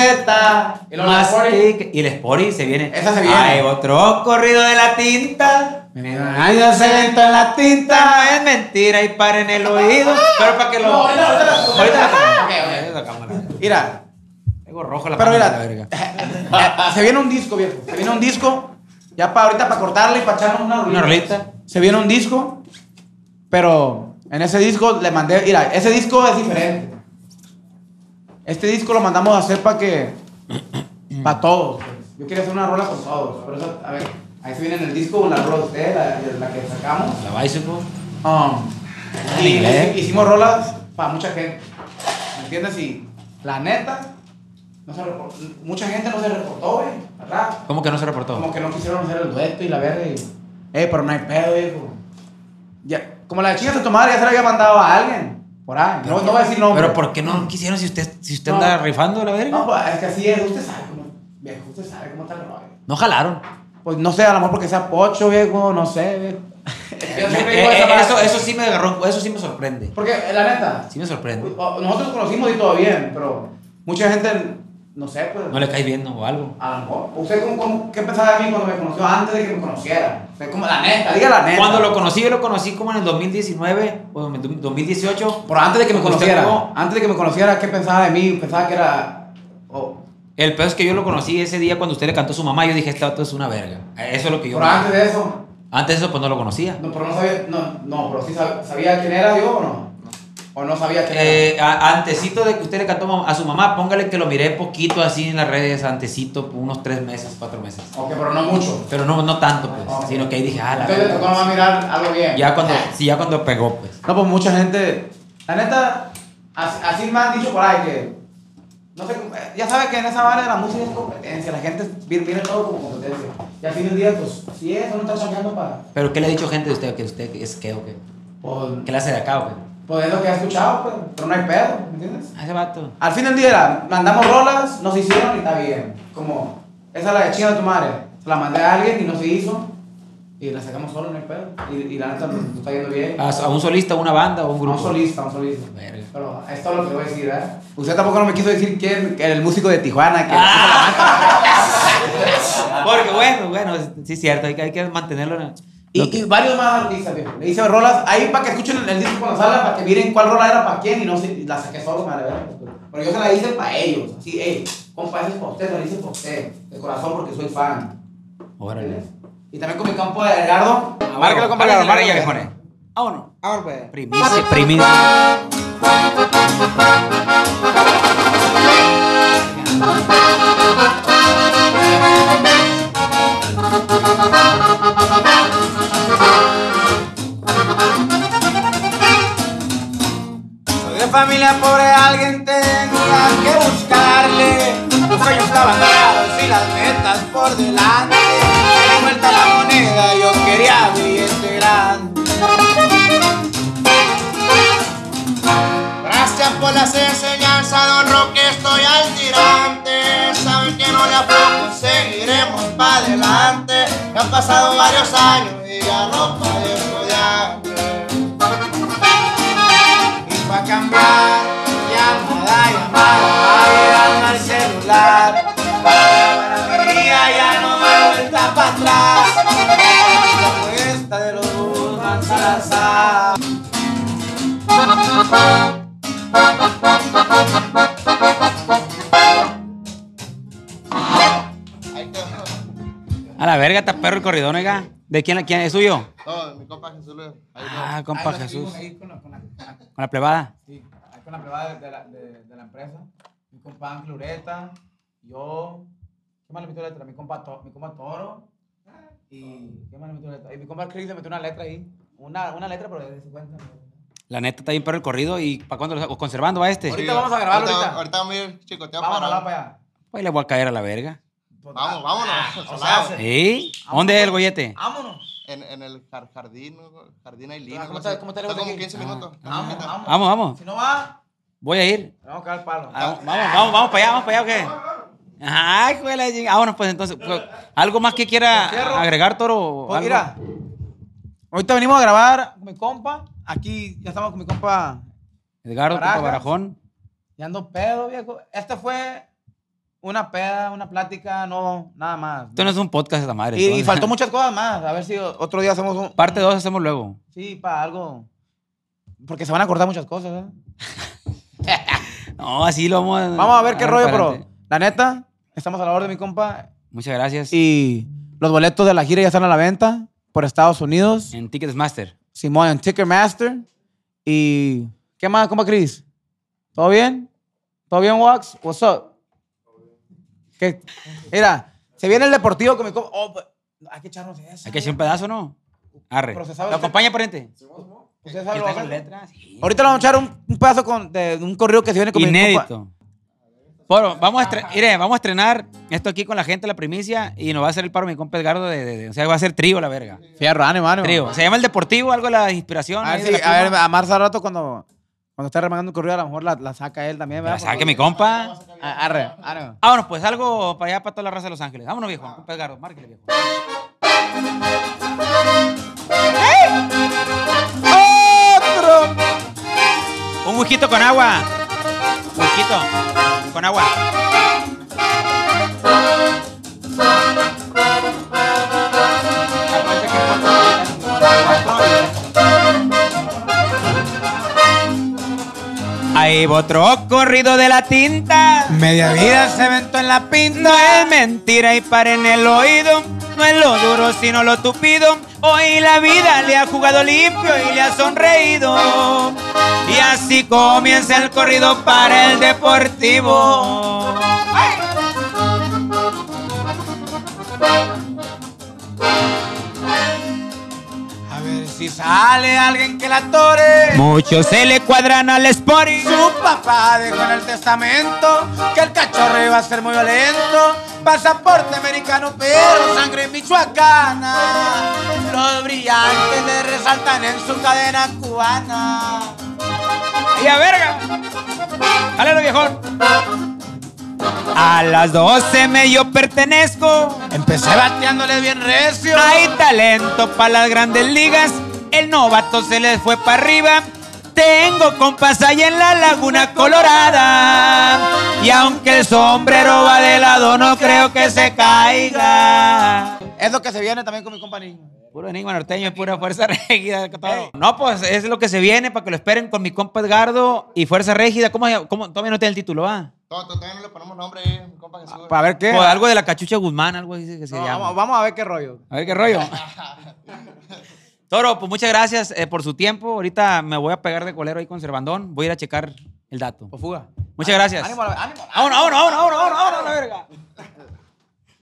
Speaker 2: Y lo
Speaker 1: Más
Speaker 2: mejor-
Speaker 1: tic- y el Sporty se viene.
Speaker 2: Esa se viene.
Speaker 1: Hay otro corrido de la tinta.
Speaker 2: Ay, ya se aventó en la
Speaker 1: Tinta
Speaker 2: tinta.
Speaker 1: es mentira y para en el oído. Pero para que lo.
Speaker 2: No, ahorita- ahorita la-
Speaker 1: Ahorita la
Speaker 2: Ah,
Speaker 1: tocamos.
Speaker 2: ok, ok.
Speaker 1: Ahorita la tocamos, la verga.
Speaker 2: Mira,
Speaker 1: Tengo rojo la
Speaker 2: Pero
Speaker 1: mano,
Speaker 2: mira.
Speaker 1: la verga.
Speaker 2: se viene un disco, viejo. Se viene un disco. Ya para ahorita para cortarle y para echarnos una rolita.
Speaker 1: Una rolita.
Speaker 2: Se viene un disco. Pero en ese disco le mandé. Mira, ese disco es diferente. Este disco lo mandamos a hacer para que. Para todos. pues. Yo quería hacer una rola con todos. Por eso, a ver, ahí se viene en el disco la rola de usted, la, la que sacamos.
Speaker 1: La bicycle.
Speaker 2: Um,
Speaker 1: En
Speaker 2: y-
Speaker 1: inglés.
Speaker 2: y- hicimos rolas para mucha gente. ¿Me entiendes? Y la neta, no se reportó- mucha gente no se reportó, güey. ¿Verdad?
Speaker 1: ¿Cómo que no se reportó?
Speaker 2: Como que no quisieron hacer el dueto y la verga. Y, eh, pero no hay pedo, viejo. Ya, como la chinga de tu madre ya se la había mandado a alguien. Por ahí. No, no voy a decir nombre.
Speaker 1: Pero ¿por qué no quisieron si usted, si usted
Speaker 2: No.
Speaker 1: anda rifando la verga?
Speaker 2: No,
Speaker 1: No,
Speaker 2: pues es que así es. Usted sabe cómo. Viejo, usted sabe cómo está la madre.
Speaker 1: jalaron.
Speaker 2: Pues no sé, a lo mejor porque sea pocho, viejo. No sé, viejo. Yo siempre digo
Speaker 1: Eh, eh,
Speaker 2: esa
Speaker 1: eso,
Speaker 2: madre.
Speaker 1: eso sí me agarró, eso sí me sorprende.
Speaker 2: Porque la neta.
Speaker 1: Sí me sorprende.
Speaker 2: O- Oh, Nosotros conocimos y todo bien, pero mucha gente, no sé, pues.
Speaker 1: No le caes bien ¿no? o algo.
Speaker 2: A lo mejor. ¿Usted cómo, cómo- qué pensaba de mí cuando me conoció antes de que me conociera? Usted como la neta, diga la neta.
Speaker 1: Cuando lo conocí, yo lo conocí como en el 2019 o en el 2018.
Speaker 2: Pero antes de que me
Speaker 1: Cuando usted
Speaker 2: conociera.
Speaker 1: llegó,
Speaker 2: Antes de que me conociera, ¿qué pensaba de mí? Pensaba que era. oh, o-
Speaker 1: El peor es que yo lo conocí ese día cuando usted le cantó a su mamá. Yo dije, este vato es una verga. Eso es lo que yo.
Speaker 2: pero antes de eso.
Speaker 1: Antes de eso, pues no lo conocía.
Speaker 2: No, pero no sabía. No, no pero sí sab- sabía quién era yo o no. O no sabía quién era.
Speaker 1: Eh, a- antesito de que usted le cantó mam- a su mamá, póngale que lo miré poquito así en las redes, antesito, unos tres meses, cuatro meses.
Speaker 2: Ok, pero no mucho.
Speaker 1: Pero no, no tanto, pues,
Speaker 2: Ah, ok.
Speaker 1: sino que ahí dije, ah, la
Speaker 2: Entonces le
Speaker 1: verga.
Speaker 2: tocó nomás mirar algo bien.
Speaker 1: Ya cuando, sí, ya cuando pegó, pues.
Speaker 2: No, pues mucha gente. La neta, así, así me han dicho por ahí que. No sé, cómo- ya sabes que en esa área de la música es competencia, la gente vi- viene todo como competencia. Y al fin del día, pues, si es, uno está chambeando para.
Speaker 1: Pero ¿qué le ha dicho gente de usted? ¿Que usted es qué o qué?
Speaker 2: Pues,
Speaker 1: ¿Qué le hace de acá o qué?
Speaker 2: pues es lo que ha escuchado, pues, pero no hay pedo, ¿me entiendes?
Speaker 1: A ese vato.
Speaker 2: Al fin del día, la- mandamos rolas, nos hicieron y está bien. Como, esa es la de China de tu madre. Se la mandé a alguien y no se hizo. Y la sacamos solo, no hay pedo. Y, y la neta, pues, nos está yendo bien.
Speaker 1: A, a un solista, una banda o un Ah, grupo.
Speaker 2: A un solista, a un solista.
Speaker 1: Verga.
Speaker 2: Pero esto es lo que te voy a decir, ¿eh? Usted tampoco no me quiso decir quién, que era el músico de Tijuana, que... Ah.
Speaker 1: Porque bueno, bueno, es- sí es cierto, hay que, hay que mantenerlo. en-
Speaker 2: Y,
Speaker 1: Lo que-
Speaker 2: y varios más artistas, viejo. Le hice rolas ahí para que escuchen el, el disco cuando salga, para que miren cuál rola era para quién y no se, y la saqué solo, madre verga. Pero yo se la hice para ellos, así, hey, compa, ese es para usted, se la hice para usted, de corazón porque soy fan.
Speaker 1: Órale.
Speaker 2: Y también con mi campo de Edgardo.
Speaker 1: Márcalo, compa, márcalo, márcalo, viejones.
Speaker 2: Vámonos. Ahora pues.
Speaker 1: Primicia, primicia.
Speaker 5: Soy de familia pobre, alguien tenía que buscarle. Los sueños estaban claros y las metas por delante. Me di vuelta la moneda, yo quería este billete grande. Gracias por las enseñanzas, don Roque, estoy al tirante. Saben que no le aflojo, seguiremos para adelante. Ya han pasado varios años y ya ropa de estudiante. Y pa' cambiar, llamada, llamada, va a llegar Marcelo
Speaker 1: A la verga, está perro el corridón, oiga. ¿De quién, quién es suyo?
Speaker 8: No, mi compa Jesús Luis. Ahí no.
Speaker 1: Ah, compa Jesús.
Speaker 2: Ahí con la, con la- con la-
Speaker 1: Con la plebada.
Speaker 2: sí, ahí con la plebada de, de la, de, de la empresa. Mi compa Ángel Ureta, yo. ¿Qué más le metió letra? Mi compa, To- mi compa Toro. Y. ¿Qué más le metió letra? Y mi compa Chris le metió una letra ahí. Una, una letra, pero de 50.
Speaker 1: La neta está bien perro el corrido. ¿Y para cuándo lo o conservando a este?
Speaker 2: Ahorita vamos a grabarlo
Speaker 8: Ahorita,
Speaker 2: ahorita.
Speaker 8: ahorita vamos a ir chicoteo
Speaker 2: Vamos
Speaker 8: para.
Speaker 2: a hablar para allá.
Speaker 1: Pues le voy a caer a la verga.
Speaker 2: Pues,
Speaker 8: Vamos,
Speaker 2: va-
Speaker 8: vámonos.
Speaker 2: o sea,
Speaker 8: solado.
Speaker 2: se-
Speaker 1: ¿Eh? ¿Dónde es el gollete?
Speaker 2: Vámonos.
Speaker 8: en, en el jar- jardín, ¿no? jardín hay lino.
Speaker 2: ¿Cómo
Speaker 8: no
Speaker 2: está-
Speaker 8: sé.
Speaker 2: cómo está el
Speaker 8: Está
Speaker 2: negocio
Speaker 8: como
Speaker 2: aquí?
Speaker 8: 15 minutos.
Speaker 2: Vamos, vamos.
Speaker 1: Vamos, vamos.
Speaker 2: Si no va,
Speaker 1: Voy a ir.
Speaker 2: le vamos a caer el palo.
Speaker 1: Ah, Vamos, vamos, vamos para allá, vamos para allá, ¿o qué? Ay, güey, la chingada. Vámonos, pues entonces. pues, ¿Algo más que
Speaker 2: Cierro.
Speaker 1: quiera agregar, Toro? o
Speaker 2: Pues
Speaker 1: algo?
Speaker 2: mira, ahorita venimos a grabar con mi compa. Aquí ya estamos con mi compa.
Speaker 1: Edgardo, compa
Speaker 2: Barajas.
Speaker 1: Barajón.
Speaker 2: Ya ando pedo, viejo. Esta fue una peda, una plática, no, nada más.
Speaker 1: Esto no es un podcast esta madre.
Speaker 2: y, y
Speaker 1: entonces.
Speaker 2: faltó muchas cosas más. A ver si otro día hacemos un.
Speaker 1: Parte 2 hacemos luego.
Speaker 2: Sí, para algo. Porque se van a cortar muchas cosas. ¿eh?
Speaker 1: No, así lo vamos a.
Speaker 2: Vamos a ver qué rollo,
Speaker 1: para
Speaker 2: pero
Speaker 1: adelante.
Speaker 2: la neta, estamos a la orden, mi compa.
Speaker 1: Muchas gracias.
Speaker 2: Y los boletos de la gira ya están a la venta por Estados Unidos.
Speaker 1: En Ticketmaster.
Speaker 2: Simón en Ticketmaster. Y. ¿Qué más, compa Cris? ¿Todo bien? ¿Todo bien, Wax? What's up? ¿Qué? Mira, se viene el deportivo con mi compa. Oh, pues, hay que echarnos eso. ¿eh?
Speaker 1: Hay que hacer un pedazo, ¿no? Arre.
Speaker 2: Pero se sabe
Speaker 1: ¿Lo
Speaker 2: usted-
Speaker 1: acompaña, pariente?
Speaker 2: Ustedes
Speaker 1: ¿Y
Speaker 2: saben lo
Speaker 1: está con
Speaker 2: que-
Speaker 1: letras? Sí.
Speaker 2: Ahorita le vamos a echar un, un pedazo con, de un correo que se viene con mi compa.
Speaker 1: Inédito. Bueno, vamos a, estre- mire, vamos a estrenar esto aquí con la gente, la primicia, y nos va a hacer el paro mi compa Edgardo. De, de- de- o sea, va a ser trío la verga.
Speaker 2: Fierro, ánimo, ánimo.
Speaker 1: Trío. Se llama El Deportivo, algo de la inspiración.
Speaker 2: A
Speaker 1: ahí
Speaker 2: ver,
Speaker 1: de
Speaker 2: si,
Speaker 1: la pluma.
Speaker 2: Ah, a, ver, a Marza rato cuando, cuando esté remangando un correo, a lo mejor la, la saca él también.
Speaker 1: Que la
Speaker 2: ¿verdad?
Speaker 1: saque mi compa.
Speaker 2: Ah, Arre, ánimo.
Speaker 1: Vámonos, pues algo para allá, para toda la raza de Los Ángeles. Vámonos, viejo. Compa Edgardo, márquele, viejo.
Speaker 2: ¡Otro!
Speaker 1: Un whisky con agua. Whisky con agua. Ahí va otro corrido de la tinta.
Speaker 5: Media vida se aventó en la pinta.
Speaker 1: No es mentira y para en el oído. No es lo duro, sino lo tupido. Hoy la vida le ha jugado limpio y le ha sonreído. Y así comienza el corrido para el deportivo.
Speaker 5: A ver si sale alguien que la tore.
Speaker 1: Muchos se le cuadran al Sporting.
Speaker 5: Su papá dejó en el testamento que el cachorro iba a ser muy violento. Pasaporte americano, pero sangre michoacana. Los brillantes le resaltan en su cadena cubana.
Speaker 1: ¡Y a verga! ¡Jálalo, viejón! A las 12 me yo pertenezco.
Speaker 5: Empecé bateándole bien recio.
Speaker 1: Hay talento para las grandes ligas. El novato se les fue para arriba. Tengo compas allá en la Laguna Colorada. Y aunque el sombrero va de lado, no creo que se caiga.
Speaker 2: Es lo que se viene también con mi compañero.
Speaker 1: Puro enigma norteño, es pura fuerza régida. compadre. No, pues es lo que se viene para que lo esperen con mi compa Edgardo y fuerza régida. ¿Cómo, se llama? ¿Cómo? Todavía no tiene el título, ¿ah?
Speaker 8: No, todavía no le ponemos nombre ahí, mi compa Jesús.
Speaker 2: Para Pues, ver qué.
Speaker 1: O algo de la cachucha Guzmán, algo así que se
Speaker 2: No,
Speaker 1: llama.
Speaker 2: vamos, vamos a ver qué rollo.
Speaker 1: A ver qué rollo. Toro, pues muchas gracias eh, por su tiempo. Ahorita me voy a pegar de colero ahí con Cervandón. Voy a ir a checar el dato.
Speaker 2: O fuga.
Speaker 1: Muchas gracias.
Speaker 2: Ánimo, ánimo.
Speaker 1: Vámonos, vámonos, vámonos, vámonos, vámonos, vámonos, a la verga.